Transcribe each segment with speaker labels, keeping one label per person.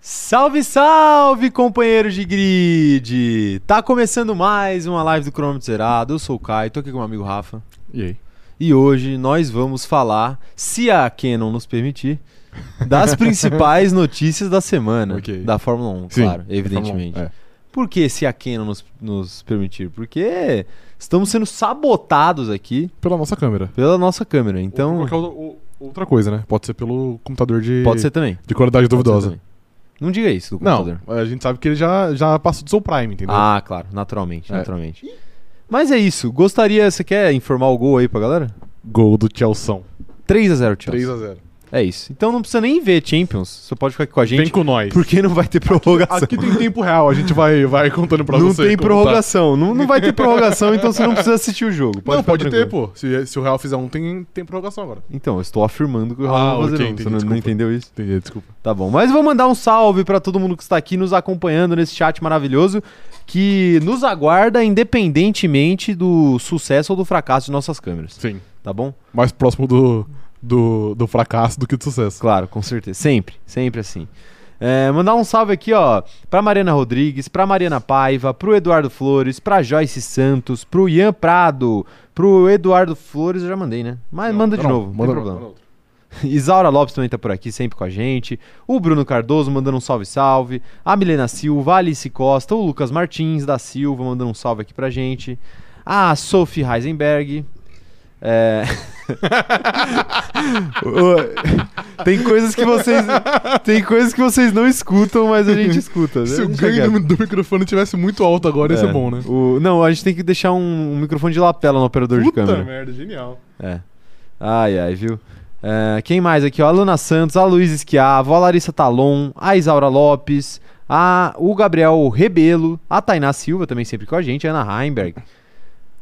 Speaker 1: Salve, salve, companheiros de grid! Tá começando mais uma live do Cronômetro Zerado. Eu sou o Caio, tô aqui com meu amigo Rafa.
Speaker 2: E aí?
Speaker 1: E hoje nós vamos falar, se a Canon nos permitir, das principais notícias da semana
Speaker 2: Ok.
Speaker 1: da Fórmula 1,
Speaker 2: Sim,
Speaker 1: claro,
Speaker 2: da
Speaker 1: evidentemente.
Speaker 2: Fórmula um, é.
Speaker 1: Por que se a Canon nos, nos permitir? Porque estamos sendo sabotados aqui
Speaker 2: Pela nossa câmera.
Speaker 1: pela nossa câmera.
Speaker 2: Ou
Speaker 1: Então,
Speaker 2: por qualquer ou- outra coisa, né? Pode ser pelo computador de,
Speaker 1: pode ser também.
Speaker 2: de qualidade
Speaker 1: pode ser
Speaker 2: é duvidosa.
Speaker 1: também. Não diga isso do
Speaker 2: Não,
Speaker 1: computador.
Speaker 2: a gente sabe que ele já, já passou do seu Prime, entendeu?
Speaker 1: Ah, claro, naturalmente,
Speaker 2: É.
Speaker 1: naturalmente. Mas é isso. Gostaria, você quer informar o gol aí pra galera?
Speaker 2: Gol do Chelsea.
Speaker 1: 3x0, Chelsea.
Speaker 2: 3x0.
Speaker 1: É isso. Então não precisa nem ver Champions. Você pode ficar aqui com a gente.
Speaker 2: Vem com nós.
Speaker 1: Porque não vai ter prorrogação.
Speaker 2: Aqui tem tempo real, a gente vai, vai contando pra
Speaker 1: não
Speaker 2: você.
Speaker 1: tem
Speaker 2: como tá.
Speaker 1: prorrogação. Não, não vai ter prorrogação, então você não precisa assistir o jogo.
Speaker 2: Tá. Não,
Speaker 1: ficar
Speaker 2: pode ter,
Speaker 1: tranquilo.
Speaker 2: pô. Se, se o Real fizer um, tem, tem prorrogação agora.
Speaker 1: Então, eu estou afirmando que o
Speaker 2: Ah,
Speaker 1: Real não vai fazer
Speaker 2: ok,
Speaker 1: não.
Speaker 2: entendi,
Speaker 1: Você não, não
Speaker 2: desculpa.
Speaker 1: entendeu isso?
Speaker 2: Entendi, desculpa.
Speaker 1: Tá bom, mas vou mandar um salve pra todo mundo que está aqui nos acompanhando nesse chat maravilhoso que nos aguarda independentemente do sucesso ou do fracasso de nossas câmeras,
Speaker 2: Sim.
Speaker 1: tá bom?
Speaker 2: Mais próximo do, do, do fracasso do que do sucesso.
Speaker 1: Claro, com certeza. Sempre, sempre assim. É, mandar um salve aqui, ó, pra Mariana Rodrigues, pra Mariana Paiva, pro Eduardo Flores, pra Joyce Santos, pro Ian Prado, pro Eduardo Flores, eu já mandei, né? Mas
Speaker 2: Não,
Speaker 1: manda de
Speaker 2: não,
Speaker 1: novo, não tem
Speaker 2: manda-
Speaker 1: problema.
Speaker 2: manda outro.
Speaker 1: Isaura Lopes também tá por aqui, sempre com a gente. O Bruno Cardoso mandando um salve, salve. A Milena Silva, a Alice Costa, o Lucas Martins da Silva mandando um salve aqui pra gente. A Sophie Heisenberg. É... O- tem coisas que vocês tem coisas que vocês não escutam, mas a gente escuta. né?
Speaker 2: Se o
Speaker 1: Deixa
Speaker 2: ganho
Speaker 1: quieto.
Speaker 2: do, do microfone tivesse muito alto agora, ia ser
Speaker 1: É.
Speaker 2: bom, né?
Speaker 1: O- não, a gente tem que deixar um, um microfone de lapela no operador de câmera.
Speaker 2: merda, genial.
Speaker 1: É. Ai, ai, viu? É, quem mais aqui? Ó, a Luna Santos, a Luiz Esquiavo, a Larissa Talon, a Isaura Lopes, a, o Gabriel Rebelo, a Tainá Silva também sempre com a gente, a Ana Heimberg,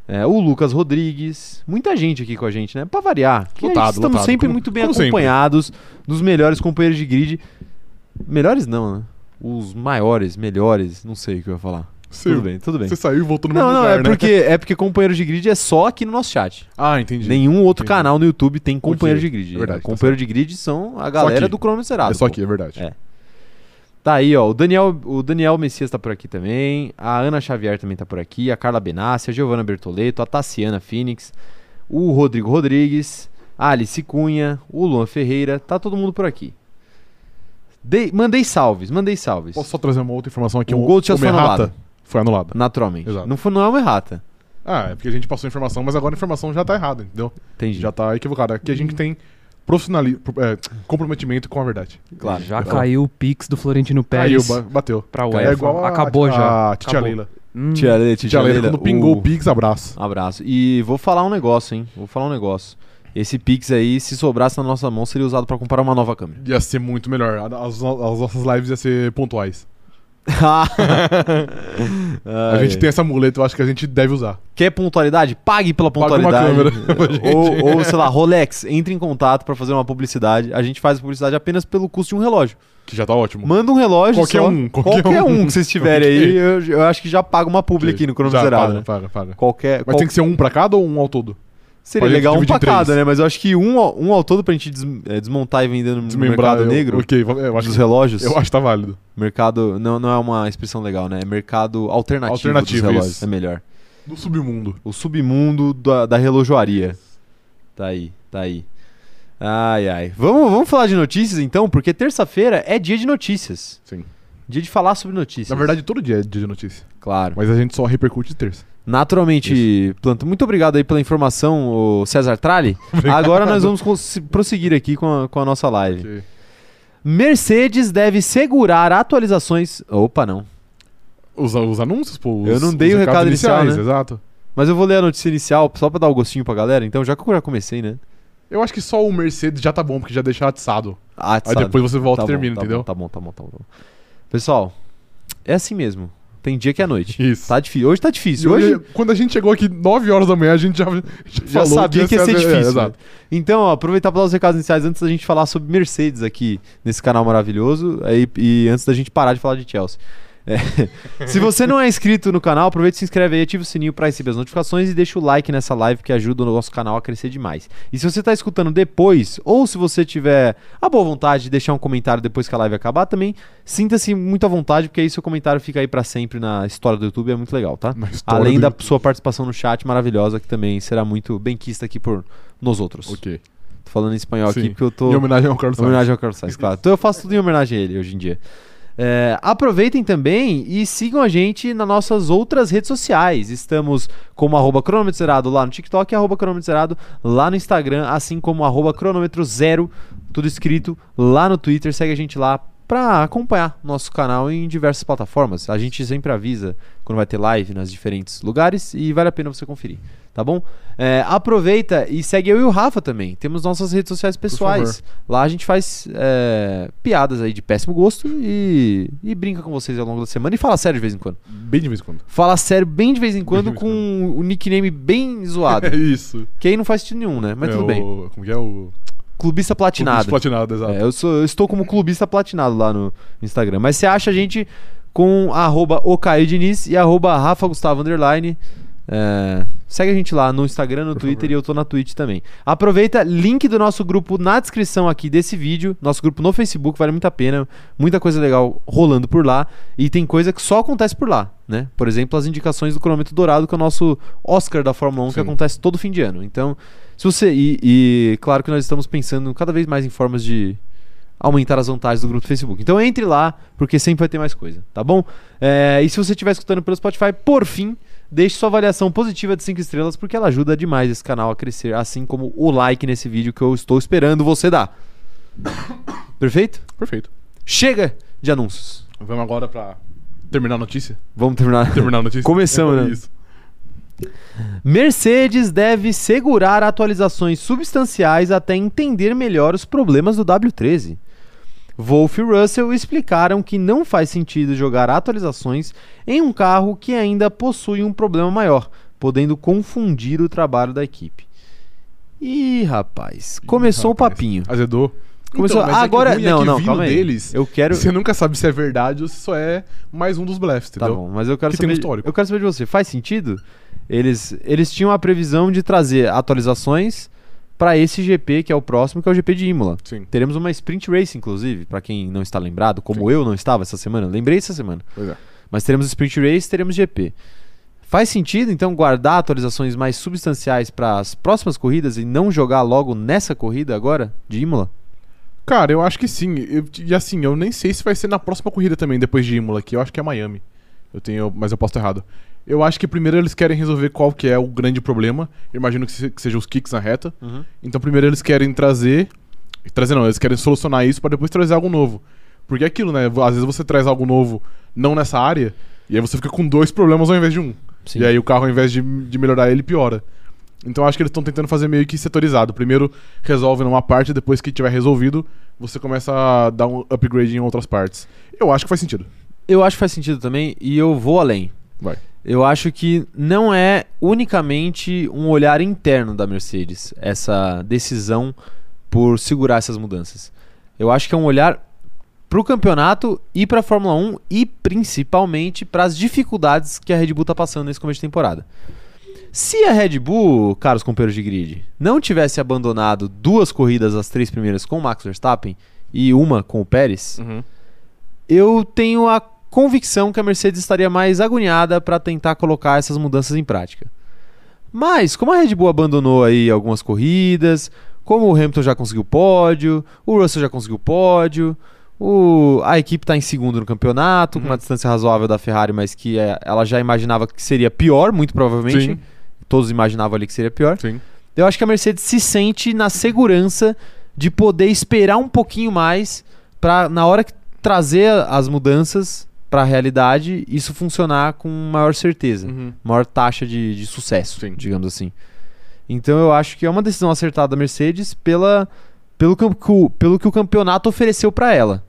Speaker 1: é, o Lucas Rodrigues. Muita gente aqui com a gente, né? Pra variar. que a gente
Speaker 2: Lotado,
Speaker 1: estamos
Speaker 2: lotado,
Speaker 1: sempre
Speaker 2: como-
Speaker 1: muito bem
Speaker 2: como sempre.
Speaker 1: acompanhados dos melhores companheiros de grid. Melhores não, né? Os maiores, melhores, não sei o que eu ia falar.
Speaker 2: Seu.
Speaker 1: Tudo bem, tudo bem.
Speaker 2: Você saiu e voltou no
Speaker 1: Não,
Speaker 2: mesmo
Speaker 1: não,
Speaker 2: lugar,
Speaker 1: é
Speaker 2: né?
Speaker 1: porque, é porque companheiros de grid é só aqui no nosso chat.
Speaker 2: Ah, entendi.
Speaker 1: Nenhum outro
Speaker 2: Entendi.
Speaker 1: canal no YouTube tem companheiro
Speaker 2: Ok,
Speaker 1: de grid.
Speaker 2: é verdade, tá
Speaker 1: companheiro de grid são a galera
Speaker 2: aqui.
Speaker 1: do Crono Cerado.
Speaker 2: É
Speaker 1: pô.
Speaker 2: só aqui, é verdade.
Speaker 1: É. Tá aí, ó. O Daniel, o Daniel Messias tá por aqui também. A Ana Xavier também tá por aqui. A Carla Benassi, a Giovana Bertoleto, a Tassiana Phoenix, o Rodrigo Rodrigues, a Alice Cunha, o Luan Ferreira. Tá todo mundo por aqui. Dei- mandei salves, mandei salves.
Speaker 2: Posso só trazer uma outra informação aqui?
Speaker 1: O
Speaker 2: Um-
Speaker 1: gol tinha
Speaker 2: uma
Speaker 1: sido
Speaker 2: errata
Speaker 1: anulado.
Speaker 2: Foi anulada.
Speaker 1: Naturalmente.
Speaker 2: Exato.
Speaker 1: Não, foi, não é uma errata.
Speaker 2: Ah, é porque a gente passou a informação, mas agora a informação já tá errada, entendeu?
Speaker 1: Entendi. Hum.
Speaker 2: Já tá equivocada. Aqui a gente tem profissionali... pro- é, comprometimento com a verdade.
Speaker 1: Claro.
Speaker 3: Já caiu o Pix do Florentino Pérez.
Speaker 2: Caiu, ba- bateu.
Speaker 3: Pra
Speaker 2: É
Speaker 3: UEFA.
Speaker 2: igual a-
Speaker 3: Acabou
Speaker 2: a,
Speaker 3: já.
Speaker 2: A Titia
Speaker 3: Acabou.
Speaker 2: Leila.
Speaker 3: Hum,
Speaker 1: Ah, Tia Leila, tia
Speaker 2: Tia Leila,
Speaker 1: Leila,
Speaker 2: quando pingou o
Speaker 1: o-
Speaker 2: Pix, abraço.
Speaker 1: Abraço. E vou falar um negócio, hein? Vou falar um negócio. Esse Pix aí, se sobrasse na nossa mão, seria usado pra comprar uma nova câmera.
Speaker 2: Ia ser muito melhor. A- As, no- as nossas lives iam ser pontuais. a gente tem essa muleta, eu acho que a gente deve usar.
Speaker 1: É. Quer pontualidade? Pague pela
Speaker 2: Paga uma
Speaker 1: pontualidade.
Speaker 2: câmera pra gente.
Speaker 1: ou, ou, sei lá, Rolex, entre em contato pra fazer uma publicidade. A gente faz a publicidade apenas pelo custo de um relógio.
Speaker 2: Que já tá ótimo.
Speaker 1: Manda um relógio.
Speaker 2: Qualquer
Speaker 1: só.
Speaker 2: um,
Speaker 1: Qualquer,
Speaker 2: qualquer
Speaker 1: um.
Speaker 2: um.
Speaker 1: que vocês tiverem aí,
Speaker 2: Ok.
Speaker 1: eu, eu acho que já paga uma publi aqui no Crono
Speaker 2: Já,
Speaker 1: Zerado.
Speaker 2: paga,
Speaker 1: né?
Speaker 2: paga, paga.
Speaker 1: Qualquer.
Speaker 2: Mas
Speaker 1: qual-
Speaker 2: tem que ser um pra cada ou um ao todo?
Speaker 1: Seria
Speaker 2: pode
Speaker 1: legal um
Speaker 2: dividir
Speaker 1: pra
Speaker 2: em três.
Speaker 1: cada, né? Mas eu acho que um, ao- um ao todo pra gente des- eh, desmontar e vender no
Speaker 2: Desmembrar.
Speaker 1: mercado
Speaker 2: eu-
Speaker 1: negro.
Speaker 2: Ok, va- eu acho,
Speaker 1: dos relógios.
Speaker 2: eu acho que tá válido.
Speaker 1: Mercado. Não, não é uma expressão legal, né? É mercado alternativo.
Speaker 2: Alternativo,
Speaker 1: dos relógios.
Speaker 2: isso.
Speaker 1: É melhor.
Speaker 2: Do submundo.
Speaker 1: O submundo da, da relojoaria. Tá aí, tá aí. Ai, ai. Vamos, vamos falar de notícias então, porque terça-feira é dia de notícias.
Speaker 2: Sim.
Speaker 1: Dia de falar sobre notícias.
Speaker 2: Na verdade, todo dia é dia de notícia.
Speaker 1: Claro.
Speaker 2: Mas a gente só repercute terça.
Speaker 1: Naturalmente, Planta, muito obrigado aí pela informação, ô César Tralli. Agora nós vamos cons- prosseguir aqui com a, com a nossa live.
Speaker 2: Ok.
Speaker 1: Mercedes deve segurar atualizações. Opa, não.
Speaker 2: Os, os anúncios, pô. os-
Speaker 1: Eu não dei
Speaker 2: os
Speaker 1: o
Speaker 2: recados
Speaker 1: recado inicial,
Speaker 2: iniciais,
Speaker 1: né?
Speaker 2: Exato.
Speaker 1: Mas eu vou ler a notícia inicial só pra dar o gostinho pra galera, então, já que eu já comecei, né?
Speaker 2: Eu acho que só o Mercedes já tá bom, porque já deixa atiçado.
Speaker 1: Ah,
Speaker 2: Aí
Speaker 1: sabe.
Speaker 2: depois você
Speaker 1: Tá
Speaker 2: volta e
Speaker 1: bom,
Speaker 2: termina,
Speaker 1: tá
Speaker 2: entendeu?
Speaker 1: bom, tá bom, tá bom, tá bom. Pessoal, é assim mesmo. Tem dia que é noite.
Speaker 2: Isso.
Speaker 1: Tá difícil. Hoje tá
Speaker 2: E
Speaker 1: difícil.
Speaker 2: hoje,
Speaker 1: Hoje
Speaker 2: quando a gente chegou aqui 9 horas da manhã, a gente já, já,
Speaker 1: já
Speaker 2: falou
Speaker 1: sabia que ia ser
Speaker 2: é,
Speaker 1: difícil.
Speaker 2: exato.
Speaker 1: né? Então, ó, aproveitar para dar os recados iniciais antes da gente falar sobre Mercedes aqui nesse canal maravilhoso aí, e antes da gente parar de falar de Chelsea. É, É. Se você não é inscrito no canal, aproveita e se inscreve aí, ativa o sininho para receber as notificações e deixa o like nessa live que ajuda o nosso canal a crescer demais. E se você tá escutando depois, ou se você tiver a boa vontade de deixar um comentário depois que a live acabar também, sinta-se muito à vontade, porque aí seu comentário fica aí para sempre na história do YouTube, é muito legal, tá?
Speaker 2: Na história
Speaker 1: Além
Speaker 2: do
Speaker 1: da
Speaker 2: YouTube.
Speaker 1: sua participação no chat maravilhosa, que também será muito benquista aqui por nós outros.
Speaker 2: Ok.
Speaker 1: Tô falando em espanhol
Speaker 2: Sim.
Speaker 1: aqui porque eu tô.
Speaker 2: Em homenagem ao Carlos
Speaker 1: Em homenagem ao Carlos Sainz, claro. Então eu faço tudo em homenagem a ele hoje em dia. É, aproveitem também e sigam a gente nas nossas outras redes sociais. Estamos como arroba cronômetro zerado lá no TikTok e arroba cronômetro zerado lá no Instagram, assim como arroba cronômetro zero, tudo escrito lá no Twitter. Segue a gente lá pra acompanhar nosso canal em diversas plataformas. A gente sempre avisa quando vai ter live nas diferentes lugares e vale a pena você conferir, tá bom? É, aproveita e segue eu e o Rafa também. Temos nossas redes sociais pessoais. Lá a gente faz é, piadas aí de péssimo gosto e, e brinca com vocês ao longo da semana e fala sério de vez em quando.
Speaker 2: Bem de vez em quando.
Speaker 1: Fala sério bem de vez em quando
Speaker 2: vez em
Speaker 1: com o nickname bem
Speaker 2: É
Speaker 1: zoado.
Speaker 2: isso.
Speaker 1: que aí não faz sentido nenhum, né? Mas
Speaker 2: É
Speaker 1: tudo
Speaker 2: o-
Speaker 1: bem.
Speaker 2: Como que é o.
Speaker 1: Clubista
Speaker 2: Platinado.
Speaker 1: platinado.
Speaker 2: Platinado, exato.
Speaker 1: É, eu, sou- eu estou como clubista platinado lá no Instagram. Mas você acha a gente com arroba o Caio Diniz e arroba Rafa Gustavo Underline. É, segue a gente lá no Instagram, no
Speaker 2: Por
Speaker 1: Twitter
Speaker 2: favor.
Speaker 1: e eu tô na Twitch também. Aproveita, link do nosso grupo na descrição aqui desse vídeo. Nosso grupo no Facebook, vale muito a pena. Muita coisa legal rolando por lá. E tem coisa que só acontece por lá, né? Por exemplo, as indicações do cronômetro dourado, que é o nosso Oscar da Fórmula 1, que
Speaker 2: Sim.
Speaker 1: acontece todo fim de ano. Então, se você. E, e claro que nós estamos pensando cada vez mais em formas de aumentar as vantagens do grupo do Facebook. Então entre lá, porque sempre vai ter mais coisa, tá bom? É, e se você estiver escutando pelo Spotify, por fim, deixe sua avaliação positiva de 5 estrelas, porque ela ajuda demais esse canal a crescer, assim como o like nesse vídeo que eu estou esperando você dar. Perfeito?
Speaker 2: Perfeito.
Speaker 1: Chega de anúncios.
Speaker 2: Vamos agora pra terminar a notícia?
Speaker 1: Vamos terminar.
Speaker 2: Terminar a notícia?
Speaker 1: Começamos,
Speaker 2: É
Speaker 1: né?
Speaker 2: Isso.
Speaker 1: Mercedes deve segurar atualizações substanciais até entender melhor os problemas do W13. Wolff e Russell explicaram que não faz sentido jogar atualizações em um carro que ainda possui um problema maior, podendo confundir o trabalho da equipe. Ih, rapaz, começou o
Speaker 2: Ih, rapaz.
Speaker 1: papinho.
Speaker 2: Azedou.
Speaker 1: Começou
Speaker 2: mas é que o
Speaker 1: agora,
Speaker 2: ruim é
Speaker 1: não,
Speaker 2: que
Speaker 1: não,
Speaker 2: vindo
Speaker 1: calma aí.
Speaker 2: deles,
Speaker 1: eu quero
Speaker 2: Você nunca sabe se é verdade ou se só é mais um dos blefs,
Speaker 1: Tá
Speaker 2: entendeu?
Speaker 1: bom, mas eu quero
Speaker 2: Que tem um
Speaker 1: saber.
Speaker 2: histórico.
Speaker 1: eu quero saber de você. Faz sentido? Eles, eles tinham a previsão de trazer atualizações pra esse GP que é o próximo, que é o GP de Imola.
Speaker 2: Sim,
Speaker 1: Teremos uma sprint race, inclusive, pra quem não está lembrado, como eu não estava essa semana. Lembrei essa semana.
Speaker 2: pois é.
Speaker 1: Mas teremos sprint race, teremos GP. Faz sentido então guardar atualizações mais substanciais para as próximas corridas e não jogar logo nessa corrida agora de Imola?
Speaker 2: Cara, eu acho que sim. Eu- e assim, eu nem sei se vai ser na próxima corrida também, depois de Imola aqui. Eu acho que é Miami. Eu tenho, mas eu posso estar errado. Eu acho que primeiro eles querem resolver qual que é o grande problema. Eu imagino que, se, que seja os kicks na reta. Então primeiro eles querem trazer, trazer não, eles querem solucionar isso pra depois trazer algo novo. Porque é aquilo, né? Às vezes você traz algo novo não nessa área e aí você fica com dois problemas ao invés de um.
Speaker 1: Sim.
Speaker 2: E aí o carro ao invés de, de melhorar ele piora. Então acho que eles estão tentando fazer meio que setorizado. Primeiro resolve numa parte, depois que tiver resolvido, você começa a dar um upgrade em outras partes. Eu acho que faz sentido.
Speaker 1: Eu acho que faz sentido também e eu vou além.
Speaker 2: Vai.
Speaker 1: Eu acho que não é unicamente um olhar interno da Mercedes essa decisão por segurar essas mudanças. Eu acho que é um olhar para o campeonato e para a Fórmula 1 e principalmente para as dificuldades que a Red Bull está passando nesse começo de temporada. Se a Red Bull, caros companheiros de grid, não tivesse abandonado duas corridas, as três primeiras com o Max Verstappen e uma com o Pérez, eu tenho a convicção que a Mercedes estaria mais agoniada para tentar colocar essas mudanças em prática. Mas, como a Red Bull abandonou aí algumas corridas, como o Hamilton já conseguiu pódio, o Russell já conseguiu pódio, o- a equipe está em segundo no campeonato, com uma distância razoável da Ferrari, mas que é, ela já imaginava que seria pior, muito provavelmente.
Speaker 2: Sim.
Speaker 1: Todos imaginavam ali que seria pior.
Speaker 2: Sim.
Speaker 1: Eu acho que a Mercedes se sente na segurança de poder esperar um pouquinho mais para na hora que trazer as mudanças para a realidade, isso funcionar com maior certeza,
Speaker 2: Uhum.
Speaker 1: maior taxa de, de sucesso,
Speaker 2: Sim.
Speaker 1: digamos assim. Então eu acho que é uma decisão acertada da Mercedes pela, pelo, que, o- pelo que o campeonato ofereceu para ela.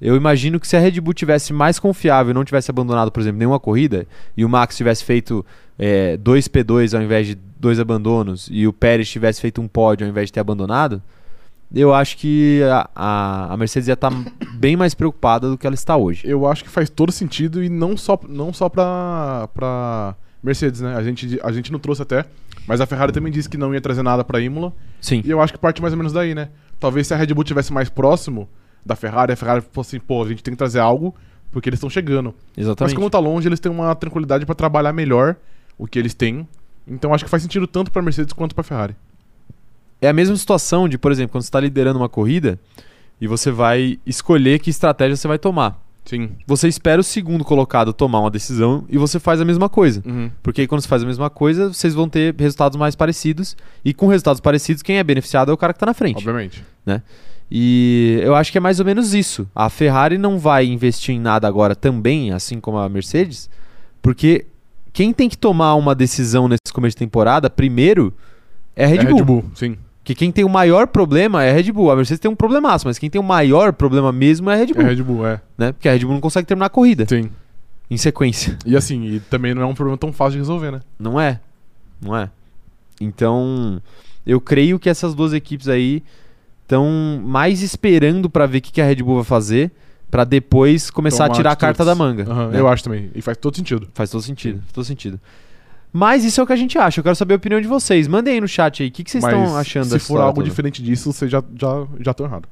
Speaker 1: Eu imagino que se a Red Bull tivesse mais confiável e não tivesse abandonado, por exemplo, nenhuma corrida, e o Max tivesse feito é, dois P2 ao invés de dois abandonos, e o Pérez tivesse feito um pódio ao invés de ter abandonado, eu acho que a, a- a Mercedes ia estar bem mais preocupada do que ela está hoje.
Speaker 2: Eu acho que faz todo sentido e não só, não só pra, pra Mercedes, né? A gente, a gente não trouxe até, mas a Ferrari também disse que não ia trazer nada pra Imola.
Speaker 1: Sim.
Speaker 2: E eu acho que parte mais ou menos daí, né? Talvez se a Red Bull tivesse mais próximo da Ferrari, a Ferrari fosse assim, pô, a gente tem que trazer algo porque eles estão chegando. Mas
Speaker 1: Exatamente.
Speaker 2: como tá longe, eles têm uma tranquilidade pra trabalhar melhor o que eles têm. Então acho que faz sentido tanto pra Mercedes quanto pra Ferrari.
Speaker 1: É a mesma situação de, por exemplo, quando você está liderando uma corrida e você vai escolher que estratégia você vai tomar.
Speaker 2: Sim.
Speaker 1: Você espera o segundo colocado tomar uma decisão e você faz a mesma coisa. Porque aí quando você faz a mesma coisa, vocês vão ter resultados mais parecidos. E com resultados parecidos, quem é beneficiado é o cara que está na frente.
Speaker 2: Obviamente.
Speaker 1: E eu acho que é mais ou menos isso. A Ferrari não vai investir em nada agora também, assim como a Mercedes, porque quem tem que tomar uma decisão nesse começo de temporada, primeiro, é a Red
Speaker 2: É
Speaker 1: Bull.
Speaker 2: Sim.
Speaker 1: Porque quem tem o maior problema é a Red Bull. A Mercedes tem um problemaço, mas quem tem o maior problema mesmo é a Red
Speaker 2: É
Speaker 1: Bull,
Speaker 2: Red Bull, é.
Speaker 1: né? Porque a Red Bull não consegue terminar a corrida
Speaker 2: Sim.
Speaker 1: em sequência.
Speaker 2: E assim, e também não é um problema tão fácil de resolver, né?
Speaker 1: Não é. Não é. Então, eu creio que essas duas equipes aí estão mais esperando pra ver o que, que a Red Bull vai fazer pra depois começar
Speaker 2: Tomar
Speaker 1: a tirar a
Speaker 2: atitudes.
Speaker 1: carta da manga.
Speaker 2: Aham,
Speaker 1: né?
Speaker 2: Eu acho também. E faz todo sentido.
Speaker 1: Faz todo sentido, faz todo sentido. Mas isso é o que a gente acha. Eu quero saber a opinião de vocês. Mandem aí no chat aí. O que, que vocês
Speaker 2: Mas
Speaker 1: estão achando
Speaker 2: se
Speaker 1: dessa
Speaker 2: for
Speaker 1: história
Speaker 2: algo
Speaker 1: toda?
Speaker 2: diferente disso, vocês já, já, já estão errado.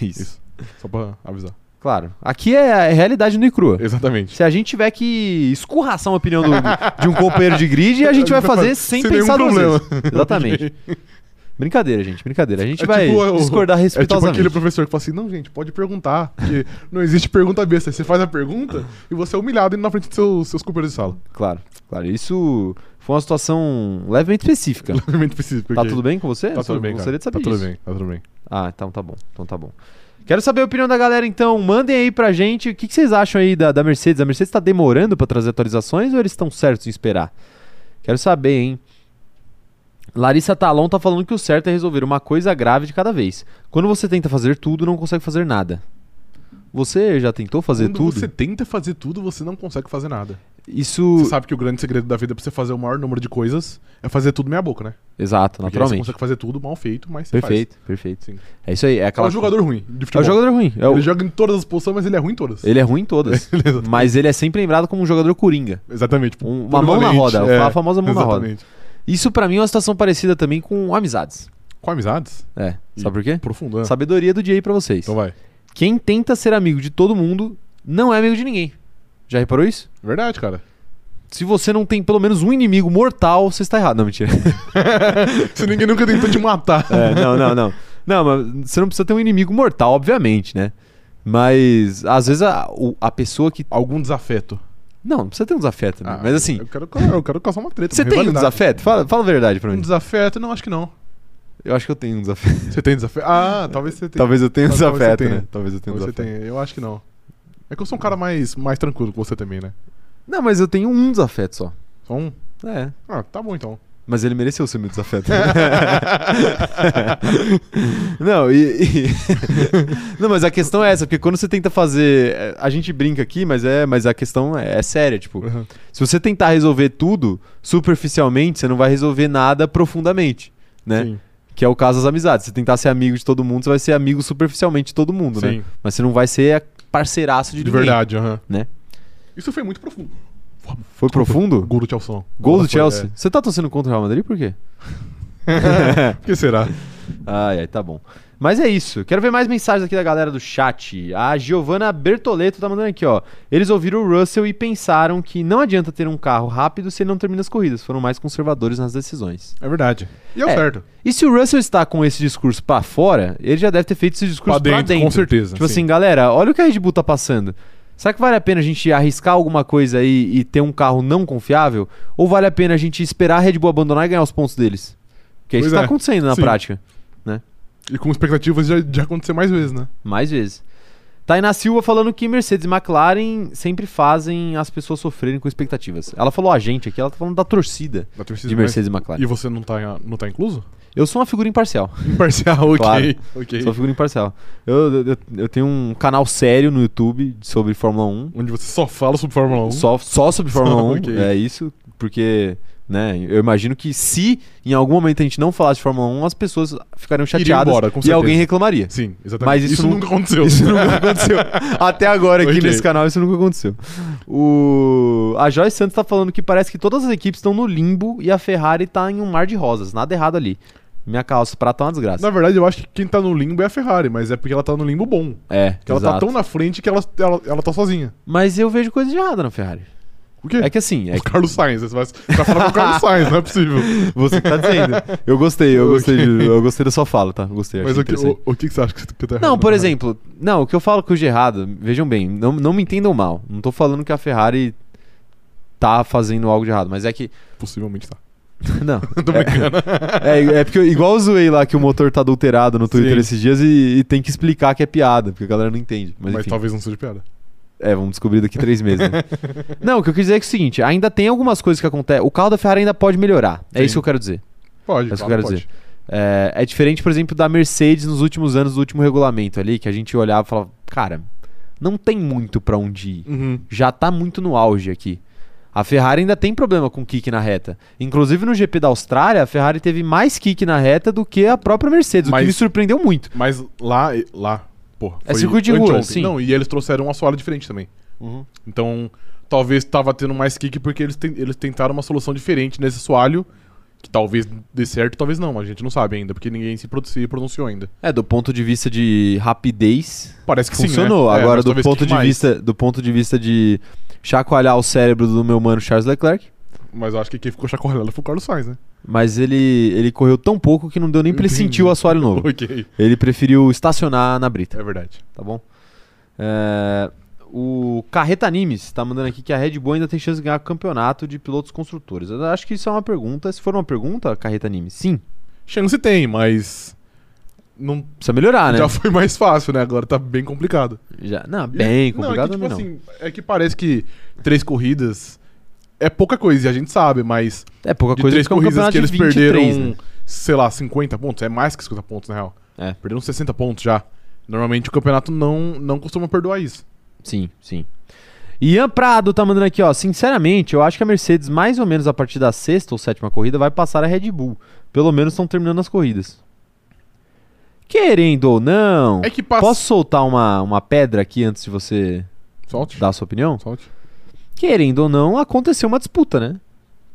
Speaker 1: Isso.
Speaker 2: Isso. Só pra avisar.
Speaker 1: Claro. Aqui é a realidade nua e crua.
Speaker 2: Exatamente.
Speaker 1: Se a gente tiver que escurraçar uma opinião do- de um companheiro de grid, a gente vai fazer sem,
Speaker 2: Sem
Speaker 1: pensar
Speaker 2: nenhum
Speaker 1: duas
Speaker 2: problema.
Speaker 1: vezes. Exatamente. Brincadeira, gente, brincadeira. A gente
Speaker 2: É
Speaker 1: vai
Speaker 2: tipo o-
Speaker 1: discordar
Speaker 2: É tipo
Speaker 1: respeitosamente.
Speaker 2: aquele professor que fala assim: não, gente, pode perguntar. Porque não existe pergunta besta. Aí Você faz a pergunta e você é humilhado na frente dos seus, seus companheiros de sala.
Speaker 1: Claro, claro. Isso foi uma situação levemente específica.
Speaker 2: Obviamente precisa.
Speaker 1: Tá tudo bem com você?
Speaker 2: Tá
Speaker 1: Só
Speaker 2: tudo bem,
Speaker 1: Gostaria
Speaker 2: cara.
Speaker 1: de saber
Speaker 2: tá tudo
Speaker 1: disso.
Speaker 2: bem, tá tudo bem.
Speaker 1: Ah, então tá bom. Então tá bom. Quero saber a opinião da galera, então. Mandem aí pra gente o que, que vocês acham aí da, da Mercedes. A Mercedes tá demorando pra trazer atualizações ou eles estão certos em esperar? Quero saber, hein? Larissa Talon tá falando que o certo é resolver uma coisa grave de cada vez. Quando você tenta fazer tudo, não consegue fazer nada. Você já tentou fazer
Speaker 2: Quando
Speaker 1: tudo?
Speaker 2: você tenta fazer tudo, você não consegue fazer nada.
Speaker 1: Isso.
Speaker 2: Você sabe que o grande segredo da vida pra você fazer o maior número de coisas é fazer tudo meia boca, né?
Speaker 1: Exato,
Speaker 2: Porque aí você
Speaker 1: naturalmente.
Speaker 2: consegue fazer tudo mal feito, mas você
Speaker 1: Perfeito, perfeito.
Speaker 2: Sim.
Speaker 1: É isso aí. É,
Speaker 2: faz. É
Speaker 1: aquela...
Speaker 2: um jogador ruim de
Speaker 1: É
Speaker 2: futebol.
Speaker 1: o jogador ruim. É o-
Speaker 2: Ele joga em todas as posições, mas ele é ruim em todas.
Speaker 1: Ele é ruim em todas. mas ele é sempre lembrado como um jogador coringa.
Speaker 2: Exatamente. tipo,
Speaker 1: Um- uma mão na
Speaker 2: polivalente,
Speaker 1: roda,
Speaker 2: é.
Speaker 1: a famosa mão na roda.
Speaker 2: Exatamente.
Speaker 1: Isso pra mim é uma situação parecida também com amizades.
Speaker 2: Com amizades?
Speaker 1: É,
Speaker 2: E-
Speaker 1: sabe por quê?
Speaker 2: Profundando.
Speaker 1: Sabedoria do Jay pra vocês.
Speaker 2: Então vai.
Speaker 1: Quem tenta ser amigo de todo mundo não é amigo de ninguém. Já reparou isso?
Speaker 2: Verdade, cara.
Speaker 1: Se você não tem pelo menos um inimigo mortal, você está errado. Não, mentira.
Speaker 2: Se ninguém nunca tentou te matar.
Speaker 1: É, não, não, não. Não, mas você não precisa ter um inimigo mortal, obviamente, né? Mas às vezes a, o- a pessoa que.
Speaker 2: Algum desafeto.
Speaker 1: Não, não precisa ter um desafeto, né? Mas assim,
Speaker 2: Eu quero, eu quero causar uma treta.
Speaker 1: você
Speaker 2: uma
Speaker 1: tem um
Speaker 2: rivalidade.
Speaker 1: desafeto? Fala, fala a verdade pra
Speaker 2: Um
Speaker 1: mim.
Speaker 2: desafeto? Não, acho que não.
Speaker 1: Eu acho que eu tenho um desafeto.
Speaker 2: Você tem desafeto? Ah, talvez você tenha.
Speaker 1: Talvez eu tenha um
Speaker 2: Talvez você
Speaker 1: desafeto,
Speaker 2: tenha.
Speaker 1: né? Talvez eu tenha um
Speaker 2: Talvez você
Speaker 1: desafeto.
Speaker 2: tenha. Eu acho que não. É que eu sou um cara mais, mais tranquilo que você também, né?
Speaker 1: Não, mas eu tenho um desafeto só.
Speaker 2: Só um?
Speaker 1: É.
Speaker 2: Ah, tá bom então.
Speaker 1: Mas ele mereceu ser meu desafeto. não, e, e- Não, mas a questão é essa, porque quando você tenta fazer. é, A gente brinca aqui, mas é, mas a questão é, é séria. Tipo,
Speaker 2: Uhum.
Speaker 1: se você tentar resolver tudo superficialmente, você não vai resolver nada profundamente, né?
Speaker 2: Sim.
Speaker 1: Que é o caso das amizades. Se tentar ser amigo de todo mundo, você vai ser amigo superficialmente de todo mundo, né?
Speaker 2: Sim.
Speaker 1: Mas você não vai ser parceiraço de,
Speaker 2: De
Speaker 1: ninguém.
Speaker 2: verdade, aham.
Speaker 1: né?
Speaker 2: Isso foi muito profundo.
Speaker 1: Foi profundo?
Speaker 2: Gol do Chelsea.
Speaker 1: Gol
Speaker 2: Ela
Speaker 1: do
Speaker 2: foi,
Speaker 1: Chelsea.
Speaker 2: é.
Speaker 1: Você tá torcendo contra o Real Madrid por quê?
Speaker 2: Por que será?
Speaker 1: Ai, ai, tá bom. Mas é isso. Quero ver mais mensagens aqui da galera do chat. A Giovana Bertoleto tá mandando aqui, ó. Eles ouviram o Russell e pensaram que não adianta ter um carro rápido se ele não termina as corridas. Foram mais conservadores nas decisões.
Speaker 2: É verdade. E é o
Speaker 1: É,
Speaker 2: certo.
Speaker 1: E se o Russell está com esse discurso pra fora, ele já deve ter feito esse discurso pra dentro.
Speaker 2: com certeza.
Speaker 1: Tipo
Speaker 2: sim.
Speaker 1: assim, galera, olha o que a Red Bull tá passando. Será que vale a pena a gente arriscar alguma coisa aí e ter um carro não confiável? Ou vale a pena a gente esperar a Red Bull abandonar e ganhar os pontos deles? Porque é isso
Speaker 2: Pois
Speaker 1: que tá
Speaker 2: é.
Speaker 1: acontecendo na
Speaker 2: Sim.
Speaker 1: prática.
Speaker 2: E com expectativas de, de acontecer mais vezes, né?
Speaker 1: Mais vezes. Tainá Silva falando que Mercedes e McLaren sempre fazem as pessoas sofrerem com expectativas. Ela falou a gente aqui, ela tá falando da torcida
Speaker 2: Da torcida
Speaker 1: de
Speaker 2: mais-
Speaker 1: Mercedes e
Speaker 2: E
Speaker 1: McLaren.
Speaker 2: você não tá, não tá incluso?
Speaker 1: Eu sou uma figura imparcial.
Speaker 2: Imparcial, ok.
Speaker 1: Claro.
Speaker 2: ok.
Speaker 1: Sou uma figura imparcial. Eu, eu, eu tenho um canal sério no YouTube sobre Fórmula 1.
Speaker 2: Onde você só fala sobre Fórmula 1.
Speaker 1: Só, só sobre Fórmula 1,
Speaker 2: ok.
Speaker 1: é isso. Porque né? Eu imagino que se em algum momento a gente não falasse de Fórmula 1, as pessoas ficariam chateadas
Speaker 2: embora, com
Speaker 1: e
Speaker 2: certeza.
Speaker 1: alguém reclamaria.
Speaker 2: Sim, exatamente.
Speaker 1: Mas isso nu-
Speaker 2: nunca aconteceu.
Speaker 1: Isso nunca aconteceu. Até agora aqui
Speaker 2: Ok.
Speaker 1: nesse canal isso nunca aconteceu. O... A Joyce Santos tá falando que parece que todas as equipes estão no limbo e a Ferrari tá em um mar de rosas. Nada errado ali. Minha calça prata é uma desgraça.
Speaker 2: Na verdade, eu acho que quem tá no limbo é a Ferrari, mas é porque ela tá no limbo bom.
Speaker 1: É,
Speaker 2: Que ela tá
Speaker 1: exato.
Speaker 2: tão na frente que ela, ela, ela tá sozinha.
Speaker 1: Mas eu vejo coisa de errada na Ferrari.
Speaker 2: O quê?
Speaker 1: É que assim, é
Speaker 2: O Carlos Sainz, você vai, vai falar com o Carlos Sainz, não é possível.
Speaker 1: você que tá dizendo. Eu gostei, eu gostei, de- eu gostei da sua fala, tá? Eu Gostei,
Speaker 2: Mas
Speaker 1: achei
Speaker 2: o que,
Speaker 1: interessante.
Speaker 2: o, o que que você acha que você que tá errado
Speaker 1: Não,
Speaker 2: na
Speaker 1: por
Speaker 2: Ferrari?
Speaker 1: exemplo, não, o que eu falo que eu de errado, vejam bem, não, não me entendam mal. Não tô falando que a Ferrari tá fazendo algo de errado, mas é que.
Speaker 2: Possivelmente tá.
Speaker 1: Não. É, é porque eu- igual eu zoei lá que o motor tá adulterado no Twitter
Speaker 2: Sim.
Speaker 1: esses dias e, e tem que explicar que é piada, porque a galera não entende. Mas,
Speaker 2: Mas, tá-
Speaker 1: enfim.
Speaker 2: talvez não seja piada.
Speaker 1: É, vamos descobrir daqui três meses. né? não, o que eu quis dizer é, que é o seguinte: ainda tem algumas coisas que acontecem. O carro da Ferrari ainda pode melhorar. É
Speaker 2: Sim.
Speaker 1: isso que eu quero dizer.
Speaker 2: Pode,
Speaker 1: É isso que eu quero
Speaker 2: claro, pode.
Speaker 1: dizer. É, é diferente, por exemplo, da Mercedes nos últimos anos, do último regulamento ali, que a gente olhava e falava, cara, não tem muito pra onde ir.
Speaker 2: Uhum.
Speaker 1: Já tá muito no auge aqui. A Ferrari ainda tem problema com kick na reta. Inclusive no GP da Austrália, a Ferrari teve mais kick na reta do que a própria Mercedes, o que
Speaker 2: Mas-
Speaker 1: me surpreendeu muito.
Speaker 2: Mas lá, lá, porra.
Speaker 1: É
Speaker 2: foi
Speaker 1: circuito de rua,
Speaker 2: anteontem.
Speaker 1: sim.
Speaker 2: Não, e eles trouxeram uma assoalho diferente também. Então, talvez tava tendo mais kick porque eles, ten- eles tentaram uma solução diferente nesse assoalho. Que talvez dê certo, talvez não. A gente não sabe ainda, porque ninguém se produ- se pronunciou ainda.
Speaker 1: É, do ponto de vista de rapidez,
Speaker 2: Parece que
Speaker 1: funcionou.
Speaker 2: sim, né? É,
Speaker 1: Agora,
Speaker 2: mas
Speaker 1: do,
Speaker 2: talvez
Speaker 1: ponto
Speaker 2: fique
Speaker 1: de
Speaker 2: mais.
Speaker 1: vista, do ponto de vista de chacoalhar o cérebro do meu mano Charles Leclerc,
Speaker 2: Mas eu acho que quem ficou chacoalhado foi o Carlos Sainz, né?
Speaker 1: mas ele, ele correu tão pouco que não deu nem pra ele
Speaker 2: Entendi.
Speaker 1: sentir o assoalho novo.
Speaker 2: ok.
Speaker 1: Ele preferiu estacionar na brita,
Speaker 2: É verdade.
Speaker 1: tá bom? É, o Carreta Animes tá mandando aqui que a Red Bull ainda tem chance de ganhar campeonato de pilotos construtores. Eu acho que isso é uma pergunta. Se for uma pergunta, Carreta Animes, sim.
Speaker 2: Chance tem, mas. Não,
Speaker 1: Precisa melhorar, né?
Speaker 2: Já foi mais fácil, né? Agora tá bem complicado.
Speaker 1: Já- Não, bem complicado
Speaker 2: não, é que, tipo
Speaker 1: não.
Speaker 2: assim, é que parece que três corridas é pouca coisa, e a gente sabe, mas
Speaker 1: é pouca
Speaker 2: de
Speaker 1: coisa
Speaker 2: três
Speaker 1: ficar um
Speaker 2: corridas que
Speaker 1: campeonato
Speaker 2: eles
Speaker 1: de 23,
Speaker 2: perderam, um.
Speaker 1: né?
Speaker 2: sei lá, 50 pontos, é mais que 50 pontos, na real.
Speaker 1: É.
Speaker 2: Perderam 60 pontos já. Normalmente o campeonato não, não costuma perdoar isso.
Speaker 1: Sim, sim. Ian Prado tá mandando aqui, ó. Sinceramente, eu acho que a Mercedes, mais ou menos a partir da sexta ou sétima corrida, vai passar a Red Bull. Pelo menos estão terminando as corridas. Querendo ou não.
Speaker 2: É que passa.
Speaker 1: Posso soltar uma, uma pedra aqui antes de você
Speaker 2: Solte.
Speaker 1: dar um a sua opinião?
Speaker 2: Solte.
Speaker 1: Querendo ou não, aconteceu uma disputa, né?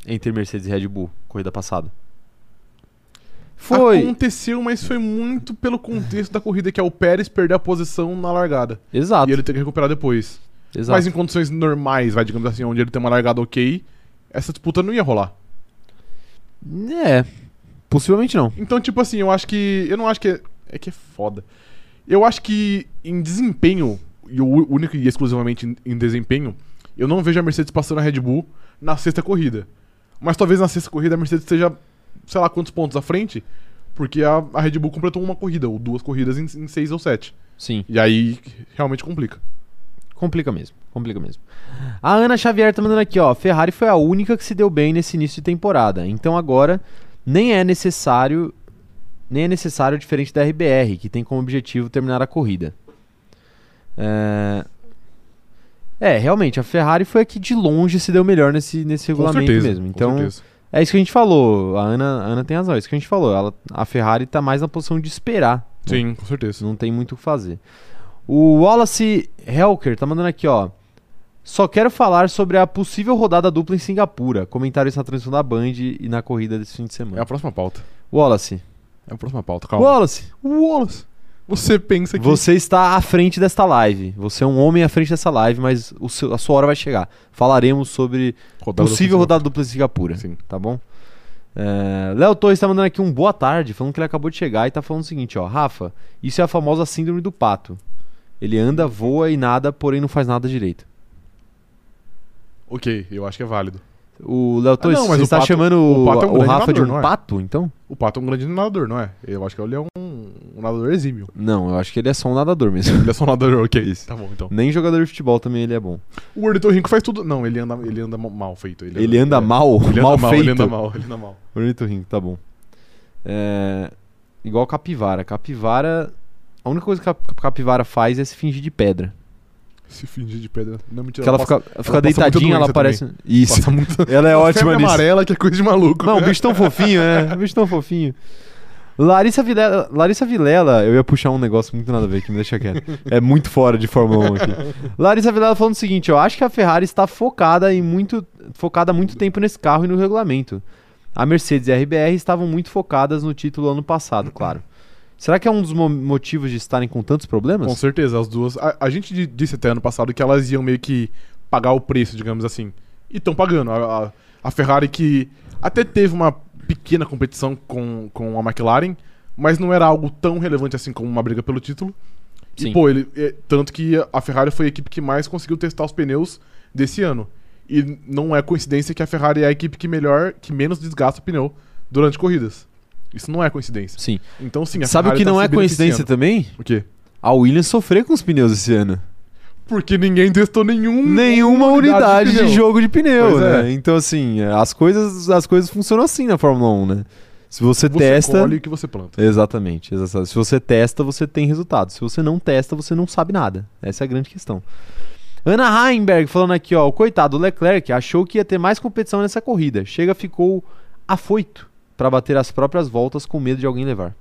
Speaker 1: Entre Mercedes e Red Bull, corrida passada. Foi.
Speaker 2: Aconteceu, mas foi muito pelo contexto da corrida, que é o Pérez perder a posição na largada.
Speaker 1: Exato.
Speaker 2: E ele ter que recuperar depois.
Speaker 1: Exato.
Speaker 2: Mas em condições normais, vai, digamos assim, onde ele tem uma largada ok, essa disputa não ia rolar.
Speaker 1: É. Possivelmente não.
Speaker 2: Então, tipo assim, eu acho que. Eu não acho que. É, é que é foda. Eu acho que em desempenho, e o ú- único e exclusivamente em, em desempenho, eu não vejo a Mercedes passando a Red Bull na sexta corrida. Mas talvez na sexta corrida a Mercedes esteja, sei lá quantos pontos à frente, porque a, a Red Bull completou uma corrida, ou duas corridas em, em seis ou sete.
Speaker 1: Sim.
Speaker 2: E aí realmente complica.
Speaker 1: Complica mesmo, complica mesmo. A Ana Xavier tá mandando aqui, ó. Ferrari foi a única que se deu bem nesse início de temporada. Então agora nem é necessário. Nem é necessário diferente da RBR, que tem como objetivo terminar a corrida. É, é, realmente, a Ferrari foi a que de longe se deu melhor nesse, nesse regulamento mesmo. Então, é isso que a gente falou. A Ana, a Ana tem razão, é isso que a gente falou. Ela, a Ferrari tá mais na posição de esperar
Speaker 2: Sim, com certeza.
Speaker 1: não tem muito o que fazer. O Wallace Helker tá mandando aqui, ó. Só quero falar sobre a possível rodada dupla em Singapura. Comentário isso na transmissão da Band e na corrida desse fim de
Speaker 2: É
Speaker 1: semana.
Speaker 2: a próxima pauta.
Speaker 1: Wallace.
Speaker 2: É a próxima pauta, calma.
Speaker 1: Wallace,
Speaker 2: Wallace! Você pensa que.
Speaker 1: você está à frente desta live. Você é um homem à frente dessa live, mas o seu- a sua hora vai chegar. Falaremos sobre
Speaker 2: Rodada
Speaker 1: possível
Speaker 2: do-
Speaker 1: rodada dupla em Singapura.
Speaker 2: Sim.
Speaker 1: Tá bom? É, Léo Torres tá mandando aqui um boa tarde, falando que ele acabou de chegar e tá falando o seguinte, ó. Rafa, isso é a famosa síndrome do pato. Ele anda, voa e nada, porém não faz nada direito.
Speaker 2: Ok, eu acho que é válido.
Speaker 1: O Léo Torres,
Speaker 2: Ah, não, mas
Speaker 1: você
Speaker 2: o
Speaker 1: está
Speaker 2: pato-
Speaker 1: chamando
Speaker 2: o
Speaker 1: o,
Speaker 2: pato é um
Speaker 1: o
Speaker 2: grande
Speaker 1: Rafa de
Speaker 2: nadador,
Speaker 1: um
Speaker 2: não é?
Speaker 1: pato, então?
Speaker 2: O Pato é um grande nadador, não é? Eu acho que ele é um, um nadador exímio.
Speaker 1: Não, eu acho que ele é só um nadador mesmo.
Speaker 2: Ele é só um nadador, ok. Isso. Tá bom, então.
Speaker 1: Nem jogador de futebol também ele é bom.
Speaker 2: O ornitorrinco faz tudo... Não, ele anda, ele anda ma- mal feito.
Speaker 1: Ele anda
Speaker 2: é.
Speaker 1: mal,
Speaker 2: Ele anda
Speaker 1: mal,
Speaker 2: mal,
Speaker 1: feito.
Speaker 2: Ele anda mal, ele anda mal.
Speaker 1: Ornitorrinco, tá bom. É, Igual capivara. Capivara. A única coisa que a cap- capivara faz é se fingir de pedra.
Speaker 2: Se fingir de pedra. Não, mentira.
Speaker 1: Que ela fica, fica
Speaker 2: passa muito
Speaker 1: deitadinha, ela
Speaker 2: doença
Speaker 1: parece. Isso.
Speaker 2: passa muito...
Speaker 1: Ela é ótima
Speaker 2: Febre
Speaker 1: nisso.
Speaker 2: amarela que é coisa de maluco.
Speaker 1: Não, um bicho tão fofinho, né? Um bicho tão fofinho. Larissa Vilela, Larissa Vilela, eu ia puxar um negócio muito nada a ver que me deixa quieto. É muito fora de Fórmula 1 aqui. Larissa Vilela falando o seguinte, eu acho que a Ferrari está focada em muito focada há muito tempo nesse carro e no regulamento. A Mercedes e a RBR estavam muito focadas no título ano passado, claro. Será que é um dos mo- motivos de estarem com tantos
Speaker 2: Com
Speaker 1: problemas?
Speaker 2: certeza, as duas. A, a gente di- disse até ano passado que elas iam meio que pagar o preço, digamos assim. E estão pagando. A, a- a Ferrari que até teve uma pequena competição com, com a McLaren, mas não era algo tão relevante assim como uma briga pelo título.
Speaker 1: Sim.
Speaker 2: E, pô, ele, é- tanto que a Ferrari foi a equipe que mais conseguiu testar os pneus desse ano. E não é coincidência que a Ferrari é a equipe que melhor, que menos desgasta o pneu durante corridas. Isso não é coincidência.
Speaker 1: Sim.
Speaker 2: Então sim, a
Speaker 1: Sabe o
Speaker 2: Ferrari
Speaker 1: que
Speaker 2: tá
Speaker 1: não
Speaker 2: se
Speaker 1: é coincidência
Speaker 2: beneficiando.
Speaker 1: também?
Speaker 2: O quê?
Speaker 1: A Williams sofreu com os pneus esse ano.
Speaker 2: Porque ninguém testou nenhum.
Speaker 1: nenhuma unidade de,
Speaker 2: pneu.
Speaker 1: jogo de pneu,
Speaker 2: Pois
Speaker 1: né? Então, assim, as coisas, as coisas funcionam assim na Fórmula 1, né? Se você,
Speaker 2: Você
Speaker 1: testa.
Speaker 2: colhe o que você planta.
Speaker 1: Exatamente, exatamente. Se você testa, você tem resultado. Se você não testa, você não sabe nada. Essa é a grande questão. Ana Heimberg falando aqui, ó. O coitado do Leclerc achou que ia ter mais competição nessa corrida. Chega, ficou afoito para bater as próprias voltas com medo de alguém levar.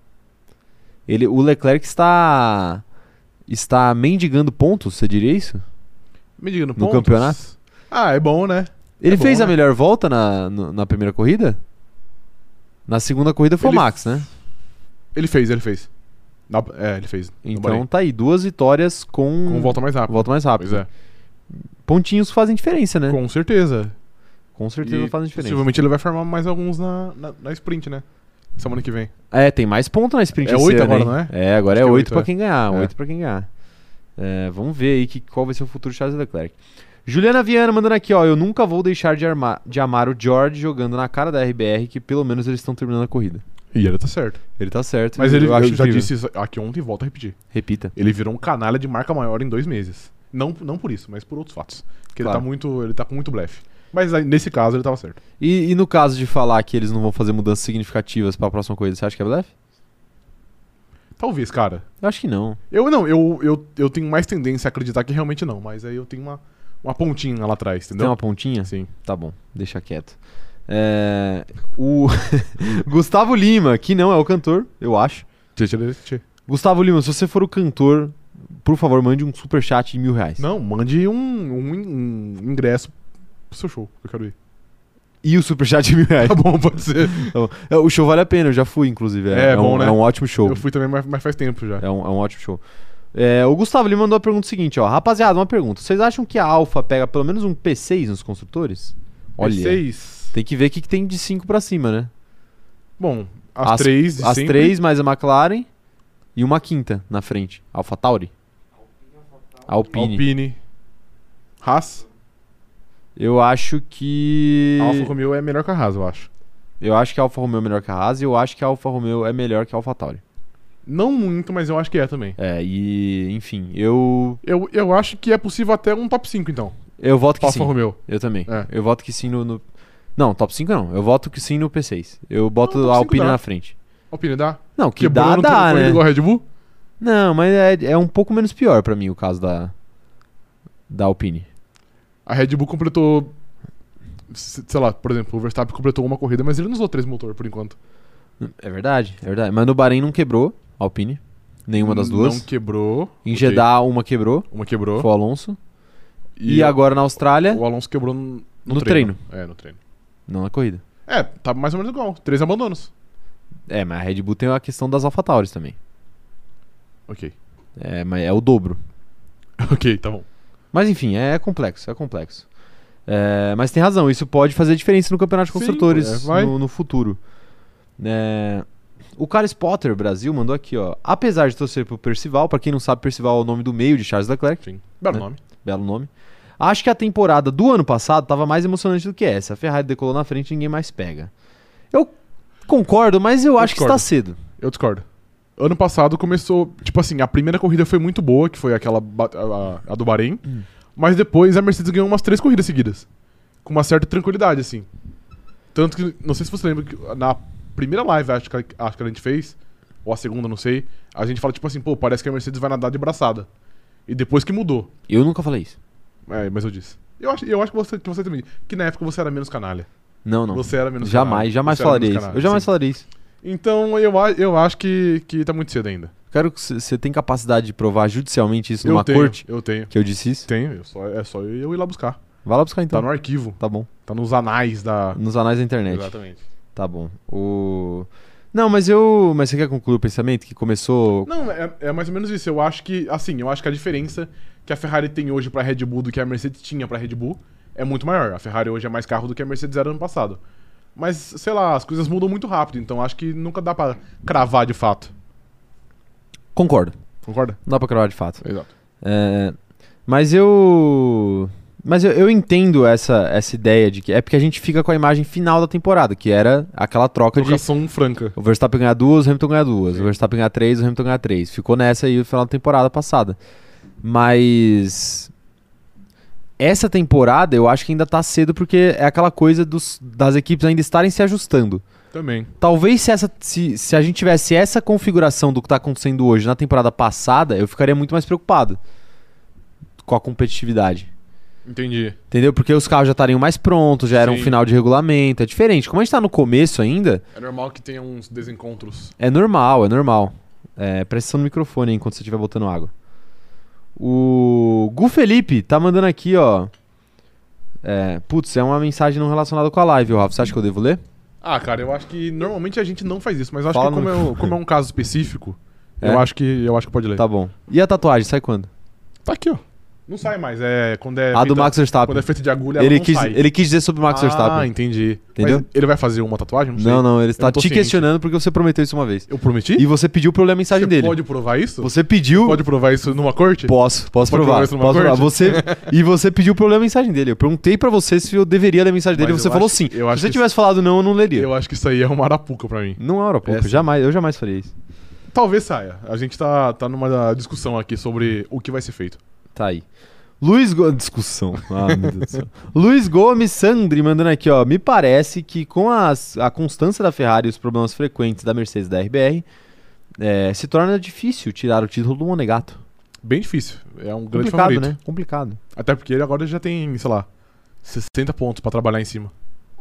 Speaker 1: Ele, o Leclerc está. Está mendigando pontos, você diria isso?
Speaker 2: Me diga, no,
Speaker 1: No
Speaker 2: pontos?
Speaker 1: campeonato?
Speaker 2: Ah, é bom, né?
Speaker 1: Ele
Speaker 2: É bom,
Speaker 1: fez a
Speaker 2: né?
Speaker 1: melhor volta na, no- na primeira corrida? Na segunda corrida foi
Speaker 2: Ele-
Speaker 1: o Max, né?
Speaker 2: Ele fez, ele fez. Na- é, ele fez. no
Speaker 1: Então
Speaker 2: Bahrein.
Speaker 1: tá aí, duas vitórias com,
Speaker 2: Com volta mais rápida.
Speaker 1: volta mais rápida.
Speaker 2: Pois é.
Speaker 1: Pontinhos fazem diferença, né? Com,
Speaker 2: Com certeza.
Speaker 1: certeza
Speaker 2: E
Speaker 1: fazem diferença.
Speaker 2: Possivelmente ele vai farmar mais alguns na, na, na sprint, né? Semana que vem.
Speaker 1: É, tem mais ponto na sprint
Speaker 2: É
Speaker 1: esse
Speaker 2: oito
Speaker 1: ano,
Speaker 2: agora,
Speaker 1: hein?
Speaker 2: não é?
Speaker 1: É, agora é
Speaker 2: Acho que é
Speaker 1: 8
Speaker 2: oito,
Speaker 1: pra
Speaker 2: é.
Speaker 1: quem ganhar,
Speaker 2: É.
Speaker 1: 8 pra quem ganhar. É, vamos ver aí que, qual vai ser o futuro de Charles Leclerc. Juliana Viana mandando aqui, ó, eu nunca vou deixar de, arma- de amar o George jogando na cara da RBR que pelo menos eles estão terminando a corrida.
Speaker 2: E ele tá certo.
Speaker 1: Ele tá certo,
Speaker 2: Mas
Speaker 1: eu
Speaker 2: ele
Speaker 1: acho
Speaker 2: eu já
Speaker 1: incrível.
Speaker 2: disse isso aqui ontem e volto a repetir.
Speaker 1: Repita.
Speaker 2: Ele virou um canalha de marca maior em dois meses. Não, não por isso, mas por outros fatos. Porque
Speaker 1: Claro.
Speaker 2: ele tá muito. Ele tá com muito blefe. Mas aí, nesse caso ele tava certo.
Speaker 1: E, e no caso de falar que eles não vão fazer mudanças significativas pra próxima corrida, você acha que é blefe?
Speaker 2: Talvez, cara.
Speaker 1: Eu acho que não.
Speaker 2: Eu não, eu, eu, eu tenho mais tendência a acreditar que realmente não, mas aí eu tenho uma, uma pontinha lá atrás,
Speaker 1: Tem
Speaker 2: entendeu?
Speaker 1: uma pontinha?
Speaker 2: Sim.
Speaker 1: Tá bom, deixa quieto. É, o Gustavo Lima, que não é o cantor, eu acho.
Speaker 2: Tchê, tchê, tchê.
Speaker 1: Gustavo Lima, se você for o cantor, por favor, mande um superchat de mil reais.
Speaker 2: Não, mande um, um, um ingresso pro seu show, que eu quero ir.
Speaker 1: E o superchat de mil reais.
Speaker 2: Tá bom, pode ser.
Speaker 1: Tá bom. É, o show vale a pena, eu já fui, inclusive.
Speaker 2: É, bom,
Speaker 1: um,
Speaker 2: né?
Speaker 1: é um ótimo show.
Speaker 2: Eu fui também, mas, mas faz tempo já.
Speaker 1: É um, é um ótimo show. É, o Gustavo Lima mandou a pergunta seguinte, ó. Rapaziada, uma pergunta. Vocês acham que a Alfa pega pelo menos um P6 nos construtores? Olha.
Speaker 2: Seis.
Speaker 1: Tem que ver o que, que tem de 5 pra cima, né?
Speaker 2: Bom, as, três de
Speaker 1: As
Speaker 2: sempre.
Speaker 1: três mais a McLaren e uma quinta na frente. AlphaTauri? Alpine.
Speaker 2: Alpine. Haas.
Speaker 1: Eu acho que.
Speaker 2: Alfa Romeo é melhor que a Haas, eu acho.
Speaker 1: Eu acho que a Alfa Romeo é melhor que a Haas e eu acho que a Alfa Romeo é melhor que a AlphaTauri.
Speaker 2: Não muito, mas eu acho que é também.
Speaker 1: É, e enfim, eu
Speaker 2: Eu, eu acho que é possível até um top 5, então.
Speaker 1: eu voto que
Speaker 2: Alfa
Speaker 1: sim.
Speaker 2: Romeo.
Speaker 1: Eu também.
Speaker 2: É.
Speaker 1: Eu voto que sim no, no- Não, top 5 não. Eu voto que sim no P6. Eu boto
Speaker 2: Não, top
Speaker 1: a
Speaker 2: cinco
Speaker 1: Alpine
Speaker 2: dá.
Speaker 1: na frente.
Speaker 2: Alpine dá?
Speaker 1: Não, que dá,
Speaker 2: Bruno
Speaker 1: dá,
Speaker 2: foi- foi
Speaker 1: né?
Speaker 2: Igual a Red Bull?
Speaker 1: Não, mas é, é um pouco menos pior pra mim o caso da da Alpine.
Speaker 2: A Red Bull completou. se- Sei lá, por exemplo, o Verstappen completou uma corrida, mas ele não usou três motor por enquanto.
Speaker 1: É verdade, é verdade. Mas no Bahrein não quebrou a Alpine. Nenhuma das duas.
Speaker 2: Hum, Não quebrou.
Speaker 1: Em
Speaker 2: Ok.
Speaker 1: Jeddah, uma quebrou,
Speaker 2: Uma quebrou.
Speaker 1: foi o Alonso. E, agora na Austrália,
Speaker 2: O Alonso quebrou no,
Speaker 1: No treino.
Speaker 2: É, no treino.
Speaker 1: não na corrida.
Speaker 2: É, tá mais ou menos igual. Três abandonos.
Speaker 1: É, mas a Red Bull tem a questão das AlphaTauris também.
Speaker 2: Ok.
Speaker 1: É, mas é o dobro.
Speaker 2: Ok, tá bom.
Speaker 1: Mas enfim, é complexo, é complexo. É, mas tem razão, isso pode fazer diferença no campeonato de
Speaker 2: Sim,
Speaker 1: construtores
Speaker 2: é, vai.
Speaker 1: no, no futuro. É, o Carlos Potter Brasil mandou aqui, ó. Apesar de torcer pro Percival, pra quem não sabe, Percival é o nome do meio de Charles Leclerc.
Speaker 2: Enfim. Belo
Speaker 1: É.
Speaker 2: nome.
Speaker 1: Belo nome. Acho que a temporada do ano passado estava mais emocionante do que essa. A Ferrari decolou na frente e ninguém mais pega. Eu concordo, mas eu, acho que
Speaker 2: discordo.
Speaker 1: está cedo.
Speaker 2: Eu discordo. Ano passado começou. Tipo assim, a primeira corrida foi muito boa, que foi aquela. ba- A, a- a do Bahrein.
Speaker 1: Hum.
Speaker 2: Mas depois a Mercedes ganhou umas três corridas seguidas. Com uma certa tranquilidade, assim. Tanto que, não sei se você lembra, que na primeira live, acho que, a- acho que a gente fez, ou a segunda, não sei, a gente fala tipo assim, pô, parece que a Mercedes vai nadar de braçada. E depois que mudou.
Speaker 1: Eu nunca falei isso.
Speaker 2: É, mas eu disse. Eu acho, eu acho que, você, que você também. Que na época você era menos canalha.
Speaker 1: Não, não.
Speaker 2: Você era menos
Speaker 1: jamais,
Speaker 2: canalha.
Speaker 1: jamais
Speaker 2: Você era
Speaker 1: falaria
Speaker 2: menos
Speaker 1: isso.
Speaker 2: canalha,
Speaker 1: Eu jamais
Speaker 2: sim.
Speaker 1: falaria isso.
Speaker 2: Então eu, a- eu acho que, que tá muito cedo ainda.
Speaker 1: Quero que você tem capacidade de provar judicialmente isso numa
Speaker 2: eu tenho,
Speaker 1: corte
Speaker 2: Eu tenho.
Speaker 1: que eu disse isso?
Speaker 2: Tenho, eu só, é só eu ir lá buscar.
Speaker 1: Vai lá buscar
Speaker 2: Tá
Speaker 1: então.
Speaker 2: no arquivo,
Speaker 1: Tá bom.
Speaker 2: tá nos anais da.
Speaker 1: Nos anais da internet.
Speaker 2: Exatamente.
Speaker 1: Tá bom. O Não, mas eu, mas você quer concluir o pensamento que começou
Speaker 2: Não, é, é mais ou menos isso. Eu acho que, assim, eu acho que a diferença que a Ferrari tem hoje pra Red Bull do que a Mercedes tinha pra Red Bull é muito maior. A Ferrari hoje é mais carro do que a Mercedes era ano passado. Mas, sei lá, as coisas mudam muito rápido, então acho que nunca dá pra cravar de fato.
Speaker 1: Concordo.
Speaker 2: Concorda?
Speaker 1: Não dá pra cravar de fato.
Speaker 2: Exato.
Speaker 1: É, mas eu. Mas eu, eu entendo essa, essa ideia de que. É porque a gente fica com a imagem final da temporada, que era aquela troca de.
Speaker 2: Trocação franca.
Speaker 1: O Verstappen ganhar duas, o Hamilton ganhar duas.
Speaker 2: Sim.
Speaker 1: O Verstappen ganhar três, o Hamilton ganhar três. Ficou nessa aí o final da temporada passada. Mas. Essa temporada eu acho que ainda tá cedo porque é aquela coisa dos, das equipes ainda estarem se ajustando.
Speaker 2: Também.
Speaker 1: Talvez se, essa, se, se a gente tivesse essa configuração do que tá acontecendo hoje na temporada passada, eu ficaria muito mais preocupado com a competitividade.
Speaker 2: Entendi.
Speaker 1: Entendeu? Porque os carros já estariam mais prontos, já era um
Speaker 2: Sim.
Speaker 1: final de regulamento, é diferente. Como a gente tá no começo ainda,
Speaker 2: É normal que tenha uns desencontros.
Speaker 1: é normal, é normal. É, presta atenção no microfone aí enquanto você estiver botando água. O Gu Felipe tá mandando aqui, ó. É, putz, é uma mensagem não relacionada com a live, ô Rafa. Você acha que eu devo ler?
Speaker 2: Ah, cara, eu acho que normalmente a gente não faz isso, mas eu acho
Speaker 1: Fala
Speaker 2: que como
Speaker 1: no
Speaker 2: é, um- como é um caso específico,
Speaker 1: É?
Speaker 2: eu acho que eu acho que pode ler.
Speaker 1: Tá bom. E a tatuagem, sai quando?
Speaker 2: Tá aqui, ó. Não sai mais, é quando é
Speaker 1: a do Max Verstappen.
Speaker 2: quando é feita de agulha, ela
Speaker 1: Ele
Speaker 2: não
Speaker 1: quis,
Speaker 2: sai.
Speaker 1: ele quis dizer sobre o Max
Speaker 2: Ah,
Speaker 1: Verstappen.
Speaker 2: entendi.
Speaker 1: Entendeu?
Speaker 2: Mas ele vai fazer uma tatuagem? Não, sei.
Speaker 1: Não, não, ele está
Speaker 2: não tô
Speaker 1: te
Speaker 2: ciente.
Speaker 1: questionando porque você prometeu isso uma vez.
Speaker 2: Eu prometi?
Speaker 1: E você pediu pra eu ler a mensagem
Speaker 2: Você
Speaker 1: dele.
Speaker 2: pode provar isso?
Speaker 1: Você pediu.
Speaker 2: pode provar isso numa corte?
Speaker 1: Posso, posso
Speaker 2: Pode
Speaker 1: provar.
Speaker 2: provar isso numa
Speaker 1: posso provar.
Speaker 2: corte?
Speaker 1: Você, e você pediu pra eu ler a mensagem dele. Eu perguntei pra você se eu deveria ler a mensagem dele
Speaker 2: Mas
Speaker 1: e você
Speaker 2: eu
Speaker 1: falou
Speaker 2: acho-
Speaker 1: sim.
Speaker 2: eu
Speaker 1: se
Speaker 2: acho
Speaker 1: você
Speaker 2: que-
Speaker 1: tivesse falado não, eu não leria.
Speaker 2: Eu acho que isso aí é uma arapuca pra mim.
Speaker 1: Não é hora pouco.
Speaker 2: É, sim.
Speaker 1: jamais, eu jamais faria isso.
Speaker 2: Talvez saia. A gente tá, tá numa discussão aqui sobre o que vai ser feito.
Speaker 1: Tá aí. Luiz Go... Discussão. Ah, meu Deus do céu. Luiz Gomes Sandri mandando aqui, ó. Me parece que com as- a constância da Ferrari e os problemas frequentes da Mercedes e da RBR, eh, se torna difícil tirar o título do Monegato.
Speaker 2: Bem difícil. É um grande
Speaker 1: Complicado,
Speaker 2: favorito.
Speaker 1: né? Complicado.
Speaker 2: Até porque ele agora já tem, sei lá, 60 pontos pra trabalhar em cima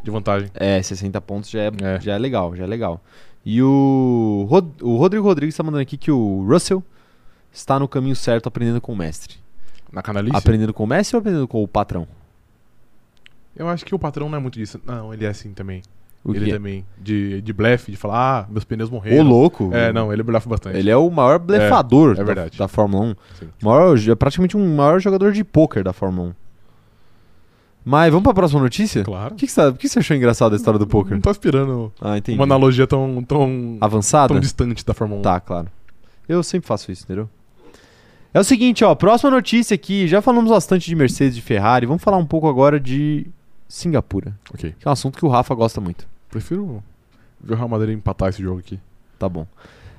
Speaker 2: de vantagem.
Speaker 1: É, 60 pontos já é,
Speaker 2: É.
Speaker 1: já é legal, já é legal. E o, Rod- o Rodrigo Rodrigues tá mandando aqui que o Russell está no caminho certo aprendendo com o mestre.
Speaker 2: Na canalice.
Speaker 1: Aprendendo com o mestre ou aprendendo com o patrão?
Speaker 2: Eu acho que o patrão não é muito disso. Não, ele é assim também.
Speaker 1: O
Speaker 2: ele
Speaker 1: que é?
Speaker 2: também. De, de blefe, de falar, ah, meus pneus
Speaker 1: Ô,
Speaker 2: morreram.
Speaker 1: louco!
Speaker 2: É, não, ele blefe bastante.
Speaker 1: Ele é o maior blefador
Speaker 2: é
Speaker 1: da-
Speaker 2: verdade.
Speaker 1: Da, Fórmula 1.
Speaker 2: Sim.
Speaker 1: Maior, é praticamente um maior jogador de pôquer da Fórmula 1. Mas vamos pra próxima notícia?
Speaker 2: Claro.
Speaker 1: O que, que, você, o que você achou engraçado da história é do pôquer?
Speaker 2: Não tô aspirando
Speaker 1: Ah, entendi.
Speaker 2: uma analogia tão, tão,
Speaker 1: Avançada?
Speaker 2: tão distante da Fórmula 1.
Speaker 1: Tá, claro. Eu sempre faço isso, entendeu? É o seguinte, ó, próxima notícia aqui. Já falamos bastante de Mercedes e Ferrari. Vamos falar um pouco agora de Singapura,
Speaker 2: Ok.
Speaker 1: que é um assunto que o Rafa gosta muito.
Speaker 2: Prefiro ver o Real Madrid empatar esse jogo aqui.
Speaker 1: Tá bom.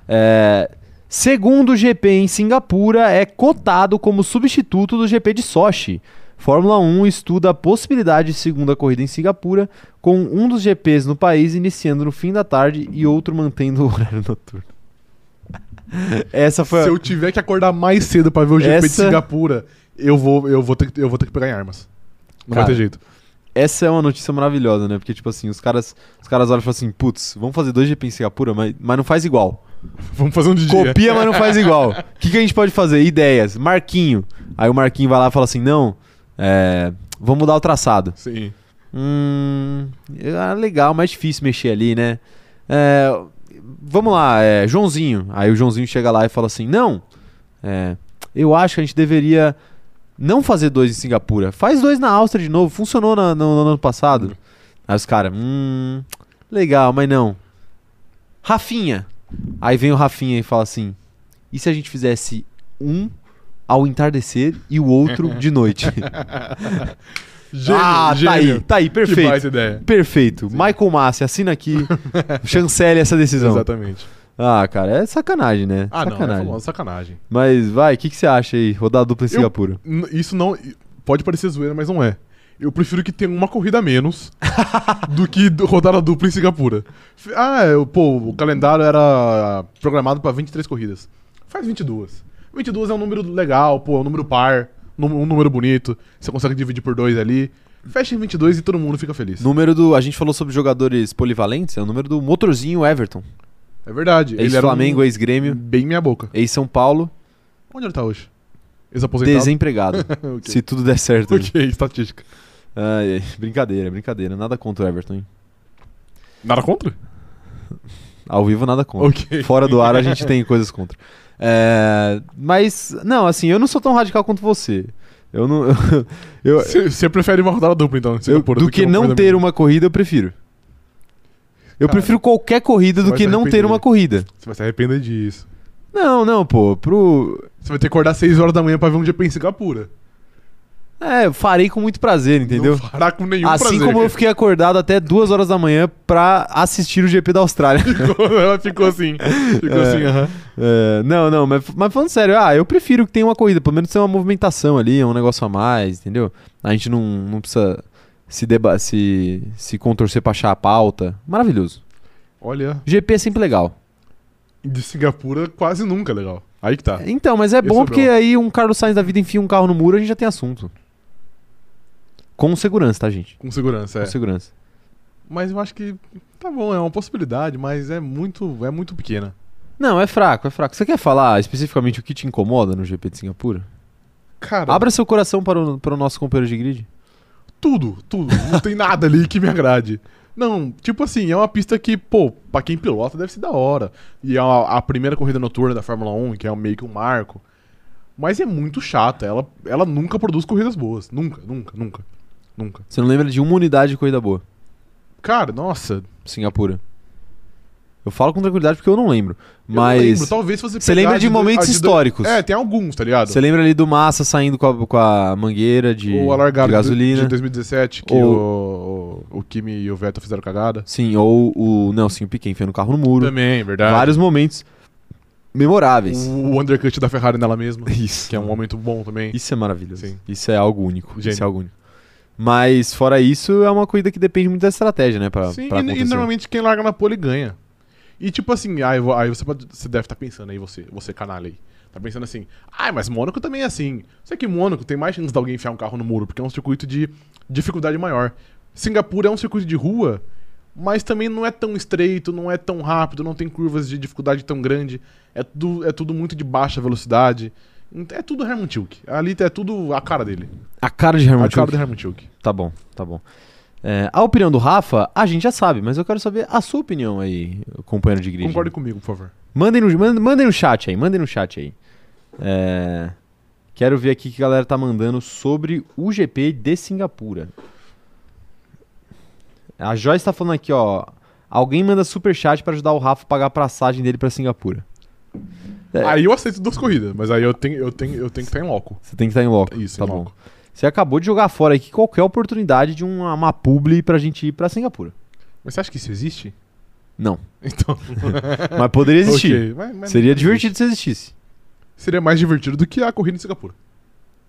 Speaker 1: É, segundo GP em Singapura, é cotado como substituto do GP de Sochi. Fórmula 1 estuda a possibilidade de segunda corrida em Singapura, com um dos GPs no país iniciando no fim da tarde e outro mantendo o horário noturno. Essa foi a-
Speaker 2: Se eu tiver que acordar mais cedo pra ver o GP de
Speaker 1: Essa-
Speaker 2: Singapura, eu vou, eu, vou ter, que- eu vou ter que pegar em armas. Não
Speaker 1: Cara,
Speaker 2: vai ter jeito.
Speaker 1: Essa é uma notícia maravilhosa, né? Porque, tipo assim, os caras, os caras olham e falam assim, putz, vamos fazer dois GP em Singapura, mas, mas não faz igual.
Speaker 2: Vamos fazer um de dia.
Speaker 1: Copia, mas não faz igual. O que, que a gente pode fazer? Ideias. Marquinho. Aí o Marquinho vai lá e fala assim, não, é, vamos mudar o traçado.
Speaker 2: Sim.
Speaker 1: Hum, é legal, mas difícil mexer ali, né? É, vamos lá, é, Joãozinho. Aí o Joãozinho chega lá e fala assim, não, é, eu acho que a gente deveria... Não fazer dois em Singapura. Faz dois na Áustria de novo. Funcionou na- no, no ano passado. Aí os caras, hum, legal, mas não. Rafinha. Aí vem o Rafinha e fala assim: e se a gente fizesse um ao entardecer e o outro de noite?
Speaker 2: Gênio,
Speaker 1: ah, tá
Speaker 2: gênio.
Speaker 1: aí, tá aí,
Speaker 2: Que baita
Speaker 1: perfeito.
Speaker 2: ideia.
Speaker 1: Perfeito. Michael Massi, assina aqui, chancele essa decisão.
Speaker 2: Exatamente.
Speaker 1: Ah, cara, é sacanagem, né?
Speaker 2: Ah, não, é
Speaker 1: sacanagem.
Speaker 2: famoso, sacanagem.
Speaker 1: mas vai, o que, que você acha aí? Rodar dupla em Singapura.
Speaker 2: N- Isso não. Pode parecer zoeira, mas não é. Eu prefiro que tenha uma corrida a menos do que do- rodada dupla em Singapura. F- é, Ah, eu- pô, o calendário era programado pra 23 corridas. Faz 22. 22 é um número legal, pô, é um número par, num- um número bonito. Você consegue dividir por dois ali. Fecha em 22 e todo mundo fica feliz.
Speaker 1: Número do. A gente falou sobre jogadores polivalentes, é o número do motorzinho Everton.
Speaker 2: É verdade.
Speaker 1: Ex-Flamengo,
Speaker 2: era um...
Speaker 1: ex-Grêmio,
Speaker 2: bem minha boca.
Speaker 1: ex-São Paulo,
Speaker 2: Onde ele tá hoje? Ex-aposentado? É,
Speaker 1: desempregado.
Speaker 2: Ok.
Speaker 1: Se tudo der certo. né?
Speaker 2: Ok, estatística.
Speaker 1: Ai, ai, brincadeira, brincadeira. Nada contra o Everton, hein?
Speaker 2: Nada contra?
Speaker 1: Ao vivo, nada contra.
Speaker 2: Ok.
Speaker 1: Fora do ar a gente tem coisas contra. É, mas, não, assim, eu não sou tão radical quanto você. Eu não. eu-
Speaker 2: Você você prefere uma rodada dupla, então? em
Speaker 1: eu-
Speaker 2: Singapura,
Speaker 1: do que
Speaker 2: uma
Speaker 1: não
Speaker 2: corrida
Speaker 1: ter
Speaker 2: mínima?
Speaker 1: uma corrida, eu prefiro. Eu
Speaker 2: Cara,
Speaker 1: prefiro qualquer corrida do
Speaker 2: vai
Speaker 1: que
Speaker 2: se
Speaker 1: não ter
Speaker 2: arrepender.
Speaker 1: uma corrida.
Speaker 2: Você vai se arrepender disso.
Speaker 1: Não, não, pô. Pro.
Speaker 2: Você vai ter que acordar 6 horas da manhã pra ver um GP em Singapura.
Speaker 1: É, eu farei com muito prazer, entendeu?
Speaker 2: Não fará com nenhum
Speaker 1: assim
Speaker 2: prazer.
Speaker 1: como eu fiquei acordado até duas horas da manhã pra assistir o GP da Austrália.
Speaker 2: Ficou- Ela ficou assim. Ficou
Speaker 1: É.
Speaker 2: assim, aham.
Speaker 1: É, não, não, mas, mas falando sério, ah, eu prefiro que tenha uma corrida, pelo menos tem uma movimentação ali, é um negócio a mais, entendeu? A gente não, não precisa se, deba se, se contorcer pra achar a pauta. Maravilhoso.
Speaker 2: Olha,
Speaker 1: GP é sempre legal.
Speaker 2: de Singapura quase nunca é legal. Aí que tá.
Speaker 1: Então, mas é
Speaker 2: Isso
Speaker 1: bom
Speaker 2: é
Speaker 1: porque
Speaker 2: bom.
Speaker 1: aí um Carlos Sainz da vida enfia um carro no muro, a gente já tem assunto. Com segurança, tá, gente?
Speaker 2: Com segurança, é.
Speaker 1: Com segurança.
Speaker 2: Mas eu acho que tá bom, é uma possibilidade, mas é muito, é muito pequena.
Speaker 1: Não, é fraco, é fraco. Você quer falar especificamente o que te incomoda no GP de Singapura?
Speaker 2: Cara,
Speaker 1: Abra seu coração para o, para o nosso companheiro de grid.
Speaker 2: tudo, tudo. Não tem nada ali que me agrade. Não, tipo assim, é uma pista que, pô, pra quem pilota deve ser da hora. E é a, a primeira corrida noturna da Fórmula 1, que é meio que um marco. Mas é muito chata, ela, ela nunca produz corridas boas. Nunca, nunca, nunca. Nunca.
Speaker 1: Você não lembra de uma unidade de corrida boa?
Speaker 2: Cara, nossa,
Speaker 1: Singapura. Eu falo com tranquilidade porque eu não lembro.
Speaker 2: eu não
Speaker 1: Mas.
Speaker 2: lembro, talvez se você
Speaker 1: Você
Speaker 2: pegar
Speaker 1: lembra
Speaker 2: a
Speaker 1: de
Speaker 2: do-
Speaker 1: momentos
Speaker 2: a do-
Speaker 1: históricos.
Speaker 2: É, tem alguns, tá ligado?
Speaker 1: Você lembra ali do Massa saindo com a, com a mangueira de,
Speaker 2: ou a largada
Speaker 1: de
Speaker 2: de-
Speaker 1: gasolina?
Speaker 2: de 2017, que
Speaker 1: Ou-
Speaker 2: o, o, o Kimi e o Vettel fizeram cagada.
Speaker 1: Sim, ou o. Não, sim, o Piquet enfiando o carro no muro.
Speaker 2: Também, verdade.
Speaker 1: Vários momentos memoráveis.
Speaker 2: O, o undercut da Ferrari nela mesma,
Speaker 1: Isso.
Speaker 2: que é um momento bom também.
Speaker 1: Isso é maravilhoso.
Speaker 2: Sim.
Speaker 1: Isso é algo único. Isso é
Speaker 2: Gênio.
Speaker 1: algo único. Mas, fora isso, é uma corrida que depende muito da estratégia, né? Pra,
Speaker 2: Sim,
Speaker 1: pra
Speaker 2: e, e
Speaker 1: acontecer.
Speaker 2: normalmente quem larga na pole ganha. E tipo assim, aí, vo- aí você, pode- você deve estar pensando aí, você, você canalha aí. Tá pensando assim, ah, mas Mônaco também é assim. Só que Mônaco tem mais chance de alguém enfiar um carro no muro, porque é um circuito de dificuldade maior. Singapura é um circuito de rua, mas também não é tão estreito, não é tão rápido, não tem curvas de dificuldade tão grande. É tudo, é tudo muito de baixa velocidade. Ent- É tudo Herman Tilke. Ali é tudo a cara dele.
Speaker 1: A cara de Herman
Speaker 2: a cara
Speaker 1: Tilke.
Speaker 2: do Herman Tilke.
Speaker 1: Tá bom, tá bom. É, a opinião do Rafa, a gente já sabe, mas eu quero saber a sua opinião aí, companheiro de grid.
Speaker 2: Concorde comigo, por favor.
Speaker 1: Mandem no, mandem, mandem no chat aí, mandem no chat aí. É, quero ver aqui o que a galera tá mandando sobre o GP de Singapura. A Joyce tá falando aqui, ó. Alguém manda super chat pra ajudar o Rafa a pagar a passagem dele pra Singapura. É.
Speaker 2: Aí eu aceito duas corridas, mas aí eu tenho, eu tenho, eu tenho que estar em loco.
Speaker 1: Você tem que estar em loco.
Speaker 2: Isso,
Speaker 1: tá
Speaker 2: em
Speaker 1: bom.
Speaker 2: loco.
Speaker 1: Você acabou de jogar fora aqui qualquer oportunidade de uma, uma publi pra gente ir pra Singapura.
Speaker 2: Mas você acha que isso existe?
Speaker 1: Não.
Speaker 2: Então.
Speaker 1: Mas poderia existir.
Speaker 2: ok, mas- mas
Speaker 1: Seria
Speaker 2: não existe.
Speaker 1: divertido se existisse.
Speaker 2: Seria mais divertido do que a corrida em Singapura.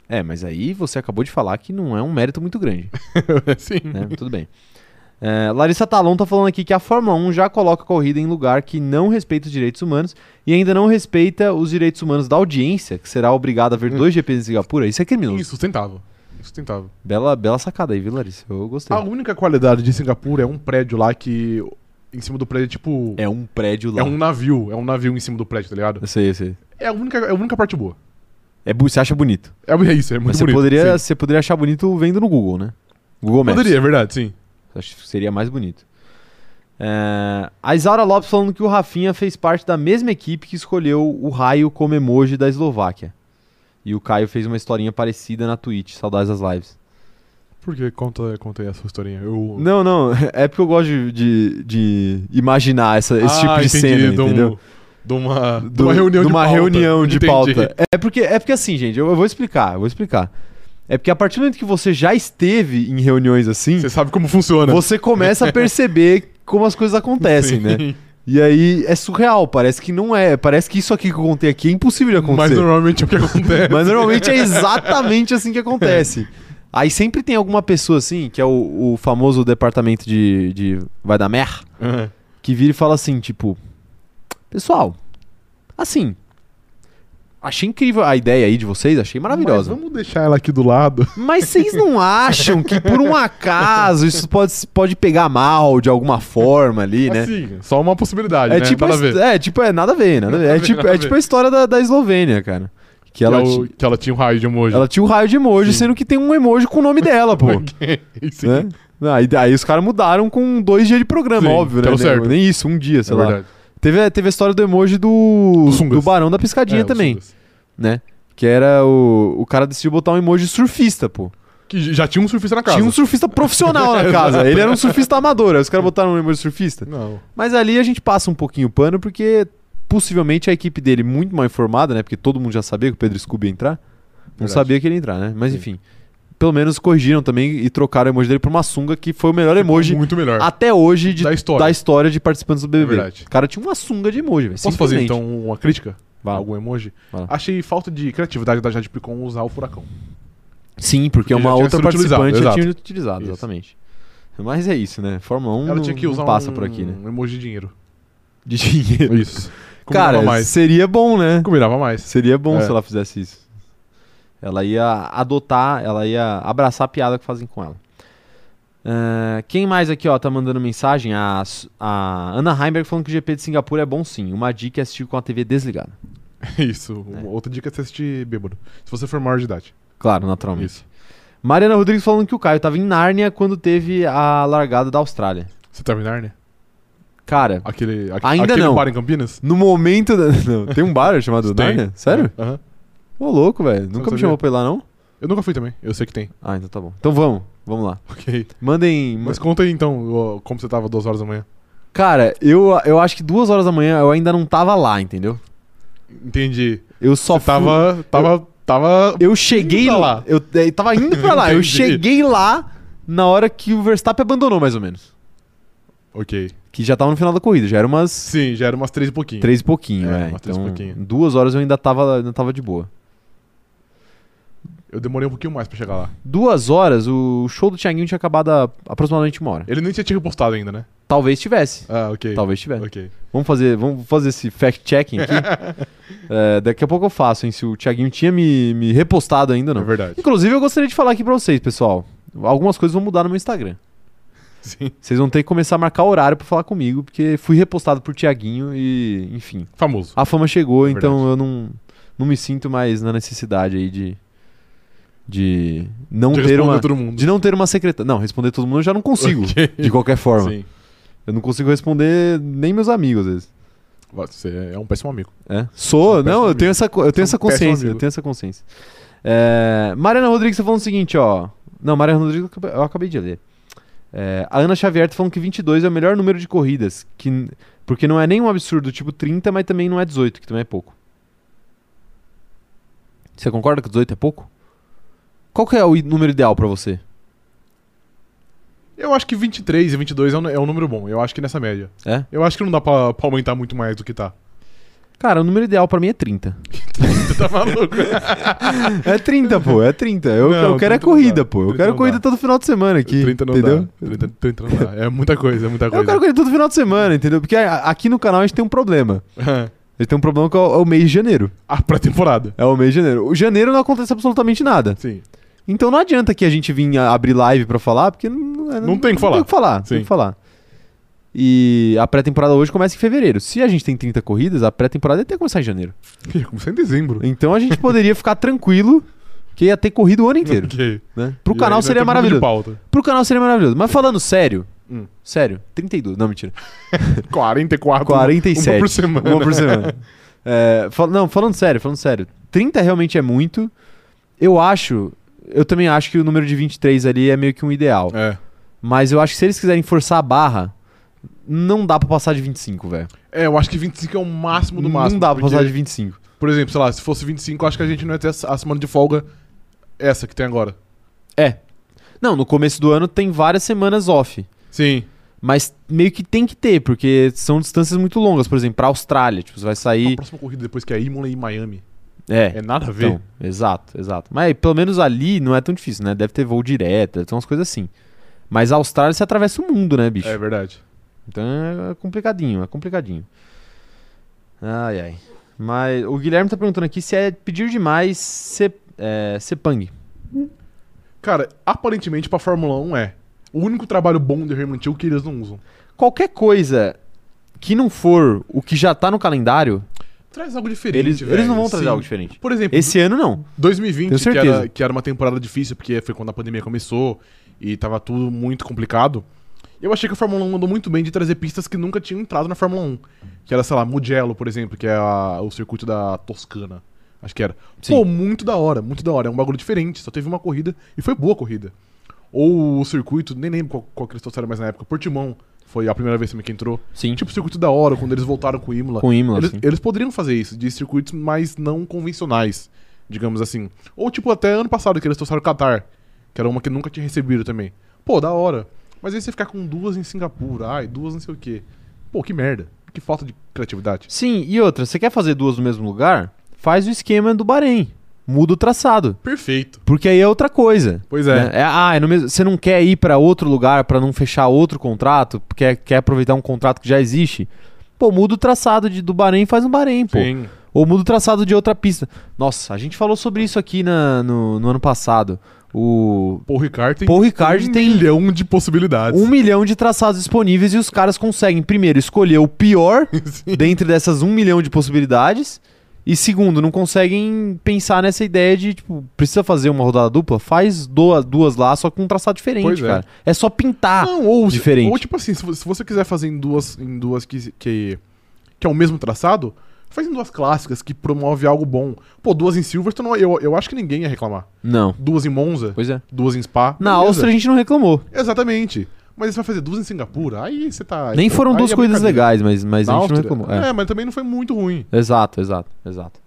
Speaker 1: É, mas aí você acabou de falar que não é um mérito muito grande.
Speaker 2: Sim.
Speaker 1: né? Tudo bem. É, Larissa Talon tá falando aqui que a Fórmula 1 já coloca a corrida em lugar que não respeita os direitos humanos e ainda não respeita os direitos humanos da audiência, que será obrigada a ver dois GPs em Singapura. Isso é criminoso.
Speaker 2: Insustentável. Insustentável.
Speaker 1: Bela, bela sacada aí, viu, Larissa? Eu gostei.
Speaker 2: A única qualidade de Singapura é um prédio lá que. Em cima do prédio é tipo.
Speaker 1: É um prédio lá.
Speaker 2: É um navio. É um navio em cima do prédio, tá ligado?
Speaker 1: Eu sei, eu sei.
Speaker 2: É a única, é a única parte boa.
Speaker 1: É, bu- você acha bonito.
Speaker 2: É, é isso, é muito
Speaker 1: mas você,
Speaker 2: bonito.
Speaker 1: poderia, um
Speaker 2: sim.
Speaker 1: você poderia achar bonito vendo no Google, né? Google Maps.
Speaker 2: Poderia, é verdade, sim.
Speaker 1: Acho que seria mais bonito. É, a Isaura Lopes falando que o Rafinha fez parte da mesma equipe que escolheu o raio como emoji da Eslováquia. E o Caio fez uma historinha parecida na Twitch. Saudades das lives.
Speaker 2: Por que? Conta, conta aí essa historinha. Eu...
Speaker 1: Não, não. É porque eu gosto de, de- de imaginar essa- esse tipo de cena,
Speaker 2: de um-
Speaker 1: entendeu?
Speaker 2: De uma, de
Speaker 1: Do-
Speaker 2: uma reunião
Speaker 1: de
Speaker 2: de
Speaker 1: uma
Speaker 2: pauta.
Speaker 1: reunião de
Speaker 2: Entendi.
Speaker 1: pauta. É porque, é porque assim, gente, eu, eu vou explicar, eu vou explicar. É porque a partir do momento que você já esteve em reuniões assim,
Speaker 2: Você sabe como funciona.
Speaker 1: você começa a perceber como as coisas acontecem, né? E aí é surreal, parece que não é. Parece que isso aqui que eu contei aqui é impossível de
Speaker 2: Mas
Speaker 1: acontecer. Mas,
Speaker 2: normalmente é o que acontece.
Speaker 1: normalmente é exatamente assim que acontece. Aí sempre tem alguma pessoa assim, que é o, o famoso departamento de, de vai dar mer,
Speaker 2: Aham.
Speaker 1: que vira e fala assim, tipo, pessoal, assim, Achei incrível a ideia aí de vocês, achei maravilhosa.
Speaker 2: Mas vamos deixar ela aqui do lado.
Speaker 1: Mas vocês não acham que por um acaso isso pode, pode pegar mal de alguma forma ali, né?
Speaker 2: Assim, só uma possibilidade,
Speaker 1: É
Speaker 2: né?
Speaker 1: tipo,
Speaker 2: Nada a
Speaker 1: a
Speaker 2: ver.
Speaker 1: his- é tipo, é nada a ver, nada a ver.
Speaker 2: Nada a
Speaker 1: É
Speaker 2: ver,
Speaker 1: tipo,
Speaker 2: nada
Speaker 1: é
Speaker 2: a
Speaker 1: tipo
Speaker 2: ver.
Speaker 1: a história da, da Eslovênia, cara. Que
Speaker 2: Que
Speaker 1: ela,
Speaker 2: é o-
Speaker 1: ti-
Speaker 2: que ela tinha um raio de emoji.
Speaker 1: ela tinha o raio de emoji, sendo que tem um emoji com o nome dela, pô.
Speaker 2: Sim, é
Speaker 1: né? Aí, aí os caras mudaram com dois dias de programa,
Speaker 2: Sim,
Speaker 1: óbvio, né?
Speaker 2: pelo
Speaker 1: Nem-
Speaker 2: certo.
Speaker 1: Nem isso, um dia, sei
Speaker 2: é
Speaker 1: lá.
Speaker 2: verdade.
Speaker 1: Teve, teve a história do emoji do,
Speaker 2: Do Sungas.
Speaker 1: do Barão da Piscadinha
Speaker 2: É, os
Speaker 1: também,
Speaker 2: sungas.
Speaker 1: né? Que era o. O cara decidiu botar um emoji surfista, pô.
Speaker 2: Que já tinha um surfista na casa. É,
Speaker 1: Tinha um surfista profissional na casa. Ele era um surfista amador. Aí os caras botaram um emoji surfista.
Speaker 2: Não.
Speaker 1: Mas ali a gente passa um pouquinho o pano, porque possivelmente a equipe dele, muito mal informada, né? Porque todo mundo já sabia que o Pedro Scooby ia entrar. Não
Speaker 2: Verdade.
Speaker 1: sabia que ele ia entrar, né? Mas
Speaker 2: Sim.
Speaker 1: enfim. Pelo menos corrigiram também e trocaram o emoji dele pra uma sunga, que foi o melhor emoji
Speaker 2: É Muito melhor.
Speaker 1: até hoje de-
Speaker 2: Da
Speaker 1: da,
Speaker 2: história.
Speaker 1: história. de participantes do BBB.
Speaker 2: verdade.
Speaker 1: o cara tinha uma sunga de emoji, velho.
Speaker 2: Posso fazer
Speaker 1: simplesmente.
Speaker 2: então uma crítica?
Speaker 1: Vá.
Speaker 2: Algum emoji?
Speaker 1: Vai lá.
Speaker 2: Achei falta de criatividade da Jade Picon usar o furacão.
Speaker 1: Sim, porque
Speaker 2: Porque já
Speaker 1: uma
Speaker 2: tinha
Speaker 1: outra
Speaker 2: sido utilizado,
Speaker 1: participante já
Speaker 2: exato.
Speaker 1: tinha utilizado,
Speaker 2: Isso.
Speaker 1: exatamente. Mas é isso, né? Fórmula 1
Speaker 2: Ela
Speaker 1: não,
Speaker 2: tinha que
Speaker 1: não
Speaker 2: usar
Speaker 1: passa
Speaker 2: um,
Speaker 1: por aqui, né?
Speaker 2: um emoji de dinheiro.
Speaker 1: De dinheiro.
Speaker 2: Isso. Combinava
Speaker 1: Cara,
Speaker 2: mais.
Speaker 1: seria bom, né?
Speaker 2: Combinava mais.
Speaker 1: Seria bom
Speaker 2: É.
Speaker 1: se ela fizesse isso. Ela ia adotar, ela ia abraçar a piada que fazem com ela. Ah, quem mais aqui, ó, tá mandando mensagem? A, S- a Ana Heimberg falando que o GP de Singapura é bom sim. Uma dica é assistir com a TV desligada.
Speaker 2: Isso. Uma Outra dica é você assistir bêbado. Se você for maior de idade.
Speaker 1: Claro, naturalmente.
Speaker 2: Isso.
Speaker 1: Mariana Rodrigues falando que o Caio tava em Nárnia quando teve a largada da Austrália.
Speaker 2: Você tá em Nárnia?
Speaker 1: Cara,
Speaker 2: Aquele, aque-
Speaker 1: Ainda
Speaker 2: aquele
Speaker 1: não.
Speaker 2: bar em Campinas?
Speaker 1: no momento. da- Não, tem um bar chamado
Speaker 2: Tem. É.
Speaker 1: Nárnia? Sério?
Speaker 2: Aham.
Speaker 1: Ô, louco, velho.
Speaker 2: não
Speaker 1: Nunca me
Speaker 2: sabia.
Speaker 1: chamou pra ir lá, não?
Speaker 2: Eu nunca fui também. Eu sei que tem.
Speaker 1: Ah, então tá bom. Então vamos, vamos lá.
Speaker 2: Ok.
Speaker 1: Mandem.
Speaker 2: Mas conta aí então ó, como você tava duas horas da manhã.
Speaker 1: Cara, eu, eu acho que duas horas da manhã eu ainda não tava lá, entendeu?
Speaker 2: Entendi.
Speaker 1: Eu só
Speaker 2: você tava. Tava. Tava.
Speaker 1: fui- Eu cheguei
Speaker 2: indo pra
Speaker 1: lá.
Speaker 2: lá.
Speaker 1: Eu, eu tava indo pra lá. eu
Speaker 2: Entendi.
Speaker 1: cheguei lá na hora que o Verstappen abandonou, mais ou menos.
Speaker 2: Ok.
Speaker 1: Que já tava no final da corrida, já era umas
Speaker 2: Sim, já era umas três e pouquinho.
Speaker 1: três e pouquinho,
Speaker 2: É,
Speaker 1: é.
Speaker 2: umas
Speaker 1: Então,
Speaker 2: três e pouquinho.
Speaker 1: em duas horas eu ainda tava, ainda tava de boa.
Speaker 2: Eu demorei um pouquinho mais pra chegar lá.
Speaker 1: Duas horas, o show do Thiaguinho tinha acabado há aproximadamente uma hora.
Speaker 2: Ele nem tinha te repostado ainda, né?
Speaker 1: Talvez tivesse.
Speaker 2: Ah, ok.
Speaker 1: Talvez tivesse.
Speaker 2: Ok.
Speaker 1: Vamos fazer, vamos fazer esse fact-checking aqui. É, daqui a pouco eu faço, hein? Se o Thiaguinho tinha me, me repostado ainda ou não.
Speaker 2: É verdade.
Speaker 1: Inclusive, eu gostaria de falar aqui pra vocês, pessoal. Algumas coisas vão mudar no meu Instagram.
Speaker 2: Sim.
Speaker 1: Vocês vão ter que começar a marcar horário pra falar comigo, porque fui repostado por Tiaguinho e, enfim.
Speaker 2: Famoso.
Speaker 1: A fama chegou,
Speaker 2: É
Speaker 1: então
Speaker 2: verdade.
Speaker 1: eu não, não me sinto mais na necessidade aí de. De não
Speaker 2: De
Speaker 1: ter
Speaker 2: responder
Speaker 1: um uma.
Speaker 2: todo mundo.
Speaker 1: De não ter uma secretária. Não, responder todo mundo eu já não consigo.
Speaker 2: Ok.
Speaker 1: De qualquer forma.
Speaker 2: Sim.
Speaker 1: Eu não consigo responder nem meus amigos, às vezes.
Speaker 2: Você é um péssimo amigo.
Speaker 1: É? Sou,
Speaker 2: um péssimo
Speaker 1: não, eu tenho,
Speaker 2: amigo.
Speaker 1: essa, co- eu tenho essa
Speaker 2: Sou um péssimo
Speaker 1: consciência. Eu
Speaker 2: amigo.
Speaker 1: tenho essa consciência. É, Mariana Rodrigues tá falando o seguinte, ó. Não, Mariana Rodrigues eu acabei- eu acabei de ler. É, a Ana Xavier tá falando que 22 é o melhor número de corridas. Que, n- porque não é nem um absurdo tipo 30, mas também não é 18, que também é pouco. Você concorda que 18 é pouco? Qual que é o i- número ideal pra você?
Speaker 2: Eu acho que 23 e 22 é um, é um número bom. Eu acho que nessa média.
Speaker 1: É?
Speaker 2: Eu acho que não dá pra, pra aumentar muito mais do que tá.
Speaker 1: Cara, o número ideal pra mim é 30.
Speaker 2: Você tá maluco?
Speaker 1: É 30, pô, é 30. Eu,
Speaker 2: Não,
Speaker 1: eu quero é
Speaker 2: 30 não
Speaker 1: corrida,
Speaker 2: dá.
Speaker 1: pô. Eu
Speaker 2: 30
Speaker 1: quero
Speaker 2: não
Speaker 1: corrida
Speaker 2: dá.
Speaker 1: todo final de semana aqui.
Speaker 2: 30 não
Speaker 1: entendeu?
Speaker 2: dá. 30, 30 não dá. É muita coisa, é muita coisa.
Speaker 1: Eu quero correr todo final de semana, entendeu? Porque a- aqui no canal a gente tem um problema. A gente tem um problema que é o é o mês de janeiro.
Speaker 2: ah, pré-temporada.
Speaker 1: É o mês de janeiro. O janeiro não acontece absolutamente nada.
Speaker 2: Sim.
Speaker 1: Então não adianta que a gente vir a- abrir live pra falar, porque não, é-
Speaker 2: Não tem o que falar.
Speaker 1: Não tem o que falar. não
Speaker 2: Sim.
Speaker 1: Tem o que falar. E a pré-temporada hoje começa em fevereiro. Se a gente tem 30 corridas, a pré-temporada ia ter que começar em janeiro.
Speaker 2: Ia começar em dezembro.
Speaker 1: Então a gente poderia ficar tranquilo que ia ter corrido o ano inteiro.
Speaker 2: Ok.
Speaker 1: Né? Pro
Speaker 2: E
Speaker 1: canal
Speaker 2: ainda
Speaker 1: seria
Speaker 2: tem um monte de
Speaker 1: maravilhoso.
Speaker 2: pauta.
Speaker 1: Pro canal seria maravilhoso. Mas falando sério,
Speaker 2: Hum.
Speaker 1: sério, 32. Não, mentira.
Speaker 2: 44.
Speaker 1: 47.
Speaker 2: Uma por semana.
Speaker 1: Uma por semana. É, fal- não, falando sério, falando sério. 30 realmente é muito. Eu acho. Eu também acho que o número de 23 ali é meio que um ideal.
Speaker 2: É.
Speaker 1: Mas eu acho que se eles quiserem forçar a barra, não dá pra passar de 25, velho.
Speaker 2: É, eu acho que 25 é o máximo do máximo.
Speaker 1: Não dá pra
Speaker 2: porque,
Speaker 1: passar de 25.
Speaker 2: Por exemplo, sei lá, se fosse 25, eu acho que a gente não ia ter a a semana de folga essa que tem agora.
Speaker 1: É. Não, no começo do ano tem várias semanas off.
Speaker 2: Sim.
Speaker 1: Mas meio que tem que ter, porque são distâncias muito longas. Por exemplo, pra Austrália, tipo, você vai
Speaker 2: A
Speaker 1: sair.
Speaker 2: próxima corrida depois que é Imola e Miami.
Speaker 1: É.
Speaker 2: É nada a ver.
Speaker 1: Então, exato, exato. Mas pelo menos ali não é tão difícil, né? Deve ter voo direto, deve ter umas coisas assim. Mas a Austrália você atravessa o mundo, né, bicho?
Speaker 2: é verdade.
Speaker 1: Então é complicadinho, é complicadinho. é Ai, ai. Mas o Guilherme tá perguntando aqui se é pedir demais ser, é, ser pang.
Speaker 2: Cara, aparentemente pra Fórmula 1 é. O único trabalho bom do Herman Till que eles não usam.
Speaker 1: Qualquer coisa que não for o que já tá no calendário,
Speaker 2: Traz algo diferente,
Speaker 1: eles,
Speaker 2: velho.
Speaker 1: eles não vão trazer
Speaker 2: Sim.
Speaker 1: algo diferente.
Speaker 2: Por exemplo,
Speaker 1: Esse ano não.
Speaker 2: 2020,
Speaker 1: Tenho
Speaker 2: que era,
Speaker 1: certeza.
Speaker 2: que era uma temporada difícil, porque foi quando a pandemia começou e tava tudo muito complicado. Eu achei que a Fórmula 1 andou muito bem de trazer pistas que nunca tinham entrado na Fórmula 1. Que era, sei lá, Mugello, por exemplo, que é a- o circuito da Toscana. Acho que era.
Speaker 1: Sim.
Speaker 2: Pô, muito da hora, muito da hora. É um bagulho diferente, só teve uma corrida e foi boa a corrida. Ou o circuito, nem lembro qual, qual que eles trouxeram mais na época. Portimão foi a primeira vez também que entrou.
Speaker 1: Sim.
Speaker 2: Tipo, circuito da hora, quando eles voltaram com o Imola.
Speaker 1: Com o Imola,
Speaker 2: eles,
Speaker 1: sim.
Speaker 2: eles poderiam fazer isso, de circuitos mais não convencionais, digamos assim. Ou tipo, até ano passado, que eles trouxeram o Qatar, que era uma que nunca tinha recebido também. Pô, da hora. Mas aí você ficar com duas em Singapura, ai, duas não sei o quê. Pô, que merda. Que falta de criatividade.
Speaker 1: Sim, e outra, você quer fazer duas no mesmo lugar? Faz o esquema do Bahrein. Muda o traçado.
Speaker 2: Perfeito.
Speaker 1: Porque aí é outra coisa.
Speaker 2: Pois é.
Speaker 1: né? ah, é no mesmo- você não quer ir pra outro lugar pra não fechar outro contrato, porque é- quer aproveitar um contrato que já existe. Pô, muda o traçado de- do Bahrein e faz um Bahrein, pô.
Speaker 2: Sim.
Speaker 1: Ou muda o traçado de outra pista. Nossa, a gente falou sobre isso aqui na- no, no ano passado. O
Speaker 2: Paul Ricard tem
Speaker 1: Paul Ricard
Speaker 2: um
Speaker 1: tem
Speaker 2: milhão de possibilidades.
Speaker 1: um milhão de traçados disponíveis e os caras conseguem, primeiro, escolher o pior dentre dessas um milhão de possibilidades. E segundo, não conseguem pensar nessa ideia de, tipo, precisa fazer uma rodada dupla? Faz duas, duas lá, só com um traçado diferente,
Speaker 2: Pois é.
Speaker 1: cara. É só pintar.
Speaker 2: Não, ou, se-
Speaker 1: diferente.
Speaker 2: ou tipo assim, se vo- se você quiser fazer em duas, em duas que, que, que é o mesmo traçado, faz em duas clássicas que promove algo bom. Pô, duas em Silverstone, eu, eu acho que ninguém ia reclamar.
Speaker 1: Não.
Speaker 2: Duas em Monza,
Speaker 1: Pois é.
Speaker 2: duas em Spa.
Speaker 1: Na
Speaker 2: beleza.
Speaker 1: Áustria a gente não reclamou.
Speaker 2: Exatamente. Mas você vai fazer duas em Singapura, aí você tá.
Speaker 1: Nem foram
Speaker 2: aí
Speaker 1: duas
Speaker 2: é
Speaker 1: coisas
Speaker 2: brincadeira.
Speaker 1: legais, mas, mas
Speaker 2: Na
Speaker 1: a gente
Speaker 2: Áustria,
Speaker 1: não reclamou. É.
Speaker 2: é, mas também não foi muito ruim.
Speaker 1: Exato, exato, exato.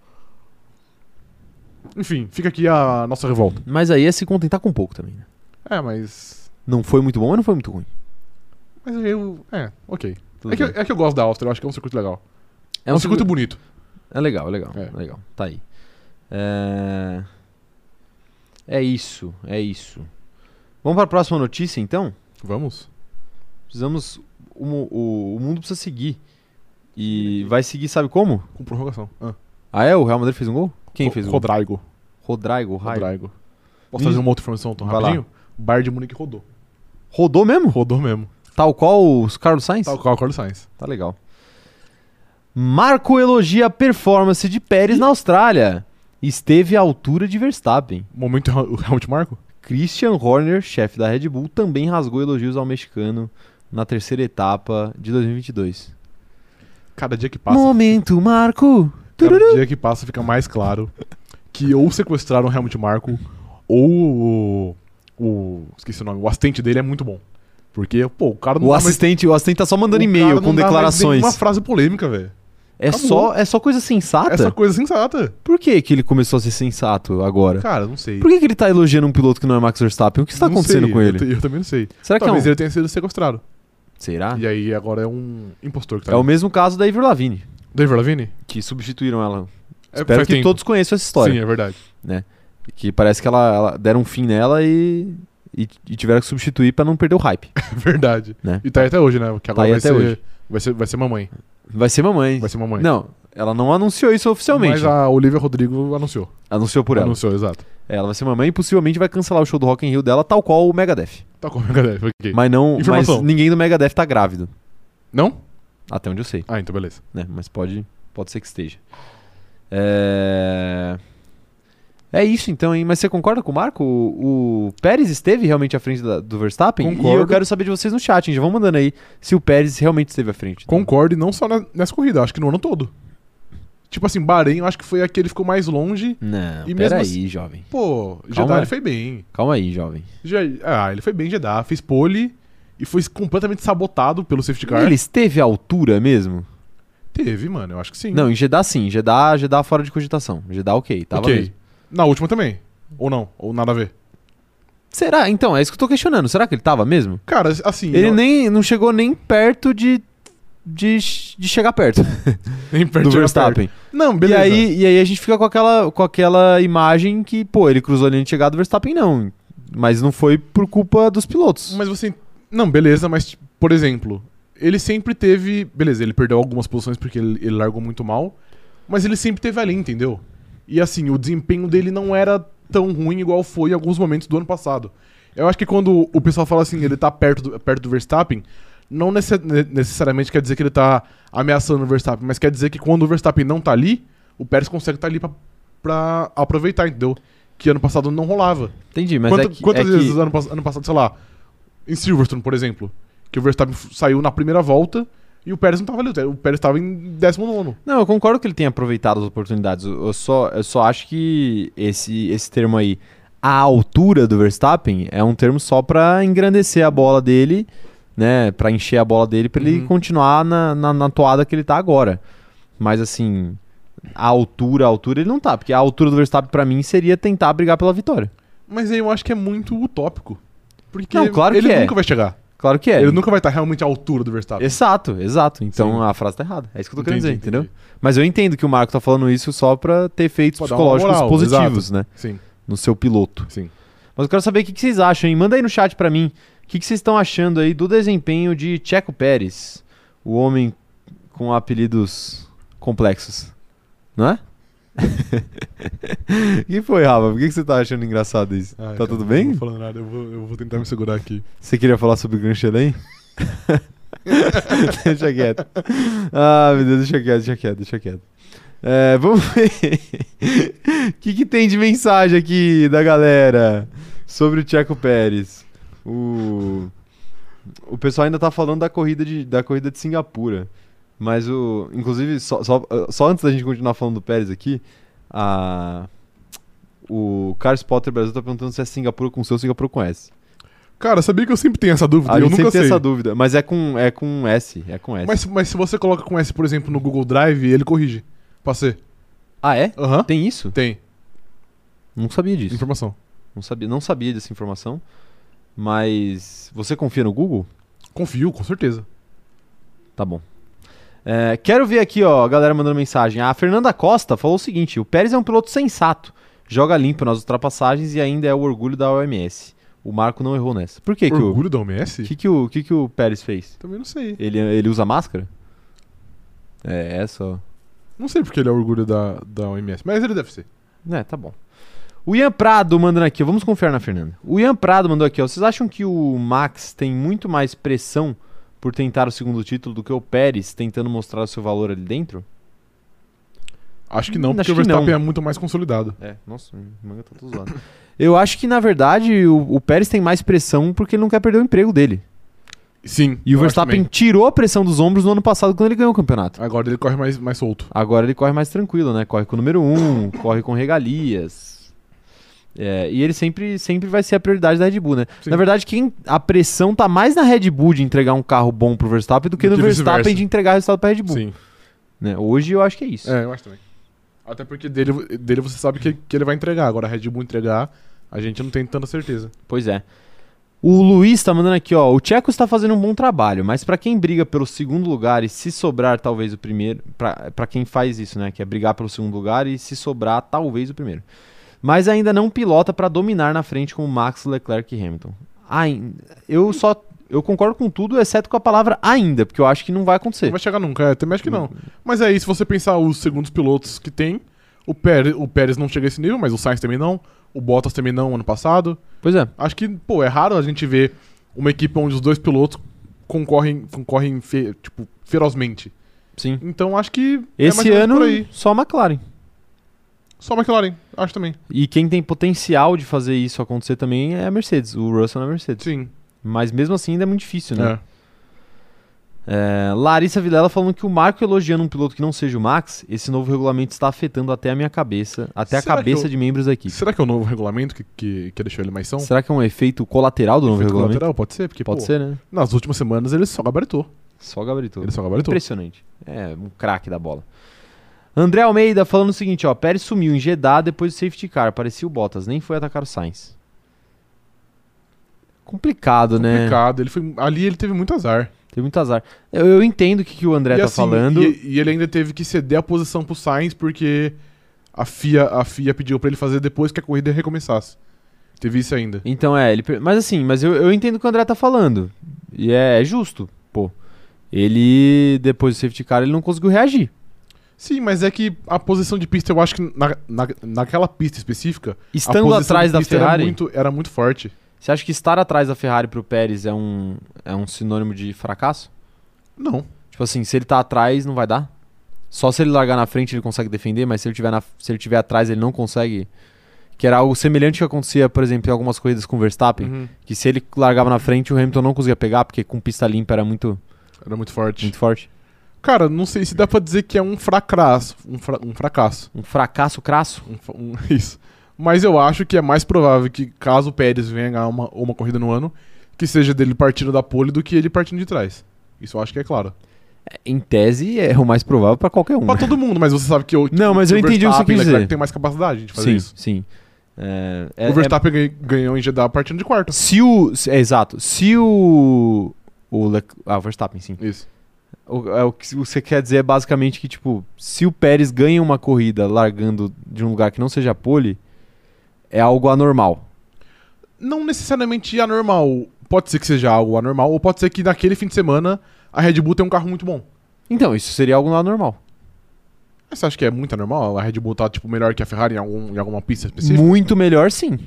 Speaker 2: Enfim, fica aqui a nossa revolta.
Speaker 1: Mas aí é se contentar com pouco também, né?
Speaker 2: É, mas.
Speaker 1: Não foi muito bom, mas não foi muito ruim.
Speaker 2: Mas eu. É, ok.
Speaker 1: Tudo
Speaker 2: É que, eu-
Speaker 1: bem.
Speaker 2: é que eu gosto da Áustria, eu acho que é um circuito legal. É um, circuito bonito.
Speaker 1: É legal, é legal,
Speaker 2: É.
Speaker 1: é legal. Tá aí. É... é isso, é isso. Vamos para a próxima notícia, então?
Speaker 2: Vamos?
Speaker 1: Precisamos... O, mu- o- o mundo precisa seguir. E vai seguir sabe como?
Speaker 2: Com prorrogação. Ah.
Speaker 1: Ah, é? O Real Madrid fez um gol? Quem fez o gol?
Speaker 2: Rodrigo.
Speaker 1: Rodrigo, Raio.
Speaker 2: Rodrigo. Posso
Speaker 1: Vinícius-
Speaker 2: trazer uma outra informação tão
Speaker 1: Vai lá.
Speaker 2: rapidinho? Bayern de Munique rodou.
Speaker 1: Rodou mesmo?
Speaker 2: Rodou mesmo.
Speaker 1: Tal qual os Carlos Sainz?
Speaker 2: Tal qual o Carlos Sainz.
Speaker 1: Tá legal. Marco elogia a performance de Pérez na Austrália. Esteve à altura de Verstappen.
Speaker 2: Momento Ra- o Helmut Marco?
Speaker 1: Christian Horner, chefe da Red Bull, também rasgou elogios ao mexicano na terceira etapa de 2022.
Speaker 2: Cada dia que passa,
Speaker 1: Momento, Marco!
Speaker 2: cada
Speaker 1: Tururu.
Speaker 2: dia que passa fica mais claro que ou sequestraram o Helmut Marco ou o, o- esqueci o nome, o assistente dele é muito bom. Porque, pô, o cara não
Speaker 1: O
Speaker 2: dá mais-
Speaker 1: assistente, o assistente tá só
Speaker 2: o
Speaker 1: mandando
Speaker 2: cara
Speaker 1: e-mail
Speaker 2: não
Speaker 1: com
Speaker 2: dá mais nenhuma
Speaker 1: declarações.
Speaker 2: frase Tá polêmica, velho.
Speaker 1: É
Speaker 2: Acabou.
Speaker 1: só, é só coisa sensata?
Speaker 2: Essa coisa é sensata.
Speaker 1: Por que, que ele começou a ser sensato agora?
Speaker 2: Cara, não sei.
Speaker 1: Por que, que ele tá elogiando um piloto que não é Max Verstappen? O que está
Speaker 2: Não
Speaker 1: acontecendo
Speaker 2: sei,
Speaker 1: com
Speaker 2: eu
Speaker 1: ele?
Speaker 2: te- Eu, também não sei.
Speaker 1: Será que é um...
Speaker 2: Talvez ele tenha sido sequestrado.
Speaker 1: Será?
Speaker 2: E aí agora é um impostor que tá
Speaker 1: Ah. É o
Speaker 2: ali.
Speaker 1: mesmo caso da Ivor Lavigne,
Speaker 2: David Lavigne?
Speaker 1: que substituíram ela.
Speaker 2: É,
Speaker 1: Espero
Speaker 2: faz
Speaker 1: que
Speaker 2: tempo.
Speaker 1: todos conheçam essa história.
Speaker 2: Sim, é verdade.
Speaker 1: Que parece que ela, ela- deram um fim nela e, e, e tiveram que substituir pra não perder o hype.
Speaker 2: é Verdade.
Speaker 1: Né?
Speaker 2: E tá aí até hoje, né? Que agora
Speaker 1: aí
Speaker 2: vai,
Speaker 1: até
Speaker 2: ser,
Speaker 1: hoje.
Speaker 2: vai ser. Vai ser mamãe.
Speaker 1: Vai ser mamãe.
Speaker 2: Vai ser mamãe.
Speaker 1: Não, ela não anunciou isso oficialmente.
Speaker 2: Mas a Olivia Rodrigo anunciou.
Speaker 1: Anunciou por ela.
Speaker 2: anunciou, exato.
Speaker 1: É, Ela vai ser mamãe e possivelmente vai cancelar o show do Rock in Rio dela, tal qual o Megadeth.
Speaker 2: Tá com a brincadeira. ok.
Speaker 1: Mas não, mas
Speaker 2: Informação.
Speaker 1: ninguém do Megadeth tá grávido,
Speaker 2: Não?
Speaker 1: até onde eu sei,
Speaker 2: Ah, então beleza.
Speaker 1: né? Mas pode, pode ser que esteja. É... É isso então, hein? Mas você concorda com o Marco? O, o Pérez esteve realmente à frente da- do Verstappen? E eu
Speaker 2: Concordo.
Speaker 1: quero saber de vocês no chat, hein? Já vão mandando aí se o Pérez realmente esteve à frente. tá?
Speaker 2: Concordo, e não só na- nessa corrida, acho que no ano todo. Tipo assim, Bahrein, eu acho que foi a que ele ficou mais longe.
Speaker 1: Não,
Speaker 2: E
Speaker 1: e
Speaker 2: mesmo
Speaker 1: peraí,
Speaker 2: assim-
Speaker 1: jovem.
Speaker 2: Pô, Jeddah
Speaker 1: Calma.
Speaker 2: ele foi bem.
Speaker 1: Calma aí, jovem.
Speaker 2: Já, ah, ele foi bem em Jeddah, fez pole e foi completamente sabotado pelo safety car.
Speaker 1: Ele esteve à altura mesmo?
Speaker 2: Teve, mano, eu acho que sim.
Speaker 1: Não, em Jeddah sim. Jeddah, Jeddah fora de cogitação. Jeddah ok, tava
Speaker 2: ok.
Speaker 1: mesmo.
Speaker 2: Na última também. Ou não, ou nada a ver.
Speaker 1: Será? Então, é isso que eu tô questionando. Será que ele tava mesmo?
Speaker 2: Cara, assim.
Speaker 1: Ele
Speaker 2: eu-
Speaker 1: nem não chegou nem perto de de, de chegar perto
Speaker 2: nem perdi
Speaker 1: do
Speaker 2: a
Speaker 1: Verstappen.
Speaker 2: perna. Não,
Speaker 1: E
Speaker 2: beleza.
Speaker 1: aí, e aí a gente fica com aquela, com aquela imagem que, pô, ele cruzou a linha de chegada do Verstappen não, mas não foi por culpa dos pilotos.
Speaker 2: Mas você. Não, beleza, mas, tipo, por exemplo, ele sempre teve. Beleza, ele perdeu algumas posições porque ele, ele largou muito mal. Mas ele sempre teve ali, entendeu? E assim, o desempenho dele não era tão ruim igual foi em alguns momentos do ano passado. Eu acho que quando o pessoal fala assim, ele tá perto do, perto do Verstappen, não nece- ne- necessariamente quer dizer que ele tá ameaçando o Verstappen, mas quer dizer que quando o Verstappen não tá ali, o Pérez consegue estar tá ali pra, pra aproveitar, entendeu? Que ano passado não rolava.
Speaker 1: Entendi, mas
Speaker 2: Quanto-
Speaker 1: é que,
Speaker 2: quantas
Speaker 1: é
Speaker 2: vezes
Speaker 1: que-
Speaker 2: ano, pass- ano passado, sei lá, em Silverstone, por exemplo, que o Verstappen f- saiu na primeira volta e o Pérez não tava ali, o Pérez tava em 19
Speaker 1: Não, eu concordo que ele tenha aproveitado as oportunidades. Eu eu só, eu só acho que esse, esse termo aí, a altura do Verstappen, é um termo só pra engrandecer a bola dele, né? Pra encher a bola dele, pra ele
Speaker 2: Uhum.
Speaker 1: continuar na, na, na toada que ele tá agora. Mas assim, a altura, a altura ele não tá, porque a altura do Verstappen pra mim seria tentar brigar pela vitória.
Speaker 2: Mas aí eu acho que é muito utópico. Porque
Speaker 1: Não, claro
Speaker 2: ele
Speaker 1: que é.
Speaker 2: nunca vai chegar.
Speaker 1: Claro que é.
Speaker 2: Ele nunca vai estar realmente à altura do Verstappen.
Speaker 1: Exato, exato. Então
Speaker 2: Sim.
Speaker 1: a frase tá errada. É isso que eu tô querendo dizer,
Speaker 2: Entendi,
Speaker 1: entendeu?
Speaker 2: entendi.
Speaker 1: Mas eu entendo que o Marco tá falando isso só pra ter efeitos
Speaker 2: Pra dar uma
Speaker 1: psicológicos
Speaker 2: moral,
Speaker 1: positivos, né?
Speaker 2: Sim,
Speaker 1: No seu piloto.
Speaker 2: sim.
Speaker 1: Mas eu quero saber o que, que vocês acham, hein? Manda aí no chat pra mim. O que, que vocês estão achando aí do desempenho de Checo Pérez? O homem com apelidos complexos. Não é? O que foi, Rafa? Por que, que você tá achando engraçado isso?
Speaker 2: Ah,
Speaker 1: tá
Speaker 2: cara,
Speaker 1: tudo
Speaker 2: Não
Speaker 1: bem?
Speaker 2: vou falando nada, eu vou, eu vou tentar me segurar aqui.
Speaker 1: Você queria falar sobre o Grand Chelem? deixa quieto. Ah, meu Deus, deixa quieto, deixa quieto, deixa quieto. É, vamos ver. O que, que tem de mensagem aqui da galera sobre o Tcheco Pérez? O, o pessoal ainda tá falando da corrida de, da corrida de Singapura. Mas o. Inclusive, só, só, só antes da gente continuar falando do Pérez aqui, a, o Carlos Potter Brasil tá perguntando se é Singapura com C ou Singapura com S.
Speaker 2: Cara, sabia que eu Ah, sempre tenho essa dúvida?
Speaker 1: A
Speaker 2: eu
Speaker 1: gente
Speaker 2: nunca
Speaker 1: sempre
Speaker 2: sei.
Speaker 1: tem essa dúvida, mas é com, é com S, é com S.
Speaker 2: mas, mas se você coloca com S, por exemplo, no Google Drive, ele corrige. Passei.
Speaker 1: Ah, é?
Speaker 2: Aham.
Speaker 1: Tem isso?
Speaker 2: Tem.
Speaker 1: Não sabia disso.
Speaker 2: Informação.
Speaker 1: Não sabia, não sabia dessa informação. Mas você confia no Google?
Speaker 2: Confio, com certeza.
Speaker 1: Tá bom. É, quero ver aqui, ó, a galera mandando mensagem. A Fernanda Costa falou o seguinte: o Pérez é um piloto sensato, joga limpo nas ultrapassagens e ainda é o orgulho da OMS. O Marco não errou nessa. Por que, que, o,
Speaker 2: Orgulho da OMS?
Speaker 1: que, que, o, que, que o Pérez fez?
Speaker 2: Também não sei.
Speaker 1: Ele, ele usa máscara? É, é só.
Speaker 2: Não sei porque ele é orgulho da, da OMS, mas ele deve ser.
Speaker 1: É, tá bom. O Ian Prado mandando aqui, ó, vamos confiar na Fernanda. O Ian Prado mandou aqui, ó. Vocês acham que o Max tem muito mais pressão por tentar o segundo título do que o Pérez tentando mostrar o seu valor ali dentro?
Speaker 2: Acho que não,
Speaker 1: Hum,
Speaker 2: porque
Speaker 1: acho
Speaker 2: o
Speaker 1: que
Speaker 2: Verstappen
Speaker 1: não.
Speaker 2: é muito mais consolidado.
Speaker 1: É, nossa, minha manga tá todo zoado. Eu acho que, na verdade, o, o Pérez tem mais pressão porque ele não quer perder o emprego dele.
Speaker 2: Sim.
Speaker 1: E
Speaker 2: eu
Speaker 1: o
Speaker 2: acho
Speaker 1: Verstappen
Speaker 2: também.
Speaker 1: tirou a pressão dos ombros no ano passado quando ele ganhou o campeonato.
Speaker 2: Agora ele corre mais, mais solto.
Speaker 1: Agora ele corre mais tranquilo, né? Corre com o número 1, um, corre com regalias. É, e ele sempre, sempre vai ser a prioridade da Red Bull, né?
Speaker 2: Sim.
Speaker 1: Na verdade, quem a pressão tá mais na Red Bull de entregar um carro bom pro Verstappen do que
Speaker 2: Do
Speaker 1: no
Speaker 2: que
Speaker 1: Verstappen
Speaker 2: vice-versa.
Speaker 1: de entregar resultado pra Red Bull.
Speaker 2: Sim.
Speaker 1: né? Hoje eu acho que é isso.
Speaker 2: É, eu acho também. Até porque dele, dele você sabe que, que ele vai entregar. Agora a Red Bull entregar, a gente não tem tanta certeza.
Speaker 1: Pois é. O Luiz tá mandando aqui, ó. O Tcheco está fazendo um bom trabalho, mas pra quem briga pelo segundo lugar e se sobrar talvez o primeiro, Pra pra quem faz isso, né, que é brigar pelo segundo lugar e se sobrar talvez o primeiro. Mas ainda não pilota pra dominar na frente como Max, Leclerc e Hamilton. Ai, eu só eu concordo com tudo, exceto com a palavra ainda, porque eu acho que não vai acontecer.
Speaker 2: Não vai chegar nunca, é, também acho que não. Mas aí, se você pensar os segundos pilotos que tem, o Pérez, o Pérez não chega a esse nível, mas o Sainz também não. O Bottas também não, ano passado.
Speaker 1: Pois é.
Speaker 2: Acho que, pô, é raro a gente ver uma equipe onde os dois pilotos concorrem, concorrem fe- tipo, ferozmente.
Speaker 1: Sim.
Speaker 2: Então acho que é mais
Speaker 1: Esse
Speaker 2: ou menos
Speaker 1: ano
Speaker 2: por aí.
Speaker 1: só a McLaren.
Speaker 2: Só a McLaren, acho também.
Speaker 1: E quem tem potencial de fazer isso acontecer também é a Mercedes, o Russell na Mercedes.
Speaker 2: Sim.
Speaker 1: Mas mesmo assim ainda é muito difícil, né?
Speaker 2: É.
Speaker 1: É, Larissa Vilela falando que o Marco elogiando um piloto que não seja o Max, esse novo regulamento está afetando até a minha cabeça, até
Speaker 2: Será
Speaker 1: a cabeça
Speaker 2: que eu-
Speaker 1: de membros da equipe.
Speaker 2: Será que é o novo regulamento que, que, que deixou ele mais são?
Speaker 1: Será que é um efeito colateral do novo
Speaker 2: Efeito
Speaker 1: regulamento?
Speaker 2: colateral? Pode ser, porque
Speaker 1: Pode
Speaker 2: pô,
Speaker 1: ser, né?
Speaker 2: nas últimas semanas ele só gabaritou.
Speaker 1: Só gabaritou.
Speaker 2: Ele só gabaritou.
Speaker 1: Impressionante. É, um craque da bola. André Almeida falando o seguinte, ó, Pérez sumiu em Jeddah depois do safety car, parecia o Bottas, nem foi atacar o Sainz. Complicado, né?
Speaker 2: Complicado. Ele foi, ali ele teve muito azar.
Speaker 1: Tem muito azar. Eu, eu entendo o que, que o André
Speaker 2: e,
Speaker 1: tá
Speaker 2: assim,
Speaker 1: falando.
Speaker 2: E, e ele ainda teve que ceder a posição pro Sainz porque a FIA, a FIA pediu pra ele fazer depois que a corrida recomeçasse. Teve isso ainda.
Speaker 1: Então é, ele. per- Mas assim, mas eu, eu entendo o que o André tá falando. E é, é justo, pô. Ele, depois do safety car, ele não conseguiu reagir.
Speaker 2: Sim, mas é que a posição de pista, eu acho que na, na, naquela pista específica. a
Speaker 1: Estando
Speaker 2: posição
Speaker 1: atrás
Speaker 2: de
Speaker 1: da
Speaker 2: pista era
Speaker 1: Ferrari,
Speaker 2: muito- era muito forte.
Speaker 1: é você acha que estar atrás da Ferrari pro Pérez é um, é um sinônimo de fracasso?
Speaker 2: Não.
Speaker 1: Tipo assim, se ele tá atrás, não vai dar? Só se ele largar na frente ele consegue defender, mas se ele tiver, na- se ele tiver atrás ele não consegue. Que era algo semelhante que acontecia, por exemplo, em algumas corridas com o Verstappen. Que se ele largava na frente, o Hamilton não conseguia pegar, porque com pista limpa era muito,
Speaker 2: Era muito forte.
Speaker 1: muito forte.
Speaker 2: Cara, não sei se dá pra dizer que é um fracasso. Um, fra- um fracasso.
Speaker 1: Um fracasso crasso.
Speaker 2: Um fa- um- isso. Mas eu acho que é mais provável que, caso o Pérez venha ganhar uma, uma corrida no ano, que seja dele partindo da pole do que ele partindo de trás. Isso eu acho que é claro.
Speaker 1: Em tese, é o mais provável pra qualquer um.
Speaker 2: Pra
Speaker 1: né?
Speaker 2: todo mundo, mas você sabe que tipo, o
Speaker 1: Não, mas
Speaker 2: que
Speaker 1: eu entendi o que você
Speaker 2: Verstappen e
Speaker 1: quis
Speaker 2: Leclerc
Speaker 1: dizer.
Speaker 2: tem mais capacidade de fazer
Speaker 1: Sim,
Speaker 2: isso.
Speaker 1: sim. É, é-
Speaker 2: o Verstappen ganha- ganhou em Jeddah partindo de
Speaker 1: é-
Speaker 2: quarto.
Speaker 1: se o. se- É, exato. Se o. O Lec- ah, o Verstappen, sim.
Speaker 2: Isso.
Speaker 1: O, é, o que você quer dizer é basicamente que, tipo, se o Pérez ganha uma corrida largando de um lugar que não seja a pole, é algo anormal.
Speaker 2: Não necessariamente anormal. Pode ser que seja algo anormal, ou pode ser que naquele fim de semana a Red Bull tem um carro muito bom.
Speaker 1: Então, isso seria algo anormal.
Speaker 2: Mas você acha que é muito anormal? A Red Bull tá, tipo, melhor que a Ferrari em, algum- em alguma pista específica?
Speaker 1: Muito melhor, sim.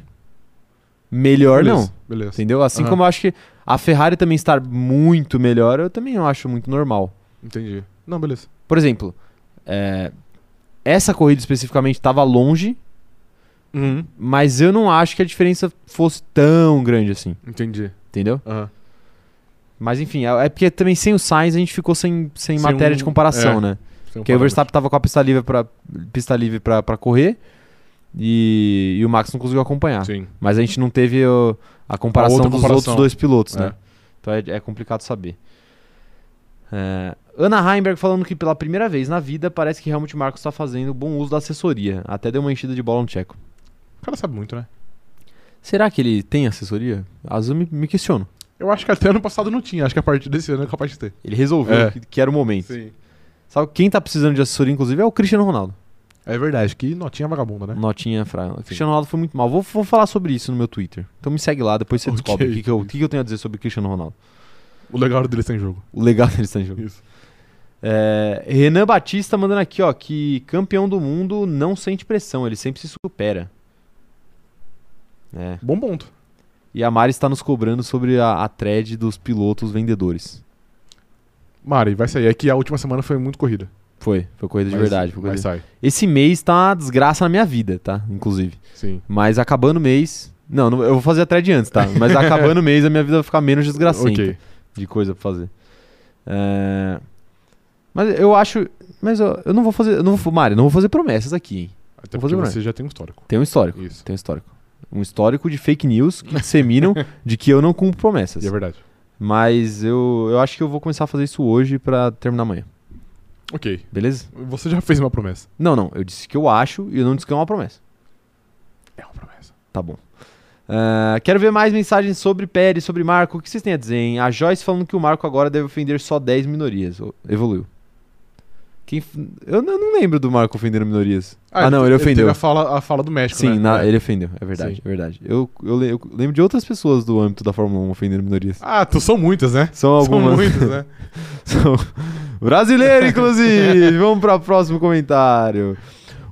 Speaker 1: Melhor,
Speaker 2: Beleza,
Speaker 1: não.
Speaker 2: Beleza.
Speaker 1: Entendeu? Assim
Speaker 2: Aham.
Speaker 1: como eu acho que a Ferrari também estar muito melhor, eu também não acho muito normal.
Speaker 2: Entendi. Não, beleza.
Speaker 1: Por exemplo, é, essa corrida especificamente estava longe, Uhum. mas eu não acho que a diferença fosse tão grande assim,
Speaker 2: Entendi.
Speaker 1: entendeu?
Speaker 2: Aham.
Speaker 1: Mas enfim, é é porque também sem o Sainz a gente ficou sem, sem,
Speaker 2: Sem
Speaker 1: matéria
Speaker 2: um-
Speaker 1: de comparação, né?
Speaker 2: é, Tem um
Speaker 1: Porque o
Speaker 2: parâmetro.
Speaker 1: Verstappen tava com a pista livre pra, pista livre pra, pra correr e, e o Max não conseguiu acompanhar.
Speaker 2: Sim.
Speaker 1: Mas a gente não teve ó, a comparação
Speaker 2: outra
Speaker 1: dos
Speaker 2: comparação.
Speaker 1: outros dois pilotos,
Speaker 2: É.
Speaker 1: né? Então é, é complicado saber. É, Ana Heimberg falando que pela primeira vez na vida parece que realmente o Marcos está fazendo bom uso da assessoria. Até deu uma enchida de bola no Tcheco.
Speaker 2: O cara sabe muito, né?
Speaker 1: Será que ele tem assessoria? Às vezes eu me, me questiono.
Speaker 2: Eu acho que até ano passado não tinha. Acho que a partir desse ano é capaz de ter.
Speaker 1: Ele resolveu
Speaker 2: É.
Speaker 1: que, que era o momento.
Speaker 2: Sim.
Speaker 1: Sabe quem tá precisando de assessoria, inclusive, é o Cristiano Ronaldo.
Speaker 2: É verdade, que notinha vagabunda, né?
Speaker 1: Notinha fraca. O Cristiano Ronaldo foi muito mal. Vou, vou falar sobre isso no meu Twitter. Então me segue lá, depois você
Speaker 2: Ok.
Speaker 1: descobre o que, que eu, o que que eu tenho a dizer sobre o Cristiano Ronaldo.
Speaker 2: O legal era dele é sem jogo.
Speaker 1: O legal dele está em jogo.
Speaker 2: Isso.
Speaker 1: É, Renan Batista mandando aqui, ó, que campeão do mundo não sente pressão, ele sempre se supera. É.
Speaker 2: Bom ponto.
Speaker 1: E a Mari está nos cobrando sobre a, a thread dos pilotos vendedores.
Speaker 2: Mari, vai sair. É que a última semana foi muito corrida.
Speaker 1: Foi, foi corrida de
Speaker 2: Mas-
Speaker 1: verdade. foi
Speaker 2: Mas
Speaker 1: corrida-
Speaker 2: sai.
Speaker 1: Esse mês tá uma desgraça na minha vida, tá? Inclusive.
Speaker 2: Sim.
Speaker 1: Mas acabando o mês. Não, não- eu vou fazer a thread antes, tá? Mas acabando o mês a minha vida vai ficar menos desgracenta.
Speaker 2: Ok.
Speaker 1: de coisa pra fazer. É, Mas eu acho. Mas eu, eu não vou fazer. Eu não vou, Mário, não vou fazer promessas aqui, hein?
Speaker 2: Até
Speaker 1: Vou fazer
Speaker 2: porque
Speaker 1: mais.
Speaker 2: você já tem um histórico.
Speaker 1: Tem um histórico.
Speaker 2: Isso.
Speaker 1: Tem um histórico. Um histórico de fake news que disseminam de que eu não cumpro promessas.
Speaker 2: E é verdade.
Speaker 1: Mas eu, eu acho que eu vou começar a fazer isso hoje pra terminar amanhã.
Speaker 2: Ok.
Speaker 1: Beleza?
Speaker 2: Você já fez uma promessa.
Speaker 1: Não, não. Eu disse que eu acho e eu não disse que é uma promessa.
Speaker 2: É uma promessa.
Speaker 1: Tá bom. Ah, quero ver mais mensagens sobre Pérez, sobre Marco. O que vocês têm a dizer, hein? A Joyce falando que o Marco agora deve ofender só 10 minorias. O- Evoluiu. Quem f- Eu n- eu não lembro do Marco ofendendo minorias. Ah, não, ele ofendeu.
Speaker 2: Teve a fala, a fala do México,
Speaker 1: Sim,
Speaker 2: né?
Speaker 1: na-
Speaker 2: É.
Speaker 1: ele ofendeu. É verdade,
Speaker 2: Sim.
Speaker 1: é verdade. Eu, eu, le- eu lembro de outras pessoas do âmbito da Fórmula 1 ofendendo minorias.
Speaker 2: Ah, tu são muitas, né?
Speaker 1: São
Speaker 2: São
Speaker 1: algumas.
Speaker 2: muitas, né?
Speaker 1: São... Brasileiro, inclusive! Vamos para o próximo comentário.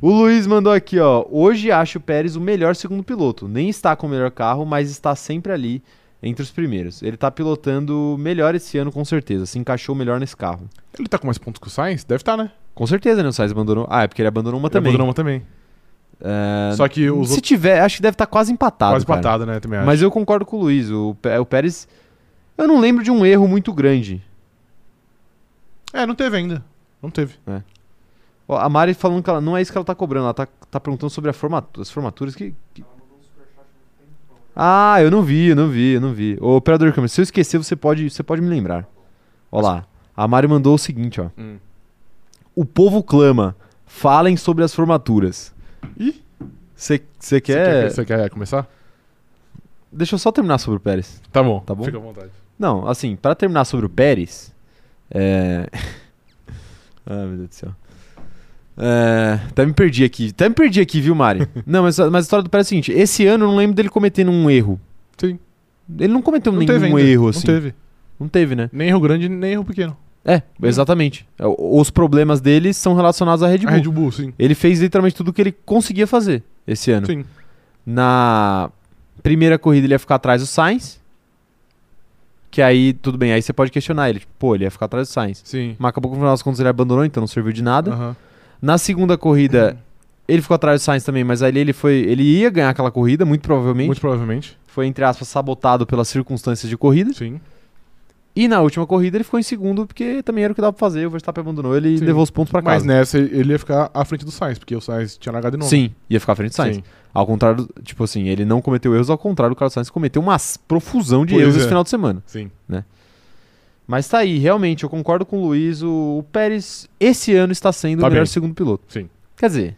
Speaker 1: O Luiz mandou aqui, ó. Hoje acho o Pérez o melhor segundo piloto. Nem está com o melhor carro, mas está sempre ali entre os primeiros. Ele tá pilotando melhor esse ano, com certeza. Se encaixou melhor nesse carro.
Speaker 2: Ele tá com mais pontos que o Sainz? Deve tá, né?
Speaker 1: Com certeza, né? O Sainz abandonou. Ah, é porque ele abandonou uma
Speaker 2: Ele
Speaker 1: também.
Speaker 2: abandonou uma também.
Speaker 1: É,
Speaker 2: Só que os
Speaker 1: Se
Speaker 2: outros
Speaker 1: tiver, acho que deve estar quase empatado.
Speaker 2: quase
Speaker 1: cara.
Speaker 2: patado, né? Também acho.
Speaker 1: Mas eu concordo com o Luiz. O, Pé- o Pérez. Eu não lembro de um erro muito grande.
Speaker 2: É, não teve ainda. Não teve.
Speaker 1: Ó, A Mari falando que ela, não é isso que ela tá cobrando, ela tá, tá perguntando sobre a formatu- as formaturas que. que- Ah, eu não vi, eu não vi, eu não vi. Ô, operador de câmera, se eu esquecer, você pode, você pode me lembrar. Ó lá. A Mari mandou o seguinte, ó.
Speaker 2: Hum.
Speaker 1: O povo clama, falem sobre as formaturas.
Speaker 2: Ih.
Speaker 1: Você quer...
Speaker 2: Você quer, começar?
Speaker 1: Deixa eu só terminar sobre o Pérez.
Speaker 2: Tá bom.
Speaker 1: Tá bom?
Speaker 2: Fica à vontade.
Speaker 1: Não, assim, pra terminar sobre o Pérez. É. ah, meu Deus do céu. É... Até me perdi aqui. Até me perdi aqui, viu, Mari? não, mas, mas a história do Pérez é a seguinte: esse ano eu não lembro dele cometendo um erro.
Speaker 2: Sim.
Speaker 1: Ele não cometeu
Speaker 2: Não
Speaker 1: nenhum
Speaker 2: teve ainda.
Speaker 1: erro,
Speaker 2: Não
Speaker 1: assim.
Speaker 2: teve.
Speaker 1: Não teve, né?
Speaker 2: Nem erro grande, nem erro pequeno.
Speaker 1: É, exatamente. É, O- Os problemas dele são relacionados à Red Bull.
Speaker 2: A Ah, Red Bull, sim.
Speaker 1: Ele fez literalmente tudo o que ele conseguia fazer esse ano.
Speaker 2: Sim.
Speaker 1: Na primeira corrida ele ia ficar atrás do Sainz. Que aí, tudo bem, aí você pode questionar ele. Tipo, pô, ele ia ficar atrás do Sainz.
Speaker 2: Sim.
Speaker 1: Mas acabou que no final das contas ele abandonou, então não serviu de nada.
Speaker 2: Aham.
Speaker 1: Na segunda corrida, ele ficou atrás do Sainz também, mas ali ele foi. Ele ia ganhar aquela corrida, muito provavelmente.
Speaker 2: Muito provavelmente.
Speaker 1: Foi, entre aspas, sabotado pelas circunstâncias de corrida.
Speaker 2: Sim.
Speaker 1: E na última corrida ele ficou em segundo, porque também era o que dava pra fazer. O Verstappen abandonou, ele
Speaker 2: Sim.
Speaker 1: levou os pontos pra
Speaker 2: Mas
Speaker 1: casa.
Speaker 2: nessa ele ia ficar à frente do Sainz, porque o Sainz tinha largado em nono.
Speaker 1: Sim, ia ficar à frente do Sainz.
Speaker 2: Sim.
Speaker 1: Ao contrário, do- tipo assim, ele não cometeu erros, ao contrário, o Carlos Sainz cometeu uma s- profusão de
Speaker 2: Pois
Speaker 1: erros
Speaker 2: é.
Speaker 1: esse final de semana.
Speaker 2: Sim.
Speaker 1: Mas tá aí, realmente, eu concordo com o Luiz. O, o Pérez, esse ano, está sendo
Speaker 2: Tá
Speaker 1: o melhor
Speaker 2: bem.
Speaker 1: segundo piloto.
Speaker 2: Sim.
Speaker 1: Quer dizer,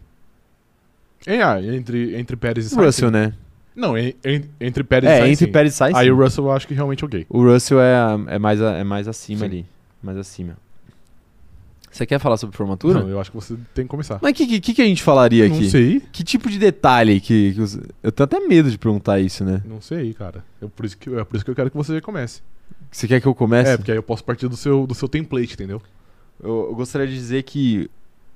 Speaker 2: E, ah, entre, entre Pérez e
Speaker 1: o
Speaker 2: Sainz.
Speaker 1: Russell,
Speaker 2: sim.
Speaker 1: né?
Speaker 2: Não, en- en- entre Pérez e
Speaker 1: É,
Speaker 2: Sainz.
Speaker 1: entre
Speaker 2: sim.
Speaker 1: Pérez e Sainz.
Speaker 2: Aí
Speaker 1: sim.
Speaker 2: o Russell eu acho que realmente é o gay.
Speaker 1: O Russell é, é, mais, a- é mais acima
Speaker 2: Sim.
Speaker 1: ali. Mais acima. Você quer falar sobre formatura?
Speaker 2: Não, eu acho que você tem que começar.
Speaker 1: Mas o que, que- que, que a gente falaria
Speaker 2: não
Speaker 1: aqui?
Speaker 2: sei.
Speaker 1: Que tipo de detalhe que, que os- Eu tenho até medo de perguntar isso, né?
Speaker 2: Não sei, cara. Eu, por isso que, é por isso que eu quero que você comece.
Speaker 1: Você quer que eu comece?
Speaker 2: É, porque aí eu posso partir do seu, do seu template, entendeu?
Speaker 1: Eu, eu gostaria de dizer que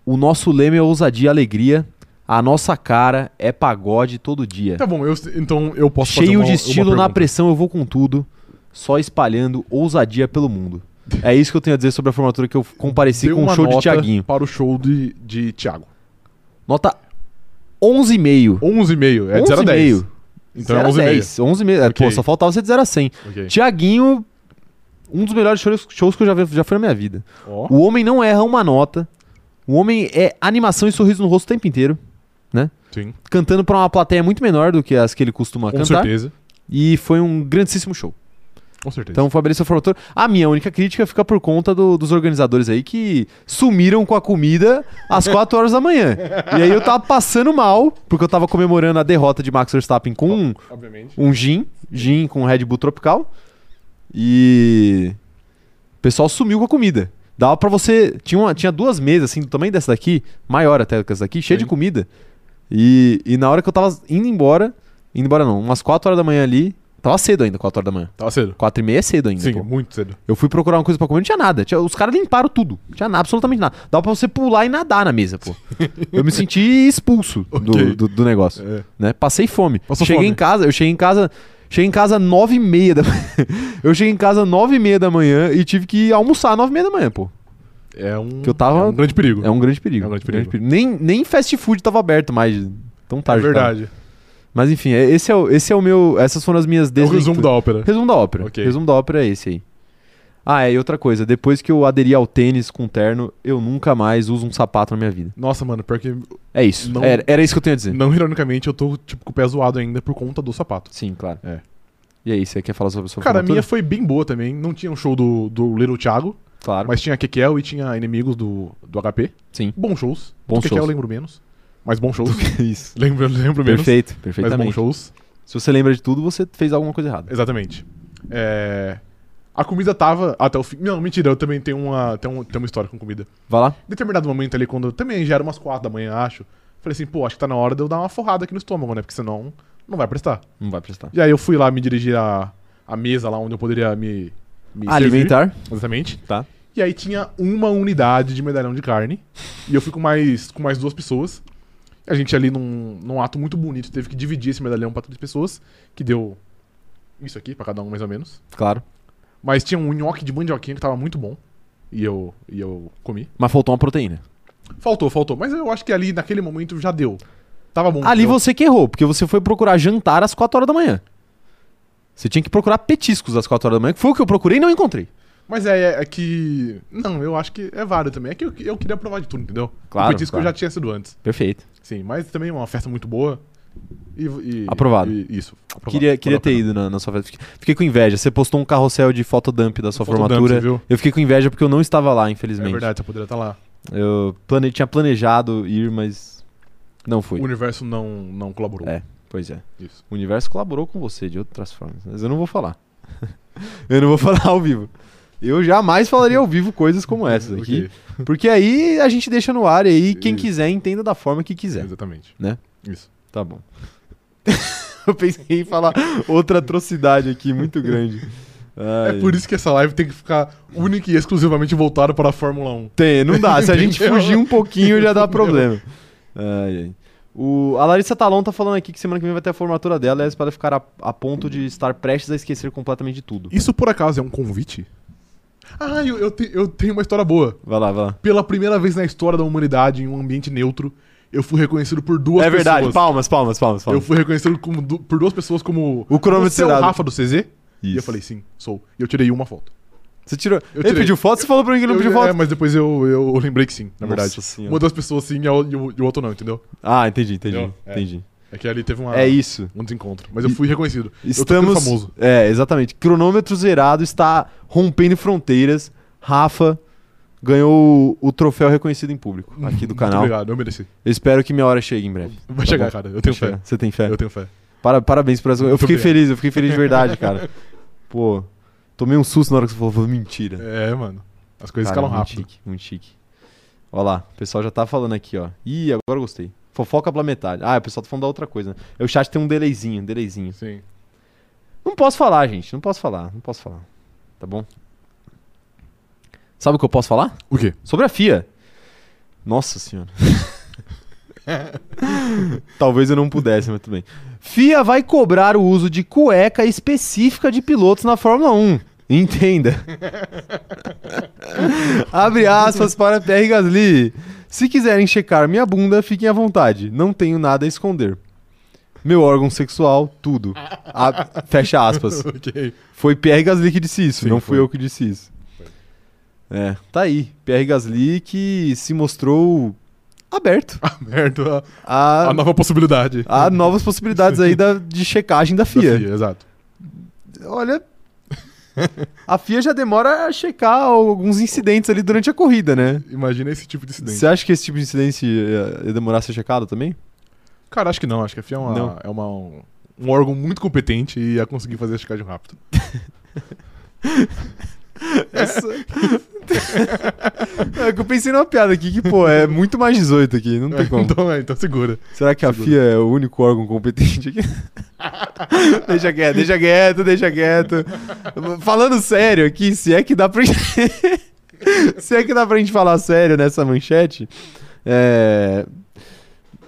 Speaker 1: o nosso lema é ousadia e alegria. A nossa cara é pagode todo dia.
Speaker 2: Tá bom, eu, então eu posso fazer
Speaker 1: É. Cheio
Speaker 2: uma-
Speaker 1: de
Speaker 2: uma
Speaker 1: estilo na
Speaker 2: pergunta.
Speaker 1: pressão, eu vou com tudo. Só espalhando ousadia pelo mundo. É isso que eu tenho a dizer sobre a formatura que eu compareci
Speaker 2: Dê
Speaker 1: com o
Speaker 2: uma
Speaker 1: show de
Speaker 2: nota
Speaker 1: Tiaguinho.
Speaker 2: Para o show de, de Thiago.
Speaker 1: Nota 11,5.
Speaker 2: 11,5. É de 0 a 10.
Speaker 1: 11,5.
Speaker 2: Então
Speaker 1: 0 a
Speaker 2: é 11,5.
Speaker 1: 10. 11,5. É,
Speaker 2: Ok.
Speaker 1: Pô, só faltava ser de 0 a 100.
Speaker 2: Ok.
Speaker 1: Tiaguinho, um dos melhores shows, shows que eu já, vi, já foi na minha vida.
Speaker 2: Ó.
Speaker 1: O homem não erra uma nota. O homem é animação e sorriso no rosto o tempo inteiro.
Speaker 2: Sim,
Speaker 1: Cantando pra uma plateia muito menor do que as que ele costuma
Speaker 2: com
Speaker 1: cantar.
Speaker 2: certeza.
Speaker 1: E foi um grandíssimo show.
Speaker 2: Com certeza.
Speaker 1: Então, Fabrício Formatura. A minha única crítica fica por conta do- dos organizadores aí que sumiram com a comida às 4 horas da manhã. E aí eu tava passando mal, porque eu tava comemorando a derrota de Max Verstappen com um,
Speaker 2: obviamente.
Speaker 1: um gin, gin com Red Bull Tropical. E o pessoal sumiu com a comida. Dava pra você. Tinha, uma- tinha duas mesas, assim, do tamanho dessa daqui, maior até do que essa daqui, cheia de
Speaker 2: Sim.
Speaker 1: comida. E, e na hora que eu tava indo embora, indo embora não, umas 4 horas da manhã ali, tava cedo ainda, 4 horas da manhã.
Speaker 2: Tava Tá cedo.
Speaker 1: 4 e meia é cedo ainda.
Speaker 2: Sim,
Speaker 1: pô.
Speaker 2: muito cedo.
Speaker 1: Eu fui procurar uma coisa pra comer, não tinha nada. Tinha- os caras limparam tudo. Não tinha nada, absolutamente nada. Dava pra você pular e nadar na mesa, pô. eu me senti expulso
Speaker 2: Ok.
Speaker 1: do, do, do negócio.
Speaker 2: É.
Speaker 1: Né? Passei fome.
Speaker 2: Passou
Speaker 1: cheguei
Speaker 2: fome.
Speaker 1: em casa, eu cheguei em casa. Cheguei em casa nove e meia da Eu cheguei em casa nove e meia da manhã e tive que almoçar nove e meia da manhã, pô.
Speaker 2: É um,
Speaker 1: Que eu tava-
Speaker 2: é um grande perigo.
Speaker 1: É um grande perigo.
Speaker 2: É um grande perigo.
Speaker 1: Nem, nem fast food tava aberto mais. Tão
Speaker 2: É
Speaker 1: tarde. tava.
Speaker 2: verdade.
Speaker 1: Mas enfim, é- esse é, o, esse é o meu. Essas foram as minhas
Speaker 2: É o resumo
Speaker 1: então.
Speaker 2: da ópera.
Speaker 1: Resumo da ópera.
Speaker 2: Ok.
Speaker 1: Resumo da ópera é esse aí. Ah, é, e outra coisa, depois que eu aderi ao tênis com terno, eu nunca mais uso um sapato na minha vida.
Speaker 2: Nossa, mano, pior que.
Speaker 1: É isso.
Speaker 2: Não-
Speaker 1: Era, era isso que eu tenho a dizer.
Speaker 2: Não ironicamente, eu tô tipo com o pé zoado ainda por conta do sapato.
Speaker 1: Sim, claro.
Speaker 2: É.
Speaker 1: E aí, você quer falar sobre a sua
Speaker 2: Cara, a minha
Speaker 1: formatura?
Speaker 2: foi bem boa também. Não tinha um show do, do Little Thiago,
Speaker 1: Claro,
Speaker 2: mas tinha Kekel e tinha Inimigos do, do HP.
Speaker 1: sim.
Speaker 2: Bons shows.
Speaker 1: Bons
Speaker 2: do Kekel eu
Speaker 1: shows.
Speaker 2: lembro menos. Mas bons shows.
Speaker 1: isso.
Speaker 2: lembro, lembro menos.
Speaker 1: Perfeito,
Speaker 2: Mas bons
Speaker 1: perfeitamente.
Speaker 2: shows.
Speaker 1: Se você lembra de tudo, você fez alguma coisa errada.
Speaker 2: Exatamente. É, A comida tava até o fim. Não, mentira, eu também tenho uma, tenho, um- tenho uma história com comida.
Speaker 1: Vai lá.
Speaker 2: Em determinado momento ali, quando também já era umas 4 da manhã, acho. Falei assim, pô, acho que tá na hora de eu dar uma forrada aqui no estômago, né? Porque senão não vai prestar.
Speaker 1: Não vai prestar.
Speaker 2: E aí eu fui lá me dirigir à, à mesa lá onde eu poderia me, me
Speaker 1: Alimentar.
Speaker 2: servir, exatamente.
Speaker 1: Tá.
Speaker 2: E aí tinha uma unidade de medalhão de carne. e eu fui com mais, com mais duas pessoas. E a gente ali num, num ato muito bonito teve que dividir esse medalhão pra três pessoas, que deu isso aqui pra cada um mais ou menos.
Speaker 1: Claro.
Speaker 2: Mas tinha um nhoque de mandioquinha que tava muito bom. E eu, e eu comi.
Speaker 1: Mas faltou uma proteína.
Speaker 2: Faltou, faltou. Mas eu acho que ali naquele momento já deu. Tava bom.
Speaker 1: Ali
Speaker 2: entendeu?
Speaker 1: você que errou, porque você foi procurar jantar às 4 horas da manhã. Você tinha que procurar petiscos às 4 horas da manhã, que foi o que eu procurei e não encontrei.
Speaker 2: Mas é, é, é que. Não, eu acho que é válido também. É que eu, eu queria provar de tudo, entendeu?
Speaker 1: Claro,
Speaker 2: O petisco
Speaker 1: claro.
Speaker 2: já tinha sido antes.
Speaker 1: Perfeito.
Speaker 2: Sim, mas também é uma festa muito boa. E, e-
Speaker 1: Aprovado.
Speaker 2: e- isso. aprovado.
Speaker 1: Queria, queria ter
Speaker 2: Valeu
Speaker 1: ido na, na sua festa. Fiquei, fiquei com inveja. Você postou um carrossel de fotodump da sua
Speaker 2: Fotodump,
Speaker 1: formatura.
Speaker 2: você viu?
Speaker 1: Eu fiquei com inveja porque eu não estava lá,
Speaker 2: a pena.
Speaker 1: infelizmente.
Speaker 2: É verdade, você poderia estar lá.
Speaker 1: Eu plane... tinha planejado ir, mas não fui.
Speaker 2: O universo não, não colaborou.
Speaker 1: É. Pois é.
Speaker 2: Isso.
Speaker 1: O universo colaborou com você de outras formas, mas eu não vou falar. eu não vou falar ao vivo. Eu jamais falaria ao vivo coisas como essas aqui.
Speaker 2: Ok,
Speaker 1: Porque aí a gente deixa no ar e aí quem
Speaker 2: Isso.
Speaker 1: quiser entenda da forma que quiser.
Speaker 2: Exatamente.
Speaker 1: Né?
Speaker 2: Isso.
Speaker 1: Tá bom. eu pensei em falar outra atrocidade aqui muito grande.
Speaker 2: É por isso que essa live tem que ficar única e exclusivamente voltada para a Fórmula 1.
Speaker 1: Tem, não dá. Se a gente
Speaker 2: Entendeu?
Speaker 1: fugir um pouquinho, já dá problema. Ai, ai. O, a Larissa Talon tá falando aqui que semana que vem vai ter a formatura dela e ela espera ficar a, a ponto de estar prestes a esquecer completamente de tudo.
Speaker 2: Isso por acaso é um convite? Ah, eu, eu, te- eu tenho uma história boa.
Speaker 1: Vai lá, vai lá.
Speaker 2: Pela primeira vez na história da humanidade, em um ambiente neutro, eu fui reconhecido por duas
Speaker 1: é verdade,
Speaker 2: pessoas.
Speaker 1: palmas, palmas, palmas,
Speaker 2: Eu
Speaker 1: palmas.
Speaker 2: fui reconhecido como du- por duas pessoas como.
Speaker 1: O cronômetro
Speaker 2: Você é o
Speaker 1: zerado."
Speaker 2: Rafa do CZ? E eu
Speaker 1: Isso.
Speaker 2: falei, sim, sou. E eu tirei uma foto.
Speaker 1: Você tirou. Ele
Speaker 2: tirei.
Speaker 1: pediu foto, você falou pra mim que ele não
Speaker 2: eu,
Speaker 1: pediu foto.
Speaker 2: É, mas depois eu, eu lembrei que sim, na
Speaker 1: Nossa
Speaker 2: verdade.
Speaker 1: Senhora.
Speaker 2: Uma das pessoas sim e o, e o- e o outro não, entendeu?
Speaker 1: Ah, entendi, entendi.
Speaker 2: é- Entendeu? É.
Speaker 1: entendi.
Speaker 2: É que ali teve uma,
Speaker 1: É isso.
Speaker 2: um desencontro. Mas eu fui reconhecido. Eu tô
Speaker 1: Estamos.
Speaker 2: ficando famoso.
Speaker 1: É, exatamente. Cronômetro zerado está rompendo fronteiras. Rafa ganhou o, o troféu reconhecido em público aqui do canal. Tá
Speaker 2: Muito obrigado, eu mereci.
Speaker 1: Eu espero que minha hora chegue em breve.
Speaker 2: Vai chegar, cara. Eu tenho fé.
Speaker 1: Você tem fé?
Speaker 2: Eu tenho fé.
Speaker 1: Para- parabéns por essa. Eu
Speaker 2: Muito
Speaker 1: fiquei
Speaker 2: obrigado.
Speaker 1: feliz, eu fiquei feliz de verdade, cara. Pô, tomei um susto na hora que você falou, falei, mentira.
Speaker 2: É, mano. As coisas
Speaker 1: Cara,
Speaker 2: escalam
Speaker 1: muito
Speaker 2: rápido.
Speaker 1: chique, muito chique. Olha lá, o pessoal já tá falando aqui, ó. Ih, agora eu gostei. Fofoca planetária. Ah, o pessoal tá falando da outra coisa, né? É, O chat tem um delayzinho, um delayzinho.
Speaker 2: Sim.
Speaker 1: Não posso falar, gente. Não posso falar, não posso falar. Tá bom? Sabe o que eu posso falar?
Speaker 2: O quê?
Speaker 1: Sobre a FIA. Nossa senhora. Talvez eu não pudesse, mas tudo bem. FIA vai cobrar o uso de cueca específica de pilotos na Fórmula 1. Entenda. Abre aspas para Pierre Gasly. Se quiserem checar minha bunda, fiquem à vontade. Não tenho nada a esconder. Meu órgão sexual, tudo. A- fecha aspas.
Speaker 2: ok.
Speaker 1: Foi Pierre Gasly que disse isso,
Speaker 2: Sim,
Speaker 1: não fui
Speaker 2: foi.
Speaker 1: eu que disse isso. É, tá aí. Pierre Gasly que se mostrou aberto
Speaker 2: Ah, merda.
Speaker 1: a,
Speaker 2: A nova possibilidade.
Speaker 1: Ah, a novas possibilidades aí da- de checagem da
Speaker 2: Da
Speaker 1: FIA.
Speaker 2: exato.
Speaker 1: Olha. A FIA já demora a checar alguns incidentes ali durante a corrida, né?
Speaker 2: Imagina esse tipo de incidente.
Speaker 1: Você acha que esse tipo de incidente ia ia demorar a ser checado também?
Speaker 2: Cara, acho que não. Acho que a FIA é, uma-
Speaker 1: Não.
Speaker 2: é uma- um, um órgão muito competente e ia conseguir fazer a checagem rápido.
Speaker 1: É que eu pensei numa piada aqui que, pô, é muito mais 18 aqui, não tem como.
Speaker 2: então, é, então segura.
Speaker 1: Será que a
Speaker 2: Segura.
Speaker 1: FIA é o único órgão competente aqui? deixa quieto, deixa quieto, deixa quieto. Falando sério aqui, se é que dá pra gente- se é que dá pra gente falar sério nessa manchete, é...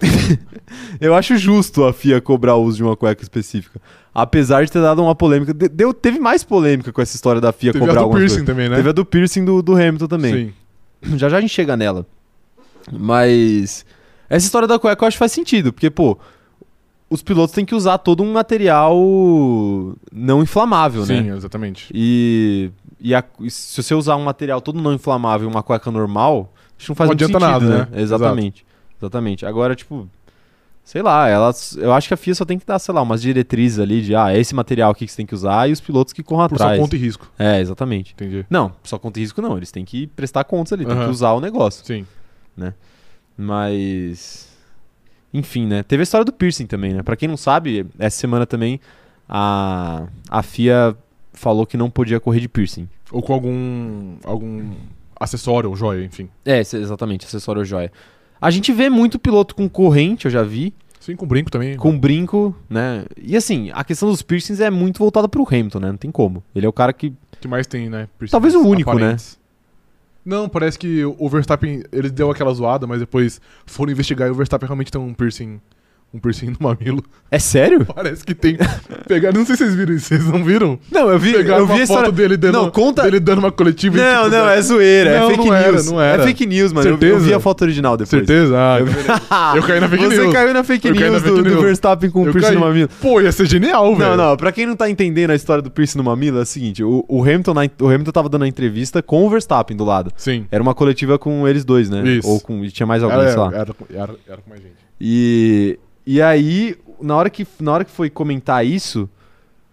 Speaker 1: eu acho justo a FIA cobrar o uso de uma cueca específica. Apesar de ter dado uma polêmica. De- Deu, teve mais polêmica com essa história da FIA
Speaker 2: Teve
Speaker 1: cobrar
Speaker 2: a do
Speaker 1: algumas
Speaker 2: piercing
Speaker 1: coisas.
Speaker 2: também, né?
Speaker 1: Teve a do piercing do, do Hamilton também.
Speaker 2: Sim.
Speaker 1: Já já a gente chega nela. Mas essa história da cueca eu acho que faz sentido, porque, pô, os pilotos têm que usar todo um material não inflamável,
Speaker 2: Sim,
Speaker 1: né?
Speaker 2: exatamente.
Speaker 1: E, e a- e se você usar um material todo não inflamável e uma cueca normal, isso não faz
Speaker 2: Não
Speaker 1: muito
Speaker 2: adianta
Speaker 1: sentido,
Speaker 2: nada, né?
Speaker 1: Exatamente. Exatamente. Agora, tipo, sei lá, ela, eu acho que a FIA só tem que dar, sei lá, umas diretrizes ali de, ah, é esse material aqui que você tem que usar e os pilotos que corram
Speaker 2: Por
Speaker 1: atrás.
Speaker 2: sua conta e risco.
Speaker 1: É, exatamente.
Speaker 2: Entendi.
Speaker 1: Não, só conta e risco não. Eles têm que prestar contas ali, tem
Speaker 2: Aham.
Speaker 1: que usar o negócio.
Speaker 2: Sim.
Speaker 1: Mas. Enfim, né? Teve a história do piercing também, né? Pra quem não sabe, essa semana também a, a FIA falou que não podia correr de piercing.
Speaker 2: Ou com algum. algum acessório ou joia, enfim.
Speaker 1: É, ex- exatamente, acessório ou joia. A gente vê muito piloto com corrente, eu já vi,
Speaker 2: Sim, com brinco também.
Speaker 1: com brinco, né? E assim, a questão dos piercings é muito voltada pro Hamilton, né? Não tem como. Ele é o cara que.
Speaker 2: que mais tem, né? piercings
Speaker 1: Talvez o único, né?
Speaker 2: aparentes. Não, parece que o Verstappen, ele deu aquela zoada, mas depois foram investigar e o Verstappen realmente tem um piercing, um piercing no mamilo.
Speaker 1: É sério?
Speaker 2: Parece que tem. Pegaram, não sei se vocês viram isso, vocês não viram?
Speaker 1: Não, eu vi,
Speaker 2: Pegaram
Speaker 1: eu vi
Speaker 2: uma
Speaker 1: a história.
Speaker 2: foto dele dando,
Speaker 1: Não, conta-
Speaker 2: dele dando uma coletiva. e,
Speaker 1: Não,
Speaker 2: tipo,
Speaker 1: não, é zoeira,
Speaker 2: Não,
Speaker 1: é fake
Speaker 2: não era,
Speaker 1: news.
Speaker 2: não era.
Speaker 1: É fake news, mano. Eu- Eu,
Speaker 2: Certeza?
Speaker 1: vi a foto original depois.
Speaker 2: Certeza? Ah, eu caí na fake
Speaker 1: Você
Speaker 2: news.
Speaker 1: caiu na fake
Speaker 2: Eu caí
Speaker 1: news,
Speaker 2: na
Speaker 1: do,
Speaker 2: fake
Speaker 1: do
Speaker 2: news.
Speaker 1: Verstappen com o
Speaker 2: Eu
Speaker 1: piercing
Speaker 2: caí.
Speaker 1: no mamilo.
Speaker 2: Pô, ia ser genial, velho.
Speaker 1: Não, não, pra quem não tá entendendo a história do piercing no mamilo, é o seguinte: o, o Hamilton, na, o Hamilton tava dando a entrevista com o Verstappen do lado.
Speaker 2: Sim.
Speaker 1: Era uma coletiva com eles dois, né?
Speaker 2: Isso. É,
Speaker 1: Ou com. e Tinha mais alguém,
Speaker 2: Era,
Speaker 1: sei lá.
Speaker 2: era, era- era com mais gente.
Speaker 1: E, e aí, na hora, que, na hora que foi comentar isso,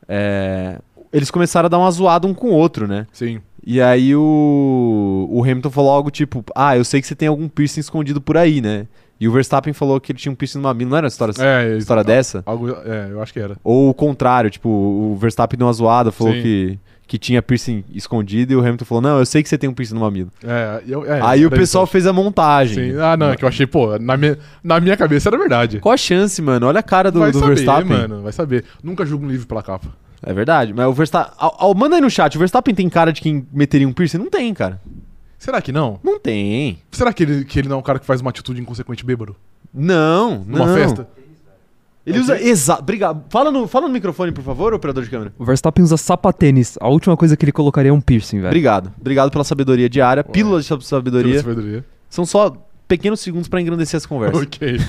Speaker 1: é, eles começaram a dar uma zoada um com o outro, né?
Speaker 2: Sim.
Speaker 1: E aí o, o Hamilton falou algo tipo, ah, eu sei que você tem algum piercing escondido por aí, né? E o Verstappen falou que ele tinha um piercing no mamilo, não era uma história,
Speaker 2: É,
Speaker 1: história dessa?
Speaker 2: Algo, é, eu acho que era.
Speaker 1: Ou o contrário, tipo, o Verstappen deu uma zoada, falou
Speaker 2: Sim.
Speaker 1: que, que tinha piercing escondido e o Hamilton falou, não, eu sei que você tem um piercing no mamilo.
Speaker 2: É, eu, é,
Speaker 1: aí o
Speaker 2: era
Speaker 1: pessoal
Speaker 2: isso,
Speaker 1: fez a
Speaker 2: eu acho.
Speaker 1: montagem.
Speaker 2: Sim. Ah, não, é que eu achei, pô, na minha, na minha cabeça era verdade.
Speaker 1: Qual é a chance, mano? Olha a cara do,
Speaker 2: vai
Speaker 1: do
Speaker 2: saber,
Speaker 1: Verstappen.
Speaker 2: mano, vai saber. Nunca julgo um livro pela capa.
Speaker 1: É verdade. Mas o Verstappen. Ao, ao- manda aí no chat, o Verstappen tem cara de quem meteria um piercing? Não tem, cara.
Speaker 2: Será que não?
Speaker 1: Não tem.
Speaker 2: Será que ele, que ele não é um cara que faz uma atitude inconsequente bêbado?
Speaker 1: Não,
Speaker 2: Numa
Speaker 1: não.
Speaker 2: festa?
Speaker 1: Ele usa. Exato. Obrigado. Fala no, fala no microfone, por favor, operador de câmera.
Speaker 3: O Verstappen usa sapatênis. A última coisa que ele colocaria é um piercing, velho.
Speaker 1: Obrigado. Obrigado pela sabedoria diária,
Speaker 2: Ué.
Speaker 1: pílulas de sabedoria.
Speaker 2: Sabedoria.
Speaker 1: São só pequenos segundos pra engrandecer as conversas.
Speaker 2: Ok.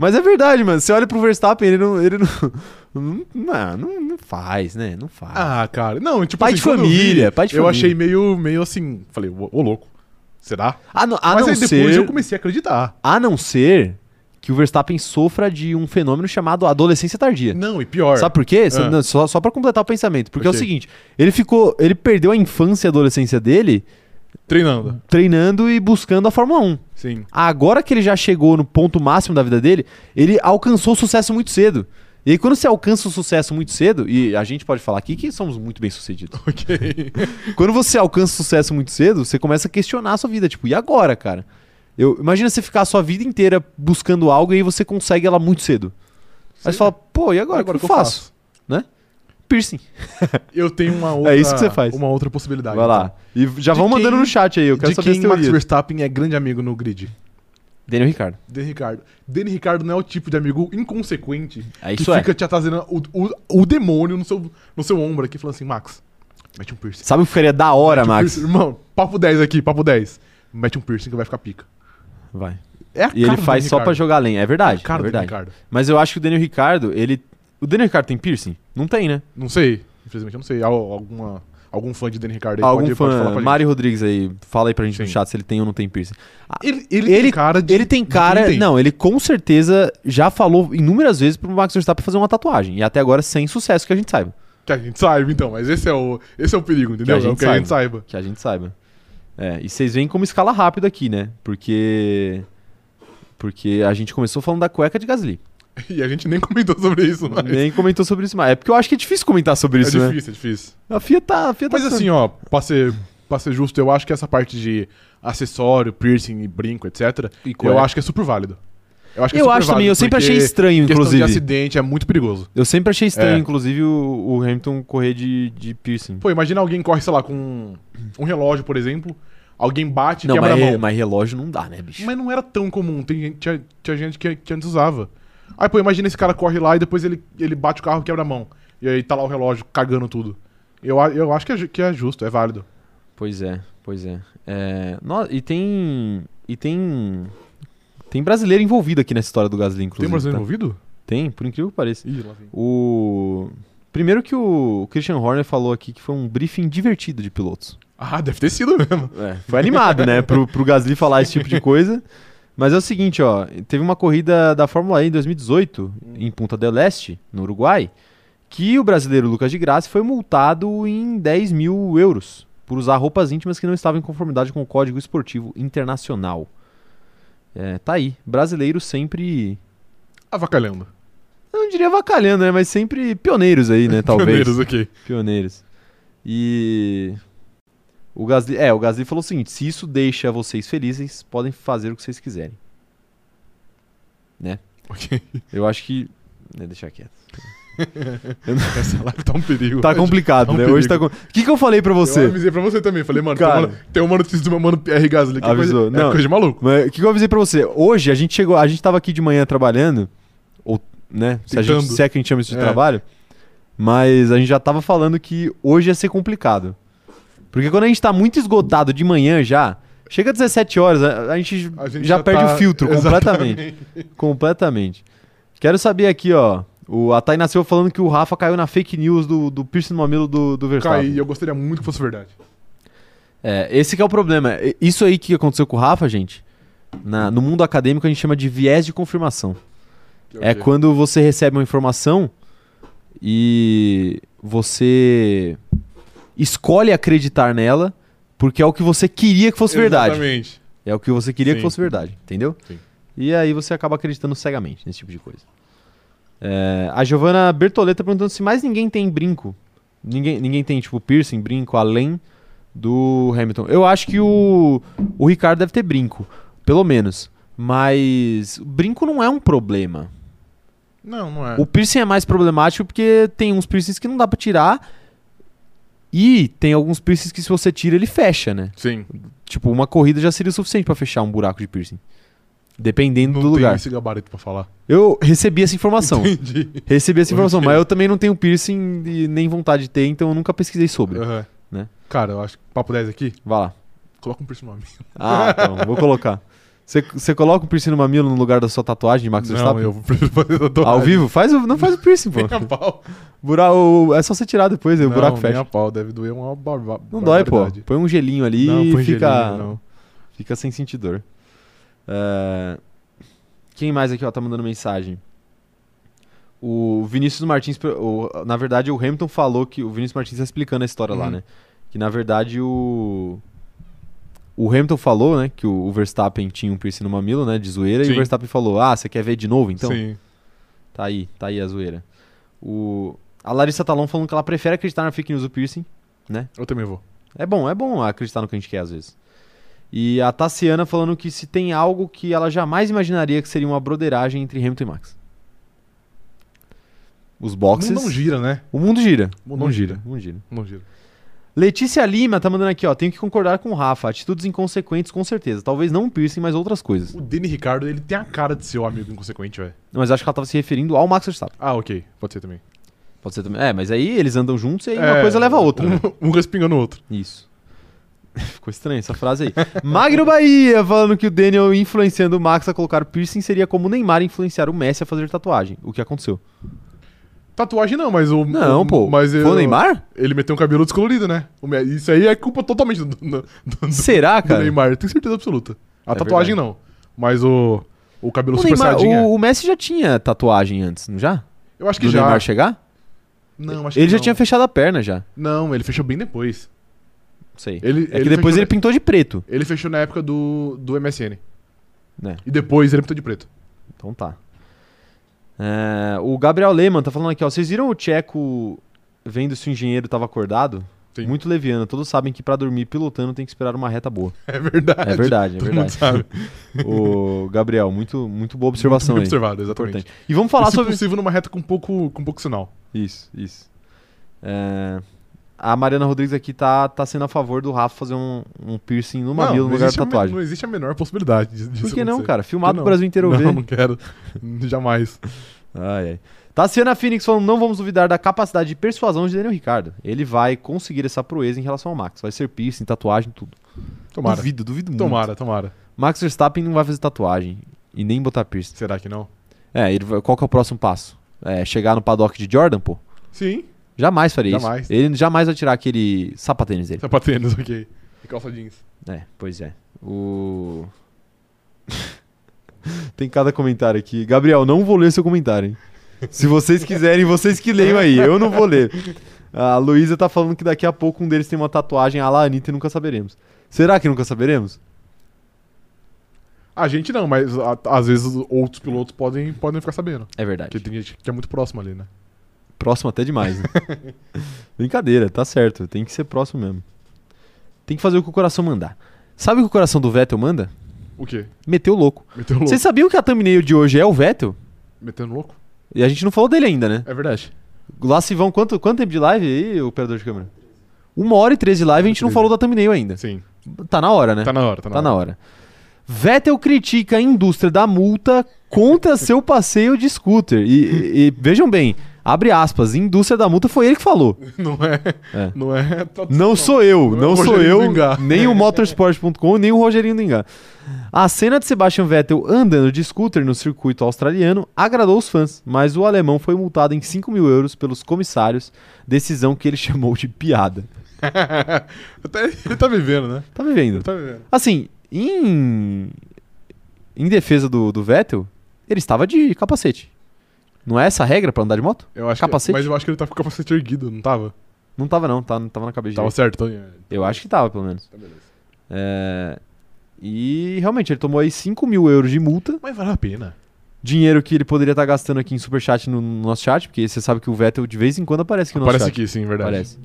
Speaker 1: Mas é verdade, mano. Você olha pro Verstappen, ele não. Ele não, não, não, não- não faz, né? Não faz.
Speaker 2: Ah, cara. Não, tipo
Speaker 1: Pai de
Speaker 2: quando eu
Speaker 1: família, pai de
Speaker 2: eu
Speaker 1: família.
Speaker 2: achei meio, meio assim. Falei, ô ô, louco. Será?
Speaker 1: A, não- a
Speaker 2: Mas
Speaker 1: não
Speaker 2: aí
Speaker 1: ser,
Speaker 2: depois eu comecei a acreditar.
Speaker 1: a não ser que o Verstappen sofra de um fenômeno chamado adolescência tardia.
Speaker 2: Não, e pior.
Speaker 1: Sabe por quê? Só-
Speaker 2: Ah.
Speaker 1: não, Só, só para completar o pensamento. Porque é o
Speaker 2: Ok.
Speaker 1: seguinte, ele ficou, ele perdeu a infância e adolescência dele
Speaker 2: Treinando.
Speaker 1: treinando e buscando a Fórmula 1.
Speaker 2: Sim.
Speaker 1: Agora que ele já chegou no ponto máximo da vida dele, ele alcançou o sucesso muito cedo. E aí, quando você alcança o sucesso muito cedo, e a gente pode falar aqui que somos muito bem sucedidos.
Speaker 2: Ok.
Speaker 1: quando você alcança o sucesso muito cedo, você começa a questionar a sua vida. Tipo, e agora, cara? Eu, imagina você ficar a sua vida inteira buscando algo e aí você consegue ela muito cedo. Aí você fala, pô, e agora? o que eu faço? Piercing.
Speaker 2: Eu tenho uma outra.
Speaker 1: isso que você faz.
Speaker 2: Uma outra possibilidade.
Speaker 1: Vai lá. E já
Speaker 2: Tá, então. De
Speaker 1: vão
Speaker 2: quem-
Speaker 1: mandando no chat aí, eu
Speaker 2: Eu
Speaker 1: quero
Speaker 2: quero de
Speaker 1: saber as
Speaker 2: quem Max
Speaker 1: teorias.
Speaker 2: Verstappen é grande amigo no grid.
Speaker 1: Daniel Ricardo.
Speaker 2: Dani Ricardo. Dani Ricardo não é o tipo de amigo inconsequente
Speaker 1: É
Speaker 2: que fica te atazanando o, o, o demônio no seu, no seu ombro aqui, falando assim, Max, mete um piercing.
Speaker 1: Sabe o que ficaria da hora,
Speaker 2: Mete um
Speaker 1: Tá, Max?
Speaker 2: piercing. Irmão, papo 10 aqui, papo 10. Mete um piercing que vai ficar pica.
Speaker 1: Vai.
Speaker 2: É a
Speaker 1: E
Speaker 2: cara
Speaker 1: ele
Speaker 2: do
Speaker 1: faz
Speaker 2: Dani
Speaker 1: só pra
Speaker 2: Ricardo.
Speaker 1: jogar além. É
Speaker 2: É
Speaker 1: verdade.
Speaker 2: a
Speaker 1: é
Speaker 2: cara do Dani
Speaker 1: verdade.
Speaker 2: Ricardo.
Speaker 1: Mas eu acho que o Daniel Ricardo, ele. O Daniel Ricardo tem piercing? Não tem, né?
Speaker 2: Não sei, infelizmente eu não sei. Al- Alguma, algum fã de Dani Ricardo aí
Speaker 1: Algum
Speaker 2: pode, pode falar
Speaker 1: fã.
Speaker 2: pra gente.
Speaker 1: Mário Rodrigues aí, fala aí pra gente no
Speaker 2: Sim.
Speaker 1: chat se ele tem ou não tem piercing. Ah,
Speaker 2: Ele, ele,
Speaker 1: ele-
Speaker 2: tem cara de.
Speaker 1: ele tem
Speaker 2: de
Speaker 1: cara.
Speaker 2: quem tem.
Speaker 1: Não, ele com certeza já falou inúmeras vezes pro Max Verstappen fazer uma tatuagem. E até agora sem sucesso que a gente saiba.
Speaker 2: Que a gente saiba, então, mas esse é o, esse é o perigo, entendeu? é o
Speaker 1: gente
Speaker 2: que a gente saiba.
Speaker 1: Que a gente saiba. É, e vocês veem como escala rápido aqui, né? Porque. Porque a gente começou falando da cueca de Gasly.
Speaker 2: E a gente nem comentou sobre isso, mas.
Speaker 1: Nem comentou sobre isso mais. É porque eu acho que é difícil comentar sobre
Speaker 2: é
Speaker 1: isso, né?
Speaker 2: difícil, é difícil.
Speaker 1: A FIA tá. A FIA tá
Speaker 2: Mas assim, ó, pra ser, pra ser justo, eu acho que essa parte de acessório, piercing e brinco, etc.,
Speaker 1: E cueca.
Speaker 2: eu acho que é super válido. Eu acho, que é
Speaker 1: Eu
Speaker 2: super
Speaker 1: acho também, eu
Speaker 2: válido,
Speaker 1: sempre
Speaker 2: porque
Speaker 1: achei estranho,
Speaker 2: questão
Speaker 1: inclusive.
Speaker 2: de acidente é muito perigoso.
Speaker 1: Eu sempre achei estranho,
Speaker 2: É.
Speaker 1: inclusive, o, o Hamilton correr de, de piercing.
Speaker 2: Pô, imagina alguém corre, sei lá, com um- um relógio, por exemplo, alguém bate e
Speaker 1: não,
Speaker 2: quebra
Speaker 1: mas,
Speaker 2: a
Speaker 1: re-
Speaker 2: mão.
Speaker 1: mas relógio não dá, né, bicho?
Speaker 2: Mas não era tão comum, tem, gente- tinha, tinha gente que, que antes usava. Aí, pô, imagina esse cara corre lá e depois ele, ele bate o carro e quebra a mão. E aí tá lá o relógio cagando tudo. Eu, a- eu acho que é, ju- que é justo, é válido.
Speaker 1: Pois é, pois é. É, no- e tem. E tem. Tem brasileiro envolvido aqui nessa história do Gasly, inclusive.
Speaker 2: Tem brasileiro
Speaker 1: tá?
Speaker 2: envolvido?
Speaker 1: Tem, por incrível que pareça.
Speaker 2: Ih, lá vem.
Speaker 1: O. Primeiro que o Christian Horner falou aqui que foi um briefing divertido de pilotos.
Speaker 2: Ah, deve ter sido mesmo.
Speaker 1: foi animado, né? Pro, pro Gasly falar esse tipo de coisa. Mas é o seguinte, ó. Teve uma corrida da Fórmula E em 2018, em Punta del Este, no Uruguai, que o brasileiro Lucas de Grassi foi multado em 10 mil euros por usar roupas íntimas que não estavam em conformidade com o Código Esportivo Internacional. É, tá aí. Brasileiro sempre.
Speaker 2: Avacalhando.
Speaker 1: Eu não diria vacalhando, né? Mas sempre pioneiros aí, né? Talvez.
Speaker 2: Pioneiros aqui.
Speaker 1: Pioneiros. E o Gasly, é, o Gasly falou o seguinte: se isso deixa vocês felizes, podem fazer o que vocês quiserem. Né?
Speaker 2: Ok.
Speaker 1: Eu acho que né, deixar quieto.
Speaker 2: Essa live tá um perigo.
Speaker 1: Tá complicado,
Speaker 2: é um
Speaker 1: né? Hoje tá
Speaker 2: perigo.
Speaker 1: com... O que que eu falei pra
Speaker 2: Eu
Speaker 1: você?
Speaker 2: avisei pra você também. Falei, mano,
Speaker 1: Cara.
Speaker 2: tem, uma, tem uma notícia do meu mano PR Gasly que é
Speaker 1: Avisou,
Speaker 2: coisa,
Speaker 1: não.
Speaker 2: É coisa de maluco.
Speaker 1: Mas O que que eu avisei pra você? Hoje a gente chegou, a gente tava aqui de manhã trabalhando, ou, né? Se, a gente,
Speaker 2: Tentando.
Speaker 1: se é que a gente chama isso de
Speaker 2: É.
Speaker 1: trabalho, mas a gente já tava falando que hoje ia ser complicado. Porque quando a gente tá muito esgotado de manhã já, chega 17 horas, a, a gente,
Speaker 2: A gente
Speaker 1: já, perde
Speaker 2: tá-
Speaker 1: o filtro completamente.
Speaker 2: Exatamente.
Speaker 1: Completamente. Quero saber aqui, ó. O Atay nasceu falando que o Rafa caiu na fake news do, do piercing no mamilo do, do Verstappen.
Speaker 2: Cai, e eu gostaria muito que fosse verdade.
Speaker 1: É, esse que é o problema. E- Isso aí que aconteceu com o Rafa, gente, na- no mundo acadêmico a gente chama de viés de confirmação. É
Speaker 2: Ok.
Speaker 1: quando você recebe uma informação e você escolhe acreditar nela porque é o que você queria que fosse verdade.
Speaker 2: Exatamente.
Speaker 1: É o que você queria que
Speaker 2: Sim.
Speaker 1: fosse verdade, entendeu?
Speaker 2: Sim.
Speaker 1: E aí você acaba acreditando cegamente nesse tipo de coisa. É, a Giovana Bertoleta perguntando se mais ninguém tem brinco. Ninguém, ninguém tem, tipo, piercing, brinco, além do Hamilton. Eu acho que o, o Ricardo deve ter brinco, pelo menos. Mas o brinco não é um problema.
Speaker 2: Não, não é.
Speaker 1: O piercing é mais problemático porque tem uns piercings que não dá pra tirar. E tem alguns piercings que se você tira, ele fecha, né?
Speaker 2: Sim.
Speaker 1: Tipo, uma corrida já seria o suficiente pra fechar um buraco de piercing. Dependendo
Speaker 2: Não
Speaker 1: do
Speaker 2: tem
Speaker 1: lugar.
Speaker 2: esse gabarito pra falar.
Speaker 1: Eu recebi essa informação.
Speaker 2: Entendi.
Speaker 1: Recebi essa informação,
Speaker 2: Entendi.
Speaker 1: mas eu também não tenho piercing e nem vontade de ter, então eu nunca pesquisei sobre.
Speaker 2: Aham.
Speaker 1: Né?
Speaker 2: Cara, eu acho que papo 10 aqui,
Speaker 1: Vai lá.
Speaker 2: coloca um piercing no mamilo.
Speaker 1: Ah, então, vou colocar. Você- Você coloca o piercing no mamilo no lugar da sua tatuagem de Max
Speaker 2: Não,
Speaker 1: Verstappen?
Speaker 2: eu prefiro fazer tatuagem.
Speaker 1: Ao vivo? Faz o- não faz o piercing, pô.
Speaker 2: Nem a pau.
Speaker 1: Bura- o- é só você tirar depois, aí o
Speaker 2: Não,
Speaker 1: buraco
Speaker 2: nem
Speaker 1: fecha.
Speaker 2: a pau, deve doer uma barba.
Speaker 1: Não dói, pô.
Speaker 2: barbaridade.
Speaker 1: Põe um gelinho ali
Speaker 2: Não,
Speaker 1: e
Speaker 2: põe
Speaker 1: fica,
Speaker 2: gelinho, não.
Speaker 1: fica sem sentir dor. É, Quem mais aqui ó, tá mandando mensagem? O Vinícius Martins. per- o- Na verdade, o Hamilton falou que. O Vinícius Martins tá explicando a história lá,
Speaker 2: Uhum.
Speaker 1: né? Que na verdade o. O Hamilton falou, né? Que o o Verstappen tinha um piercing no mamilo, né? De zoeira. E
Speaker 2: Sim.
Speaker 1: o Verstappen falou: Ah, você quer ver de novo então?
Speaker 2: Sim.
Speaker 1: Tá aí, tá aí a zoeira. O... A Larissa Talon falando que ela prefere acreditar na fake news do piercing.
Speaker 2: Eu também vou.
Speaker 1: É bom, é bom acreditar no que a gente quer às vezes. E a Tassiana falando que se tem algo que ela jamais imaginaria que seria uma broderagem entre Hamilton e Max. Os boxes.
Speaker 2: Não, não gira, né?
Speaker 1: o mundo gira.
Speaker 2: O mundo não gira.
Speaker 1: O mundo gira.
Speaker 2: Não gira.
Speaker 1: Letícia Lima tá mandando aqui, ó. Tenho que concordar com o Rafa. Atitudes inconsequentes, com certeza. Talvez não um piercing, mas outras coisas.
Speaker 2: O Dani Ricardo, ele tem a cara de ser o amigo inconsequente, velho.
Speaker 1: Mas acho que ela tava se referindo ao Max Verstappen.
Speaker 2: Ah, ok. Pode ser também.
Speaker 1: Pode ser também. É, mas aí eles andam juntos e aí
Speaker 2: É,
Speaker 1: uma coisa leva a outra. né?
Speaker 2: Um, um respingando o outro.
Speaker 1: Isso. Ficou estranho essa frase aí. Magno Bahia falando que o Daniel influenciando o Max a colocar piercing seria como o Neymar influenciar o Messi a fazer tatuagem. O que aconteceu?
Speaker 2: Tatuagem não, mas o.
Speaker 1: Não,
Speaker 2: o-
Speaker 1: pô.
Speaker 2: Mas
Speaker 1: Foi
Speaker 2: eu-
Speaker 1: o Neymar?
Speaker 2: Ele meteu um cabelo descolorido, né? O Me- Isso aí é culpa totalmente do, do, do-
Speaker 1: Será,
Speaker 2: do
Speaker 1: cara?
Speaker 2: Neymar. Eu Tenho certeza absoluta. A
Speaker 1: É
Speaker 2: tatuagem não. Mas o. O cabelo
Speaker 1: O,
Speaker 2: super
Speaker 1: Neymar-
Speaker 2: saiyajin, é.
Speaker 1: o- o Messi já tinha tatuagem antes, não já?
Speaker 2: Eu acho que
Speaker 1: Do
Speaker 2: já.
Speaker 1: Neymar chegar?
Speaker 2: Não, acho
Speaker 1: ele
Speaker 2: que
Speaker 1: já
Speaker 2: não.
Speaker 1: tinha fechado a perna já.
Speaker 2: Não, ele fechou bem depois.
Speaker 1: Não sei.
Speaker 2: Ele,
Speaker 1: é que depois
Speaker 2: fechou-
Speaker 1: ele pintou de preto.
Speaker 2: Ele fechou na época do, do MSN.
Speaker 1: Né.
Speaker 2: E depois ele pintou de preto.
Speaker 1: Então tá. É, o Gabriel Lehmann tá falando aqui, ó. Vocês viram o Tcheco vendo se o engenheiro tava acordado?
Speaker 2: Sim.
Speaker 1: Muito leviano. Todos sabem que pra dormir pilotando tem que esperar uma reta boa.
Speaker 2: É verdade.
Speaker 1: É verdade, é
Speaker 2: Todo mundo
Speaker 1: verdade.
Speaker 2: sabe.
Speaker 1: O Gabriel, muito, muito boa observação
Speaker 2: Muito bem
Speaker 1: aí.
Speaker 2: observado, exatamente.
Speaker 1: Importante. E vamos falar
Speaker 2: E, se
Speaker 1: sobre.
Speaker 2: possível numa reta com um pouco, com pouco sinal.
Speaker 1: Isso, isso. É, A Mariana Rodrigues aqui tá, tá sendo a favor do Rafa fazer um, um piercing no mamilo no lugar da
Speaker 2: existe a me-
Speaker 1: tatuagem.
Speaker 2: não é existe a menor possibilidade disso
Speaker 1: Por que não,
Speaker 2: acontecer.
Speaker 1: cara? Filmado
Speaker 2: Não,
Speaker 1: pro Brasil inteiro
Speaker 2: não,
Speaker 1: ver.
Speaker 2: Não, quero. Jamais.
Speaker 1: Ai, ai. Tassiana Phoenix falando: não vamos duvidar da capacidade de persuasão de Daniel Ricardo. Ele vai conseguir essa proeza em relação ao Max. Vai ser piercing, tatuagem, tudo.
Speaker 2: Tomara.
Speaker 1: Duvido, duvido muito.
Speaker 2: Tomara, tomara.
Speaker 1: Max Verstappen não vai fazer tatuagem e nem botar piercing.
Speaker 2: Será que não?
Speaker 1: É, ele vai- qual que é o próximo passo? É, chegar no paddock de Jordan, pô?
Speaker 2: Sim.
Speaker 1: Jamais faria
Speaker 2: Jamais.
Speaker 1: isso. Ele jamais vai tirar aquele sapatênis dele.
Speaker 2: Sapatênis, é ok. E calça jeans.
Speaker 1: É, pois é. O. Tem cada comentário aqui. Gabriel, não vou ler seu comentário, hein? Se vocês quiserem, vocês que leiam aí. Eu não vou ler. A Luísa tá falando que daqui a pouco um deles tem uma tatuagem à la Anitta e nunca saberemos. Será que nunca saberemos?
Speaker 2: A gente não, mas a- às vezes os outros pilotos podem, podem ficar sabendo.
Speaker 1: É verdade.
Speaker 2: Porque tem gente que é muito próximo ali, né?
Speaker 1: Próximo até demais, né? Brincadeira, tá certo. Tem que ser próximo mesmo. Tem que fazer o que o coração mandar. Sabe o que o coração do Vettel manda?
Speaker 2: O quê?
Speaker 1: Meteu louco.
Speaker 2: Meteu louco.
Speaker 1: Vocês sabiam que a thumbnail de hoje é o Vettel?
Speaker 2: Metendo louco?
Speaker 1: E a gente não falou dele ainda, né?
Speaker 2: É verdade.
Speaker 1: Lá se vão quanto, quanto tempo de live aí, operador de câmera? Uma hora e treze de live, a gente não
Speaker 2: 13.
Speaker 1: falou da thumbnail ainda.
Speaker 2: Sim.
Speaker 1: Tá na hora, né?
Speaker 2: Tá na hora, tá na
Speaker 1: Tá
Speaker 2: hora.
Speaker 1: na hora. Vettel critica a indústria da multa contra seu passeio de scooter. E, e- e vejam bem, abre aspas, indústria da multa foi ele que falou.
Speaker 2: Não é.
Speaker 1: É.
Speaker 2: Não é. tá-
Speaker 1: Não sou eu,
Speaker 2: Não é
Speaker 1: não
Speaker 2: o
Speaker 1: sou
Speaker 2: Rogerinho
Speaker 1: eu,
Speaker 2: Dingá.
Speaker 1: nem o motorsport.com, nem o Rogerinho Dingá. A cena de Sebastian Vettel andando de scooter no circuito australiano agradou os fãs, mas o alemão foi multado em 5 mil euros pelos comissários, decisão que ele chamou de piada.
Speaker 2: Até ele tá vivendo, né?
Speaker 1: Tá vivendo?
Speaker 2: Ele tá vivendo.
Speaker 1: Assim, em, em defesa do, do Vettel, ele estava de capacete. Não é essa a regra pra andar de moto?
Speaker 2: Eu acho
Speaker 1: Capacete?
Speaker 2: Que, mas eu acho que ele tá com o capacete erguido, não tava?
Speaker 1: Não tava não, tava, tava na cabeça
Speaker 2: Tava
Speaker 1: dele.
Speaker 2: certo, então.
Speaker 1: Eu acho que tava, pelo menos.
Speaker 2: Tá beleza.
Speaker 1: É, E realmente, ele tomou aí 5 mil euros de multa.
Speaker 2: Mas vale a pena.
Speaker 1: dinheiro que ele poderia estar gastando aqui em superchat no, no nosso chat, porque você sabe que o Vettel de vez em quando aparece aqui no
Speaker 2: Parece
Speaker 1: nosso chat.
Speaker 2: que sim, é verdade.
Speaker 1: Parece.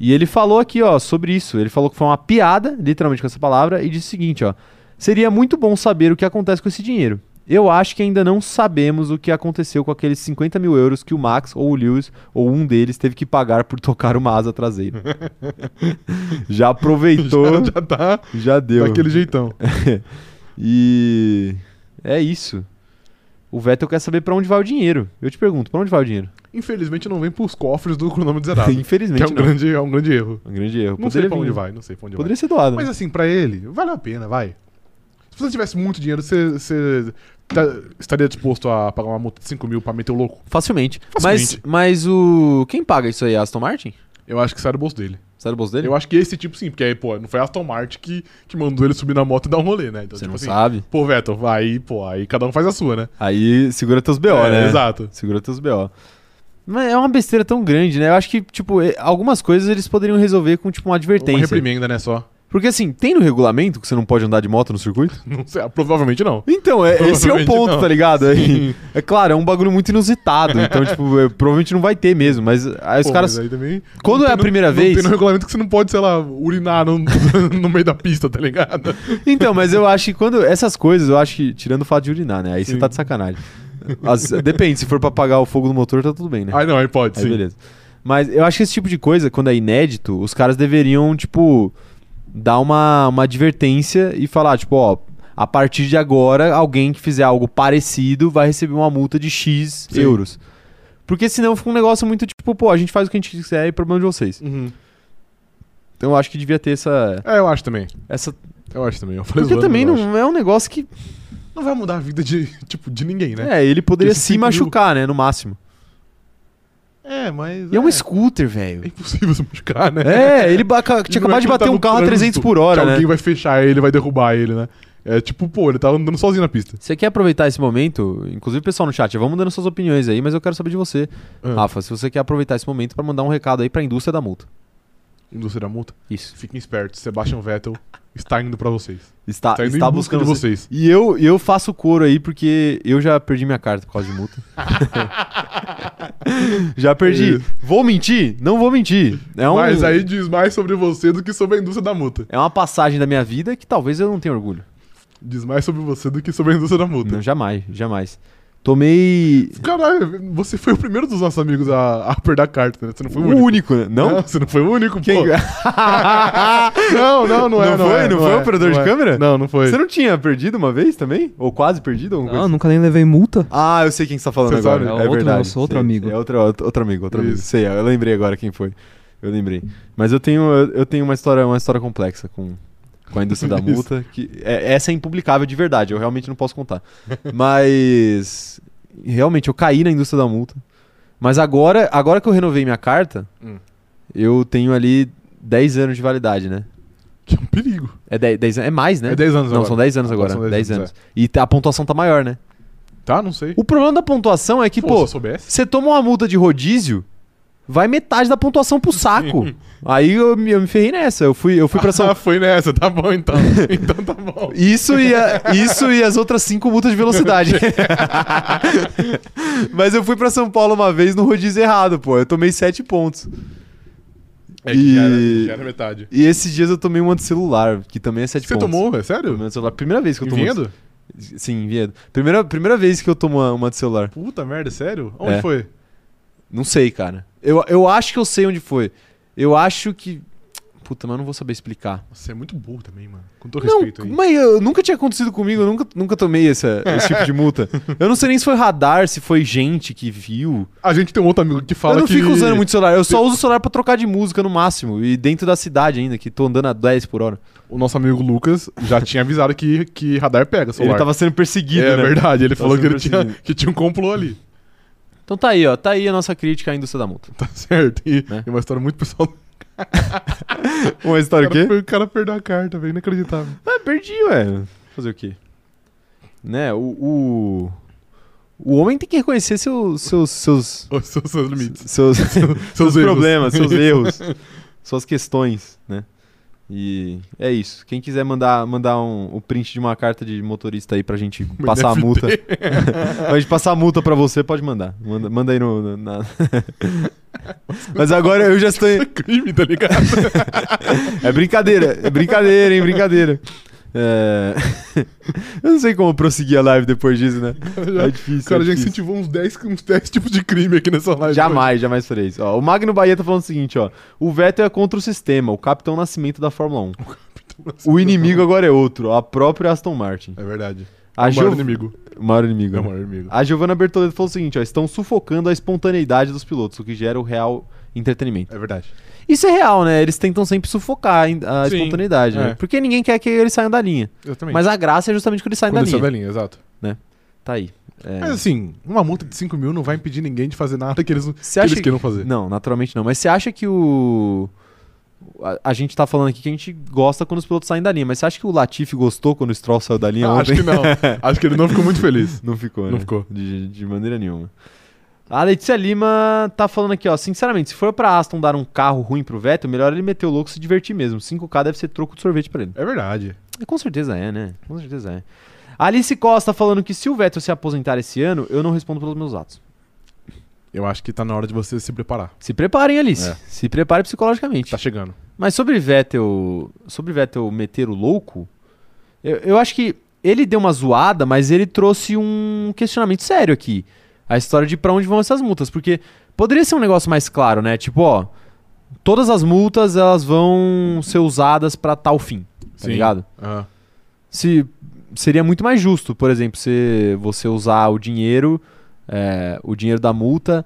Speaker 1: E ele falou aqui, ó, sobre isso. Ele falou que foi uma piada, literalmente com essa palavra, e disse o seguinte, ó. Seria muito bom saber o que acontece com esse dinheiro. Eu acho que ainda não sabemos o que aconteceu com aqueles 50 mil euros que o Max ou o Lewis, ou um deles, teve que pagar por tocar uma asa traseira. já aproveitou,
Speaker 2: Já, já tá
Speaker 1: já deu.
Speaker 2: daquele jeitão.
Speaker 1: E é isso. O Vettel quer saber pra onde vai o dinheiro. Eu te pergunto, pra onde vai o dinheiro?
Speaker 2: Infelizmente não vem pros cofres do cronômetro zerado. que
Speaker 1: Infelizmente
Speaker 2: é um,
Speaker 1: não.
Speaker 2: grande, é um grande erro.
Speaker 1: Um grande erro.
Speaker 2: Não sei pra
Speaker 1: vir,
Speaker 2: onde
Speaker 1: né?
Speaker 2: vai, não sei pra onde
Speaker 1: Poderia ser doado. né?
Speaker 2: vai. Mas assim, pra ele, vale a pena, vai. Se você tivesse muito dinheiro, você, você tá- estaria disposto a pagar uma multa de 5 mil pra meter o louco?
Speaker 1: Facilmente.
Speaker 2: Facilmente.
Speaker 1: Mas, mas o. Quem paga isso aí? Aston Martin?
Speaker 2: Eu acho que sai do bolso dele.
Speaker 1: Sai do bolso dele?
Speaker 2: Eu acho que esse tipo sim, porque aí, pô, não foi Aston Martin que, que mandou ele subir na moto e dar um rolê, né? Então,
Speaker 1: Você
Speaker 2: tipo
Speaker 1: não
Speaker 2: assim,
Speaker 1: sabe?
Speaker 2: pô, Vettel, vai, pô, aí cada um faz a sua, né?
Speaker 1: Aí segura teus BO,
Speaker 2: É,
Speaker 1: né?
Speaker 2: Exato.
Speaker 1: Segura teus BO. Mas é uma besteira tão grande, né? Eu acho que, tipo, e- algumas coisas eles poderiam resolver com, tipo, uma
Speaker 2: Uma
Speaker 1: advertência.
Speaker 2: reprimenda, né, só.
Speaker 1: Porque, assim, tem no regulamento que você não pode andar de moto no circuito?
Speaker 2: Não sei, ah, provavelmente não.
Speaker 1: Então, é, esse é o
Speaker 2: Provavelmente
Speaker 1: ponto,
Speaker 2: não.
Speaker 1: tá ligado? Aí, é claro, é um bagulho muito inusitado. Então, tipo, é, provavelmente não vai ter mesmo. Mas aí os
Speaker 2: Pô,
Speaker 1: caras.
Speaker 2: mas aí também
Speaker 1: Quando é
Speaker 2: não
Speaker 1: a
Speaker 2: tem no-
Speaker 1: primeira
Speaker 2: não
Speaker 1: vez.
Speaker 2: Tem no regulamento que você não pode, sei lá, urinar no, no meio da pista, tá ligado?
Speaker 1: Então, mas eu acho que quando. Essas coisas, eu acho que. Tirando o fato de urinar, né? Aí você
Speaker 2: Sim.
Speaker 1: tá de sacanagem. As- depende, se for pra apagar o fogo do motor, tá tudo bem, né?
Speaker 2: Aí não, aí pode,
Speaker 1: Aí
Speaker 2: Ah, sim.
Speaker 1: beleza. Mas eu acho que esse tipo de coisa, quando é inédito, os caras deveriam, tipo, dar uma, uma advertência e falar, tipo, ó. A partir de agora, alguém que fizer algo parecido vai receber uma multa de X
Speaker 2: Sim.
Speaker 1: euros. Porque senão fica um negócio muito tipo, pô, a gente faz o que a gente quiser e é problema de vocês.
Speaker 2: Uhum.
Speaker 1: Então eu acho que devia ter essa.
Speaker 2: É, eu acho também.
Speaker 1: essa...
Speaker 2: Eu acho também. Eu falei
Speaker 1: Porque
Speaker 2: zoando,
Speaker 1: também
Speaker 2: mas eu acho.
Speaker 1: não é um negócio que
Speaker 2: Não vai mudar a vida de, tipo, de ninguém, né?
Speaker 1: É, ele poderia
Speaker 2: Esses
Speaker 1: se
Speaker 2: cinco mil-
Speaker 1: machucar, né? No máximo.
Speaker 2: É, mas.
Speaker 1: E é um
Speaker 2: é
Speaker 1: scooter, velho.
Speaker 2: impossível se machucar, né?
Speaker 1: É, ele baca-
Speaker 2: E
Speaker 1: tinha
Speaker 2: não é
Speaker 1: acabado de
Speaker 2: que ele
Speaker 1: bater
Speaker 2: tá
Speaker 1: um
Speaker 2: no
Speaker 1: carro a 300
Speaker 2: trânsito,
Speaker 1: por hora,
Speaker 2: que
Speaker 1: né?
Speaker 2: alguém vai fechar ele, vai derrubar ele, né? É tipo, pô, ele tá andando sozinho na pista.
Speaker 1: Você quer aproveitar esse momento? Inclusive, pessoal no chat, vamos dando suas opiniões aí, mas eu quero saber de você,
Speaker 2: Ah.
Speaker 1: Rafa, se você quer aproveitar esse momento pra mandar um recado aí pra indústria da multa.
Speaker 2: Indústria da multa.
Speaker 1: Isso.
Speaker 2: Fiquem espertos, Sebastian Vettel está indo pra vocês.
Speaker 1: Está,
Speaker 2: Está Tá indo
Speaker 1: Ah, está
Speaker 2: em busca
Speaker 1: buscando
Speaker 2: de
Speaker 1: você.
Speaker 2: vocês.
Speaker 1: E eu, eu faço coro aí porque eu já perdi minha carta por causa de multa. já perdi. Vou mentir? Não vou mentir. É um,
Speaker 2: É. Mas aí diz mais sobre você do que sobre a indústria da multa.
Speaker 1: é uma passagem da minha vida que talvez eu não tenha orgulho.
Speaker 2: Diz mais sobre você do que sobre a indústria da multa.
Speaker 1: Não, jamais, jamais. Tomei.
Speaker 2: Caralho, você foi o primeiro dos nossos amigos a, a perder a carta, né? Você não foi o único.
Speaker 1: né?
Speaker 2: Não, você não foi o único,
Speaker 1: Quem-
Speaker 2: pô. Não, não, não é.
Speaker 1: Não foi?
Speaker 2: é,
Speaker 1: Não foi o
Speaker 2: é,
Speaker 1: operador de
Speaker 2: é.
Speaker 1: câmera?
Speaker 2: Não, não foi.
Speaker 1: Você não tinha perdido uma vez também? Ou quase perdido? Alguma
Speaker 3: Ah,
Speaker 1: coisa?
Speaker 3: nunca nem levei multa.
Speaker 1: Ah, eu sei quem você tá falando
Speaker 2: Você
Speaker 1: agora. É,
Speaker 2: sabe?
Speaker 3: É outro
Speaker 1: verdade.
Speaker 3: nosso, outro
Speaker 1: Sei,
Speaker 3: amigo.
Speaker 1: sei, É outro, outro outro amigo, outro amigo.
Speaker 2: Isso.
Speaker 1: Sei, eu lembrei agora quem foi. Eu lembrei. Mas eu tenho, eu eu tenho uma, história, uma história complexa com, com a indústria da
Speaker 2: Isso.
Speaker 1: multa. Que é- essa é impublicável de verdade, eu realmente não posso contar. Mas. Realmente, eu caí na indústria da multa. Mas agora, agora que eu renovei minha carta,
Speaker 2: Hum.
Speaker 1: eu tenho ali 10 anos de validade, né?
Speaker 2: Que é um perigo.
Speaker 1: É 10, 10 anos- é mais, né?
Speaker 2: É 10 anos
Speaker 1: Não,
Speaker 2: agora.
Speaker 1: são 10 anos
Speaker 2: Ah,
Speaker 1: agora.
Speaker 2: são
Speaker 1: 10,
Speaker 2: 10
Speaker 1: anos.
Speaker 2: anos,
Speaker 1: E a pontuação tá maior, né?
Speaker 2: Tá, não sei.
Speaker 1: O problema da pontuação é que, pô,
Speaker 2: se eu soubesse.
Speaker 1: você toma uma multa de rodízio, vai metade da pontuação pro saco. Aí eu, me- eu me ferrei nessa. Eu fui, eu fui pra São
Speaker 2: Ah, foi nessa, tá bom então. então tá bom.
Speaker 1: Isso e, a- isso e as outras cinco multas de velocidade. Mas eu fui pra São Paulo uma vez no rodízio errado, pô. Eu tomei sete pontos.
Speaker 2: É que já
Speaker 1: E-
Speaker 2: era, já era metade.
Speaker 1: E esses dias eu tomei uma de celular, que também é sete
Speaker 2: Você
Speaker 1: pontos.
Speaker 2: tomou, é
Speaker 1: Tomei
Speaker 2: sério?
Speaker 1: uma de celular. Primeira vez que eu tomo.
Speaker 2: Vendo?
Speaker 1: Sim, em Vinhedo. Primeira, primeira vez que eu tomo uma- uma de celular.
Speaker 2: Puta merda, sério? Onde
Speaker 1: É.
Speaker 2: foi?
Speaker 1: Não sei, cara. Eu, eu acho que eu sei onde foi. Eu acho que. Puta, mas eu não vou saber explicar.
Speaker 2: Você é muito burro também, mano. Com todo
Speaker 1: Não,
Speaker 2: respeito aí.
Speaker 1: mas eu, nunca tinha acontecido comigo, eu nunca, nunca tomei essa, esse tipo de multa. Eu não sei nem se foi radar, se foi gente que viu.
Speaker 2: A gente tem um outro amigo que fala
Speaker 1: eu não
Speaker 2: que...
Speaker 1: fico usando muito celular, eu só uso o celular pra trocar de música no máximo. E dentro da cidade ainda, que tô andando a 10 por hora.
Speaker 2: O nosso amigo Lucas já tinha avisado que, que radar pega celular.
Speaker 1: Ele tava sendo perseguido,
Speaker 2: É
Speaker 1: né?
Speaker 2: verdade, ele
Speaker 1: Tá
Speaker 2: falou que,
Speaker 1: sendo
Speaker 2: ele tinha,
Speaker 1: perseguido.
Speaker 2: que tinha um complô ali.
Speaker 1: Então tá aí, ó. Tá aí a nossa crítica à indústria da multa.
Speaker 2: Tá certo. E,
Speaker 1: Né?
Speaker 2: e uma história muito pessoal.
Speaker 1: Uma história
Speaker 2: O cara, per- o cara perdeu a carta, velho. Inacreditável.
Speaker 1: Ah, perdi, ué. Fazer o quê? Né, o. O, o homem tem que reconhecer seu, seus. seus.
Speaker 2: Os seus, seus limites.
Speaker 1: seus, seus
Speaker 2: erros.
Speaker 1: problemas, seus erros, suas questões, né? E é isso. Quem quiser mandar, mandar um, o print de uma carta de motorista aí pra gente passar a multa. pra gente passar a multa pra você, pode mandar. Manda, manda aí no. no- na- Mas agora eu já estou.
Speaker 2: Crime, tá ligado?
Speaker 1: É brincadeira, é brincadeira, hein? Brincadeira. É, Eu não sei como prosseguir a live depois disso, né? É
Speaker 2: O
Speaker 1: difícil.
Speaker 2: cara
Speaker 1: é
Speaker 2: já
Speaker 1: difícil.
Speaker 2: incentivou uns 10, uns 10 tipos de crime aqui nessa live.
Speaker 1: Jamais, jamais farei isso. Ó, o Magno Bahia tá falando o seguinte, ó. O Vettel é contra o sistema, o Capitão Nascimento da Fórmula 1. O inimigo agora é outro, a própria Aston Martin.
Speaker 2: tá É verdade.
Speaker 1: A
Speaker 2: é o maior
Speaker 1: Giov-
Speaker 2: inimigo.
Speaker 1: O maior inimigo.
Speaker 2: É o
Speaker 1: né?
Speaker 2: maior inimigo.
Speaker 1: A Giovanna Bertoleto falou o seguinte, ó. Estão sufocando a espontaneidade dos pilotos, o que gera o real entretenimento.
Speaker 2: É verdade.
Speaker 1: Isso é real, né? Eles tentam sempre sufocar a in- a
Speaker 2: Sim,
Speaker 1: espontaneidade, né?
Speaker 2: é.
Speaker 1: Porque ninguém quer que eles saiam da linha.
Speaker 2: Exatamente.
Speaker 1: Mas a graça é justamente que eles saem
Speaker 2: Quando
Speaker 1: da
Speaker 2: ele
Speaker 1: linha.
Speaker 2: sai da linha, exato.
Speaker 1: Tá aí. É.
Speaker 2: Mas assim, uma multa de 5 mil não vai impedir ninguém de fazer nada que eles, não-
Speaker 1: Você
Speaker 2: que
Speaker 1: acha
Speaker 2: eles
Speaker 1: que-
Speaker 2: queiram fazer.
Speaker 1: Não, naturalmente não. Mas você acha que o. A, a gente tá falando aqui que a gente gosta quando os pilotos saem da linha, mas você acha que o Latifi gostou quando o Stroll saiu da linha
Speaker 2: Ah, acho
Speaker 1: ontem?
Speaker 2: que não. acho que ele não ficou muito feliz.
Speaker 1: Não ficou, né?
Speaker 2: Não ficou.
Speaker 1: De, de maneira nenhuma. A Letícia Lima tá falando aqui, ó. Sinceramente, se for pra Aston dar um carro ruim pro Vettel, melhor ele meter o louco e se divertir mesmo. 5K deve ser troco de sorvete pra ele.
Speaker 2: É verdade.
Speaker 1: E Com certeza é, né? Com certeza é. Alice Costa falando que se o Vettel se aposentar esse ano, eu não respondo pelos meus atos.
Speaker 2: Eu acho que tá na hora de você se preparar.
Speaker 1: Se preparem, Alice.
Speaker 2: É.
Speaker 1: Se preparem psicologicamente.
Speaker 2: Tá chegando.
Speaker 1: Mas sobre Vettel, sobre Vettel meter o louco, eu, eu acho que ele deu uma zoada, mas ele trouxe um questionamento sério aqui. A história de pra onde vão essas multas, porque poderia ser um negócio mais claro, né? Tipo, ó, todas as multas elas vão ser usadas pra tal fim, tá
Speaker 2: Sim.
Speaker 1: ligado?
Speaker 2: Ah,
Speaker 1: Se seria muito mais justo, por exemplo, se você usar o dinheiro, é, o dinheiro da multa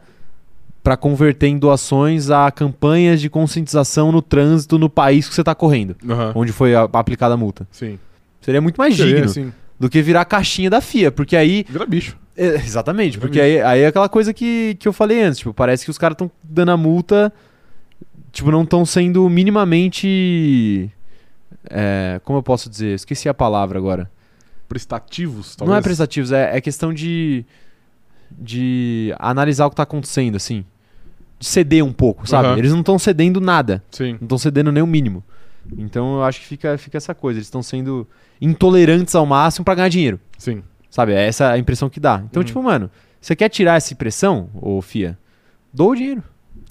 Speaker 1: pra converter em doações a campanhas de conscientização no trânsito no país que você tá correndo,
Speaker 2: aham.
Speaker 1: onde foi a- aplicada a multa.
Speaker 2: Sim.
Speaker 1: Seria muito mais
Speaker 2: Seria
Speaker 1: digno
Speaker 2: assim.
Speaker 1: do que virar a caixinha da FIA, porque aí
Speaker 2: Vira bicho.
Speaker 1: é, Exatamente, porque aí, aí é aquela coisa que, que eu falei antes, tipo, parece que os caras estão dando a multa, tipo, não estão sendo minimamente. é, como eu posso dizer? Esqueci a palavra agora.
Speaker 2: Prestativos,
Speaker 1: Não
Speaker 2: talvez.
Speaker 1: é prestativos, é, é questão de. de analisar o que tá acontecendo, assim. De ceder um pouco, sabe?
Speaker 2: Aham.
Speaker 1: Eles não estão cedendo nada,
Speaker 2: Sim.
Speaker 1: não estão cedendo nem o mínimo. Então eu acho que fica, fica essa coisa, eles estão sendo intolerantes ao máximo pra ganhar dinheiro.
Speaker 2: Sim.
Speaker 1: Sabe? É Essa a impressão que dá. Então,
Speaker 2: Uhum.
Speaker 1: tipo, mano, você quer tirar essa impressão, ô FIA? Doa o dinheiro.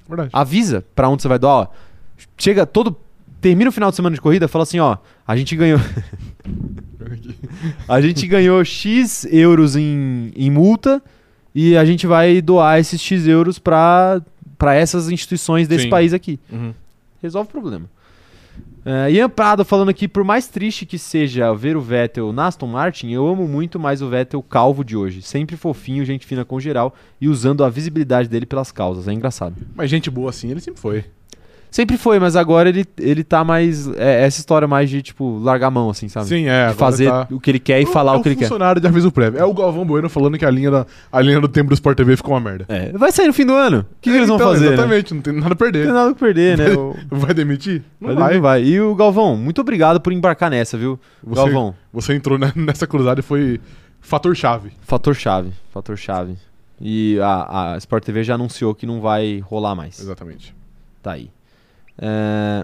Speaker 2: Verdade.
Speaker 1: Avisa pra onde você vai doar, ó. Chega todo. Termina o final de semana de corrida, fala assim, ó. A gente ganhou. a gente ganhou X euros em, em multa e a gente vai doar esses X euros pra, pra essas instituições desse
Speaker 2: Sim.
Speaker 1: país aqui.
Speaker 2: Uhum.
Speaker 1: Resolve o problema. É, Ian Prado falando aqui, por mais triste que seja ver o Vettel na Aston Martin, eu amo muito mais o Vettel calvo de hoje. Sempre fofinho, gente fina com geral e usando a visibilidade dele pelas causas. É engraçado.
Speaker 2: Mas gente boa assim, ele sempre foi.
Speaker 1: Sempre foi, mas agora ele, ele tá mais. É, essa história mais de, tipo, largar a mão, assim, sabe?
Speaker 2: Sim, é.
Speaker 1: de
Speaker 2: agora
Speaker 1: fazer
Speaker 2: tá-
Speaker 1: o que ele quer e falar
Speaker 2: é
Speaker 1: o que ele quer.
Speaker 2: funcionário de aviso prévio. É o Galvão Bueno falando que a linha, da, a linha do tempo do Sport TV ficou uma merda.
Speaker 1: É, vai sair no fim do ano. O que, que
Speaker 2: É,
Speaker 1: eles vão
Speaker 2: então,
Speaker 1: fazer? né?
Speaker 2: Exatamente, não tem nada a
Speaker 1: Não tem
Speaker 2: perder.
Speaker 1: nada o que perder, né? O-
Speaker 2: Vai demitir?
Speaker 1: Mas
Speaker 2: Não
Speaker 1: ele
Speaker 2: vai.
Speaker 1: não vai. E o Galvão, muito obrigado por embarcar nessa, viu?
Speaker 2: Você-
Speaker 1: Galvão,
Speaker 2: Você entrou na- nessa cruzada e foi fator chave.
Speaker 1: fator chave. Fator chave. E a, a Sport TV já anunciou que não vai rolar mais.
Speaker 2: Exatamente.
Speaker 1: Tá aí. É,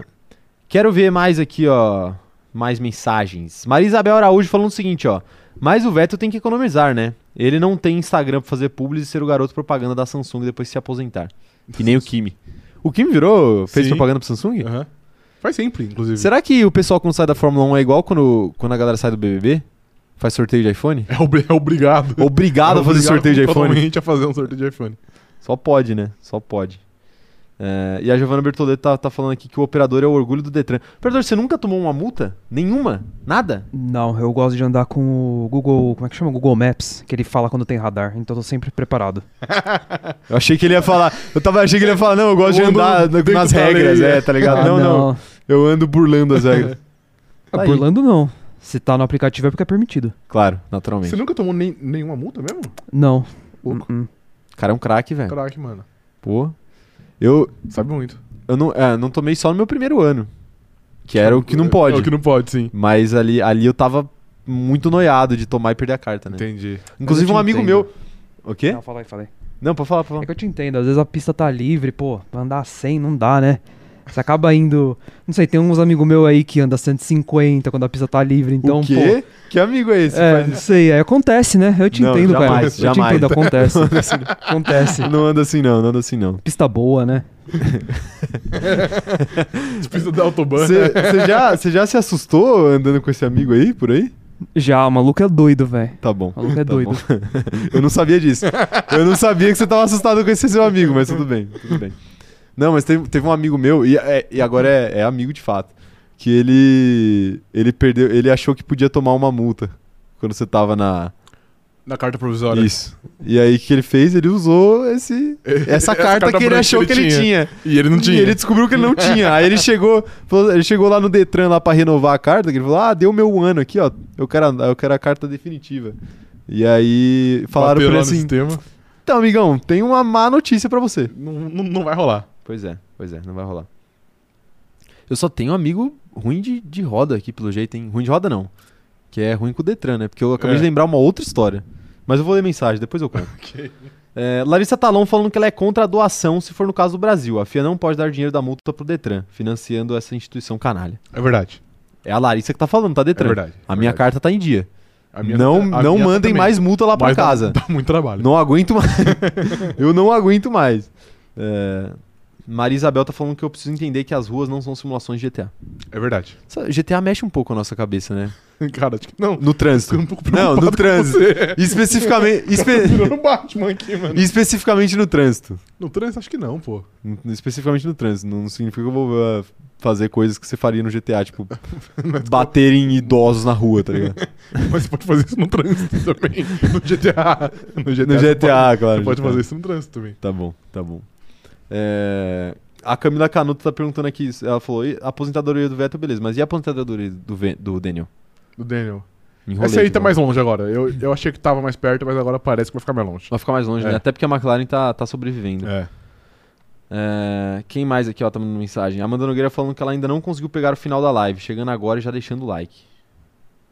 Speaker 1: Quero ver mais aqui, ó. Mais mensagens. Maria Isabel Araújo falando o seguinte, ó. Mas o Vettel tem que economizar, né? Ele não tem Instagram pra fazer publi e ser o garoto propaganda da Samsung e depois se aposentar. Que nem o Kimi. O Kimi virou, fez
Speaker 2: Sim. É
Speaker 1: propaganda pro Samsung?
Speaker 2: Aham. Faz sempre, inclusive.
Speaker 1: Será que o pessoal quando sai da Fórmula 1 é igual quando, quando a galera sai do BBB? Faz sorteio de iPhone?
Speaker 2: É, obri- é obrigado.
Speaker 1: Obrigado
Speaker 2: É
Speaker 1: a fazer sorteio de iPhone.
Speaker 2: Totalmente a fazer um sorteio de iPhone.
Speaker 1: Só pode, né? Só pode. É, e a Giovana Bertoletti tá, tá falando aqui que o operador é o orgulho do Detran. Operador, você nunca tomou uma multa? Nenhuma? Nada?
Speaker 3: Não, eu gosto de andar com o Google. Como é que chama? Google Maps, que ele fala quando tem radar. Então eu tô sempre preparado.
Speaker 1: Eu achei que ele ia falar. Eu tava achei que ele ia falar, não, eu gosto
Speaker 2: Eu
Speaker 1: de
Speaker 2: ando
Speaker 1: andar
Speaker 2: dentro
Speaker 1: nas
Speaker 2: da
Speaker 1: regras,
Speaker 2: lei,
Speaker 1: é,
Speaker 2: é.
Speaker 1: tá ligado?
Speaker 3: Ah,
Speaker 1: não, não, Eu ando burlando as regras. Tá
Speaker 3: Ah,
Speaker 1: aí.
Speaker 3: Burlando não. Se tá no aplicativo é porque é permitido.
Speaker 1: Claro, naturalmente.
Speaker 2: É. Você nunca tomou nem- nenhuma multa mesmo?
Speaker 3: Não.
Speaker 2: Louco.
Speaker 3: Uh-uh.
Speaker 1: O cara é um craque, velho.
Speaker 2: Caraca, mano.
Speaker 1: Pô. Eu,
Speaker 2: Sabe muito.
Speaker 1: eu não, é, não tomei só no meu primeiro ano. Que era o que não
Speaker 2: É
Speaker 1: pode.
Speaker 2: o que não pode, sim.
Speaker 1: Mas ali, ali eu tava muito noiado de tomar e perder a carta, né?
Speaker 2: Entendi.
Speaker 1: Inclusive
Speaker 3: Mas eu
Speaker 1: um
Speaker 3: te
Speaker 1: amigo
Speaker 3: entendo.
Speaker 1: meu. O quê?
Speaker 3: Não, fala aí, fala aí.
Speaker 1: Não, pode falar, pode falar.
Speaker 3: É que eu te entendo, às vezes a pista tá livre, pô, pra andar 100 não dá, né? Você acaba indo. Não sei, tem uns amigos meus aí que anda 150 quando a pista tá livre,
Speaker 1: o
Speaker 3: então, pô.
Speaker 1: quê? Que amigo um é esse?
Speaker 3: É,
Speaker 1: que
Speaker 3: não sei, é, acontece, né? Eu te
Speaker 1: Não,
Speaker 3: entendo, cara.
Speaker 1: jamais,
Speaker 3: Eu te
Speaker 1: jamais.
Speaker 3: entendo, acontece.
Speaker 1: faz-
Speaker 3: acontece.
Speaker 1: Não anda assim não, não anda assim não.
Speaker 3: Pista boa, né?
Speaker 2: Pista da Autobahn.
Speaker 1: Você você já, você já se assustou andando com esse amigo aí, por aí?
Speaker 3: Já, o maluco é doido, velho.
Speaker 1: Tá bom.
Speaker 3: O maluco é
Speaker 1: tá
Speaker 3: doido.
Speaker 1: bom. Eu não sabia disso. Eu não sabia que você tava assustado com esse seu amigo, mas tudo bem, tudo bem. Não, mas teve, teve um amigo meu, e, é- e agora é, é amigo de fato, que ele. ele perdeu. Ele achou que podia tomar uma multa quando você tava na.
Speaker 2: Na carta provisória.
Speaker 1: Isso. E aí o que ele fez? Ele usou esse, essa carta, que ele
Speaker 2: branca
Speaker 1: achou que ele tinha.
Speaker 2: E ele não tinha.
Speaker 1: E ele descobriu que ele não tinha. Aí ele chegou, falou- ele chegou lá no Detran lá pra renovar a carta, que ele falou: "Ah, deu meu ano aqui, ó. Eu quero a- eu quero a carta definitiva". E aí falaram
Speaker 2: Bateu
Speaker 1: pra ele
Speaker 2: lá no
Speaker 1: assim:
Speaker 2: sistema.
Speaker 1: "Então, amigão, tem uma má notícia pra você".
Speaker 2: Não, não, não vai rolar.
Speaker 1: Pois é, pois é, não vai rolar. Eu só tenho um amigo ruim de, de roda aqui, pelo jeito, hein? Ruim de roda não. Que é ruim com o Detran, né? Porque eu acabei
Speaker 2: É.
Speaker 1: de lembrar uma outra história. Mas eu vou ler mensagem, depois eu conto. É, Larissa Talon falando que ela é contra a doação se for no caso do Brasil. A FIA não pode dar dinheiro da multa pro Detran, financiando essa instituição canalha.
Speaker 2: É verdade.
Speaker 1: É a Larissa que tá falando, tá, Detran?
Speaker 2: É verdade.
Speaker 1: A minha
Speaker 2: carta.
Speaker 1: carta tá em dia. não não mandem mais multa lá pra casa.
Speaker 2: Dá, muito trabalho.
Speaker 1: Não aguento mais. eu não aguento mais. É... Maria Isabel tá falando que eu preciso entender que as ruas não são simulações de GTA.
Speaker 2: É verdade.
Speaker 1: Essa- GTA mexe um pouco a nossa cabeça, né?
Speaker 2: Cara, acho que não.
Speaker 1: No
Speaker 2: Fiquei
Speaker 1: trânsito.
Speaker 2: um pouco
Speaker 1: Não,
Speaker 2: preocupado
Speaker 1: no
Speaker 2: com
Speaker 1: trânsito.
Speaker 2: você.
Speaker 1: Especificamente, espe-
Speaker 2: Virou no Batman aqui, mano.
Speaker 1: especificamente no trânsito.
Speaker 2: No trânsito, acho que não, pô.
Speaker 1: N- Especificamente no trânsito. Não significa que eu vou ah, fazer coisas que você faria no GTA, tipo, bater em idosos na rua, tá ligado?
Speaker 2: Mas você pode fazer isso no trânsito também. No GTA. No GTA,
Speaker 1: No
Speaker 2: você
Speaker 1: GTA, claro.
Speaker 2: pode, você pode
Speaker 1: GTA.
Speaker 2: fazer isso no trânsito também.
Speaker 1: Tá bom, tá bom. É, A Camila Canuto tá perguntando aqui, ela falou, "E a aposentadoria do Vettel, beleza, mas e a aposentadoria do, Ve- do Daniel?
Speaker 2: Do Daniel.
Speaker 1: Enrolei
Speaker 2: Essa aí
Speaker 1: aqui,
Speaker 2: tá
Speaker 1: mano.
Speaker 2: mais longe agora. Eu, eu achei que tava mais perto, mas agora parece que vai ficar mais longe.
Speaker 1: Vai ficar mais longe,
Speaker 2: É.
Speaker 1: né? Até porque a McLaren tá, tá sobrevivendo.
Speaker 2: É.
Speaker 1: É, Quem mais aqui, ó, tá mandando mensagem? Amanda Nogueira falando que ela ainda não conseguiu pegar o final da live, chegando agora e já deixando o like.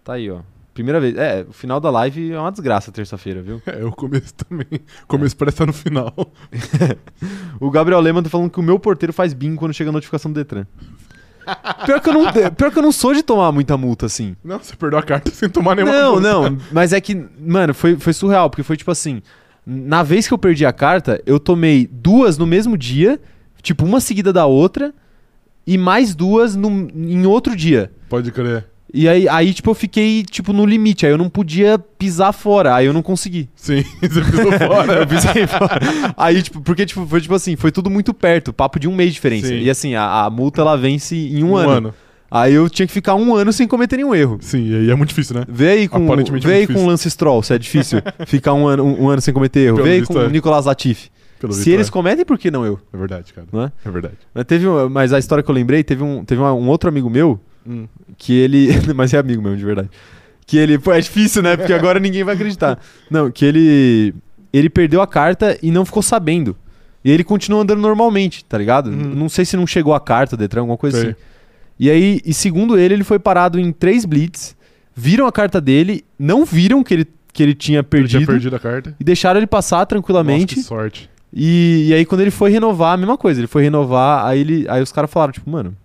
Speaker 1: Tá aí, ó. Primeira vez. É, o final da live é uma desgraça terça-feira, viu?
Speaker 2: É, o começo também. O começo parece estar no final.
Speaker 1: O Gabriel Lehmann tá falando que o meu porteiro faz bingo quando chega a notificação do Detran. Pior que, eu não, pior que eu não sou de tomar muita multa, assim.
Speaker 2: Não, você perdeu a carta sem tomar nenhuma
Speaker 1: Não,
Speaker 2: multa.
Speaker 1: não, mas é que, mano, foi, foi surreal, porque foi tipo assim: na vez que eu perdi a carta, eu tomei duas no mesmo dia, tipo uma seguida da outra, e mais duas num- em outro dia.
Speaker 2: Pode crer.
Speaker 1: E aí, aí, tipo, eu fiquei, tipo, no limite, aí eu não podia pisar fora, aí eu não consegui.
Speaker 2: Sim, você pisou fora.
Speaker 1: Eu pisei fora. Aí, tipo, porque, tipo, foi tipo assim, foi tudo muito perto, papo de um mês de diferença.
Speaker 2: Sim.
Speaker 1: E assim, a, a multa ela vence em um, ano. Aí eu tinha que ficar um ano sem cometer nenhum erro.
Speaker 2: Sim, e aí é muito difícil, né?
Speaker 1: Vê aí com,
Speaker 2: Aparentemente
Speaker 1: vê aí
Speaker 2: muito
Speaker 1: com o Lance Stroll, se é difícil ficar um ano, um, um ano sem cometer erro.
Speaker 2: Pelo
Speaker 1: Vê aí
Speaker 2: visto
Speaker 1: com
Speaker 2: é.
Speaker 1: o Nicolas Latifi.
Speaker 2: Pelo
Speaker 1: Se
Speaker 2: visto,
Speaker 1: eles
Speaker 2: é.
Speaker 1: cometem, por que não eu?
Speaker 2: É verdade, cara.
Speaker 1: Não é?
Speaker 2: É verdade.
Speaker 1: Mas, teve, um- mas a história que eu lembrei, teve um, teve uma- um outro amigo meu que ele. mas é amigo mesmo, de verdade. Que ele. Pô, é difícil, né? Porque agora ninguém vai acreditar. Não, que ele. Ele perdeu a carta e não ficou sabendo. E ele continua andando normalmente, tá ligado?
Speaker 2: Uhum.
Speaker 1: Não sei se não chegou a carta, Detran, alguma coisa
Speaker 2: Sei.
Speaker 1: assim. E aí, e segundo ele, ele foi parado em três blitz, viram a carta dele, não viram que ele, que ele tinha
Speaker 2: Ele
Speaker 1: perdido,
Speaker 2: tinha perdido a carta.
Speaker 1: e deixaram ele passar
Speaker 2: Nossa,
Speaker 1: tranquilamente.
Speaker 2: que sorte.
Speaker 1: e, e aí, quando ele foi renovar, a mesma coisa, ele foi renovar, aí, ele, aí os caras falaram, tipo, mano,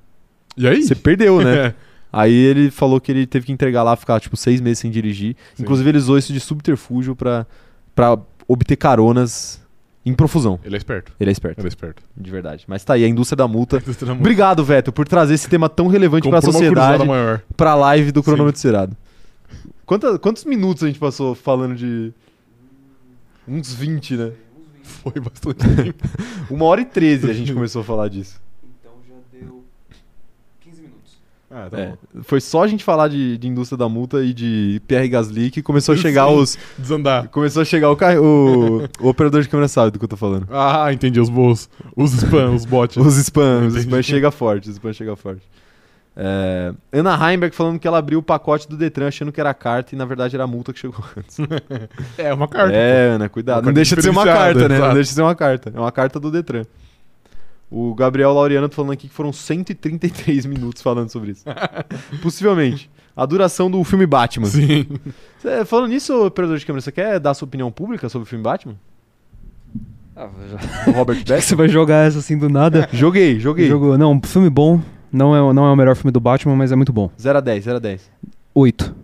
Speaker 2: E aí?
Speaker 1: você perdeu, né?
Speaker 2: É.
Speaker 1: aí ele falou que ele teve que entregar lá, ficar, tipo, seis meses sem dirigir.
Speaker 2: Sim.
Speaker 1: Inclusive, ele usou isso de subterfúgio pra, pra obter caronas em profusão.
Speaker 2: Ele é esperto.
Speaker 1: Ele é esperto,
Speaker 2: Ele é esperto.
Speaker 1: de verdade. Mas tá aí, a indústria da multa.
Speaker 2: Obrigado
Speaker 1: Obrigado, Veto, por trazer esse tema tão relevante pra sociedade
Speaker 2: maior.
Speaker 1: pra live do cronômetro zerado. Quanta- quantos minutos a gente passou falando de. Uns 20, né?
Speaker 2: Foi bastante tempo.
Speaker 1: Uma hora e 13 a gente começou a falar disso.
Speaker 3: Então já deu 15 minutos.
Speaker 2: Ah, tá
Speaker 1: É,
Speaker 2: bom.
Speaker 1: foi só a gente falar de, de indústria da multa e de Pierre Gasly que começou a
Speaker 2: Sim.
Speaker 1: chegar os.
Speaker 2: Desandar.
Speaker 1: Começou a chegar o, carro- o, o operador de câmera sabe do que eu tô falando.
Speaker 2: Ah, entendi. Os bols. Os spam, os bots.
Speaker 1: Os spams, os
Speaker 2: Entendi.
Speaker 1: spams chega forte, os spams chega forte. É, Ana Heimberg falando que ela abriu o pacote do Detran achando que era carta e na verdade era a multa que chegou.
Speaker 2: É uma carta.
Speaker 1: É, Ana, cuidado.
Speaker 2: Uma
Speaker 1: Não
Speaker 2: carta
Speaker 1: deixa de ser uma
Speaker 2: diferenciada,
Speaker 1: carta, né? Não
Speaker 2: exato.
Speaker 1: deixa de ser uma carta. É uma carta do Detran. O Gabriel Laureano tá falando aqui que foram 133 minutos falando sobre isso. Possivelmente. A duração do filme Batman.
Speaker 2: Sim.
Speaker 1: Cê- falando nisso, operador de câmera, você quer dar sua opinião pública sobre o filme Batman?
Speaker 4: Ah, já-
Speaker 1: do Robert Beck.
Speaker 3: Você vai jogar essa assim do nada?
Speaker 1: Joguei, joguei.
Speaker 3: Jogo, não, filme bom. Não é, o- não é o melhor filme do Batman, mas é muito bom.
Speaker 1: 0 a 10, 0 a 10.
Speaker 3: Oito.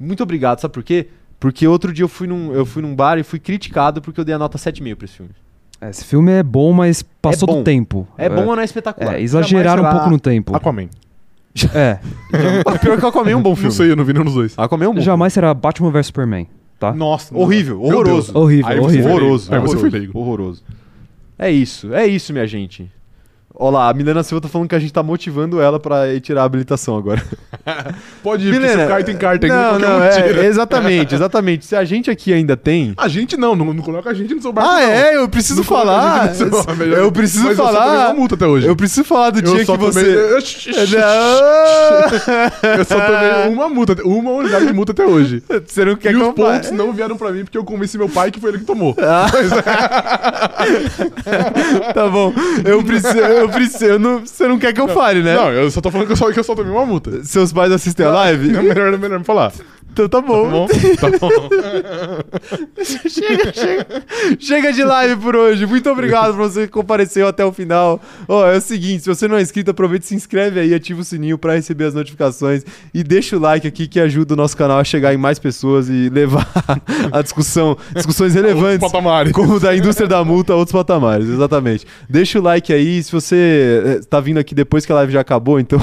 Speaker 1: Muito obrigado, sabe por quê? Porque outro dia eu fui num, eu fui num bar e fui criticado porque eu dei a nota 7,5 pra esse filme.
Speaker 3: É, Esse filme é bom, mas passou
Speaker 1: bom.
Speaker 3: do tempo.
Speaker 1: É, bom, mas não é espetacular.
Speaker 3: É, exageraram um
Speaker 2: Jamais será
Speaker 3: pouco no tempo.
Speaker 2: Aquaman.
Speaker 3: É,
Speaker 1: Pior que eu Aquaman é um bom
Speaker 2: Não
Speaker 1: filme.
Speaker 2: sei, eu não vi nenhum dos dois.
Speaker 1: Aquaman é um bom
Speaker 3: jamais será Batman vs Superman, tá?
Speaker 2: Nossa. não.
Speaker 1: Horrível,
Speaker 2: Meu Deus.
Speaker 1: horroroso.
Speaker 3: Horrível,
Speaker 2: Aí você
Speaker 3: horrível.
Speaker 2: foi-
Speaker 1: Horroroso.
Speaker 2: Aí você foi
Speaker 1: horroroso,
Speaker 2: leigo.
Speaker 1: Horroroso. É isso, é isso, minha gente. Olha lá, a Milena Silva tá falando que a gente tá motivando ela pra ir tirar a habilitação agora.
Speaker 2: Pode ir, porque se o cara tem carta
Speaker 1: não,
Speaker 2: ainda, qualquer
Speaker 1: não,
Speaker 2: um tira.
Speaker 1: é, exatamente, exatamente. Se a gente aqui ainda tem...
Speaker 2: A gente não, não, não coloca a gente no seu barco.
Speaker 1: Ah,
Speaker 2: não.
Speaker 1: é, eu preciso
Speaker 2: Não coloca a
Speaker 1: falar.
Speaker 2: gente no seu- melhor-
Speaker 1: Eu preciso
Speaker 2: Mas Eu só tomei
Speaker 1: falar.
Speaker 2: uma multa até hoje.
Speaker 1: Eu preciso falar do dia
Speaker 2: só é-
Speaker 1: que você...
Speaker 2: Tomei... eu só tomei uma multa, uma unidade de multa até hoje.
Speaker 1: Você não quer
Speaker 2: e os
Speaker 1: comprar.
Speaker 2: pontos não vieram pra mim porque eu convenci meu pai que foi ele que tomou.
Speaker 1: Tá bom. Eu preciso. Eu preciso. eu não- você não quer que eu fale, né?
Speaker 2: Não, eu só tô falando que eu só, que eu só tomei uma multa.
Speaker 1: Seus pais assistem a live?
Speaker 2: É melhor, é melhor me falar.
Speaker 1: Então tá
Speaker 2: Tá bom?
Speaker 1: bom.
Speaker 2: Tá bom.
Speaker 1: chega, chega. Chega de live por hoje. Muito obrigado pra você que compareceu até o final. Ó, é o seguinte, se você não é inscrito, aproveita e se inscreve aí, ativa o sininho pra receber as notificações e deixa o like aqui que ajuda o nosso canal a chegar em mais pessoas e levar a discussão, discussões relevantes.
Speaker 2: Patamar.
Speaker 1: Como da indústria da multa a outros patamares, exatamente. Deixa o like aí, se você eh, tá vindo aqui depois que a live já acabou, então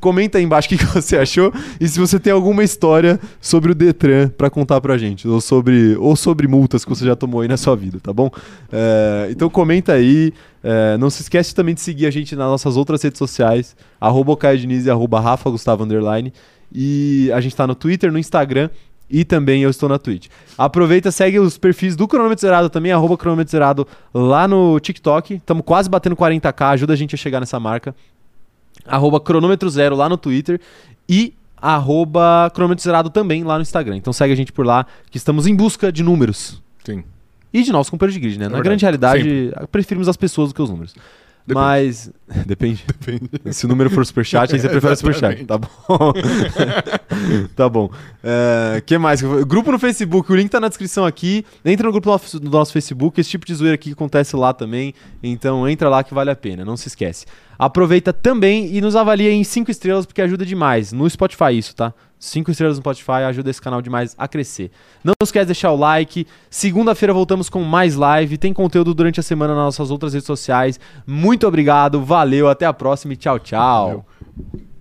Speaker 1: comenta aí embaixo o que, que você achou e se você tem alguma história sobre o Detran pra contar pra gente, ou sobre, ou sobre multas que você já tomou aí na sua vida, tá bom? Eh, então comenta aí, eh, não se esquece também de seguir a gente nas nossas outras redes sociais, arroba o Caio Diniz e arroba Rafa Gustavo Underline, e a gente tá no Twitter, no Instagram, e também eu estou na Twitch. Aproveita, segue os perfis do Cronômetro Zerado também, arroba Cronômetro Zerado lá no TikTok. Estamos quase batendo 40k, ajuda a gente a chegar nessa marca. Arroba Cronômetro Zero lá no Twitter e arroba Cronômetro Zerado também lá no Instagram. Então segue a gente por lá, que estamos em busca de números.
Speaker 2: Sim.
Speaker 1: E de novos companheiros de grid, né? Na
Speaker 2: É verdade,
Speaker 1: grande realidade, preferimos as pessoas do que os números.
Speaker 2: Depende.
Speaker 1: Mas. Depende. Se o número for superchat, aí você prefere o superchat. Tá bom. tá bom. O que mais? que eu vou- Grupo no Facebook, o link tá na descrição aqui. Entra no grupo do nosso- do nosso Facebook. Esse tipo de zoeira aqui acontece lá também. Então entra lá que vale a pena, não se esquece. Aproveita também e nos avalia em 5 estrelas, porque ajuda demais. No Spotify, isso, tá? 5 estrelas no Spotify ajuda esse canal demais a crescer. Não esquece de deixar o like. Segunda-feira voltamos com mais live. Tem conteúdo durante a semana nas nossas outras redes sociais. Muito obrigado, valeu, até a próxima e tchau, tchau.
Speaker 2: Valeu.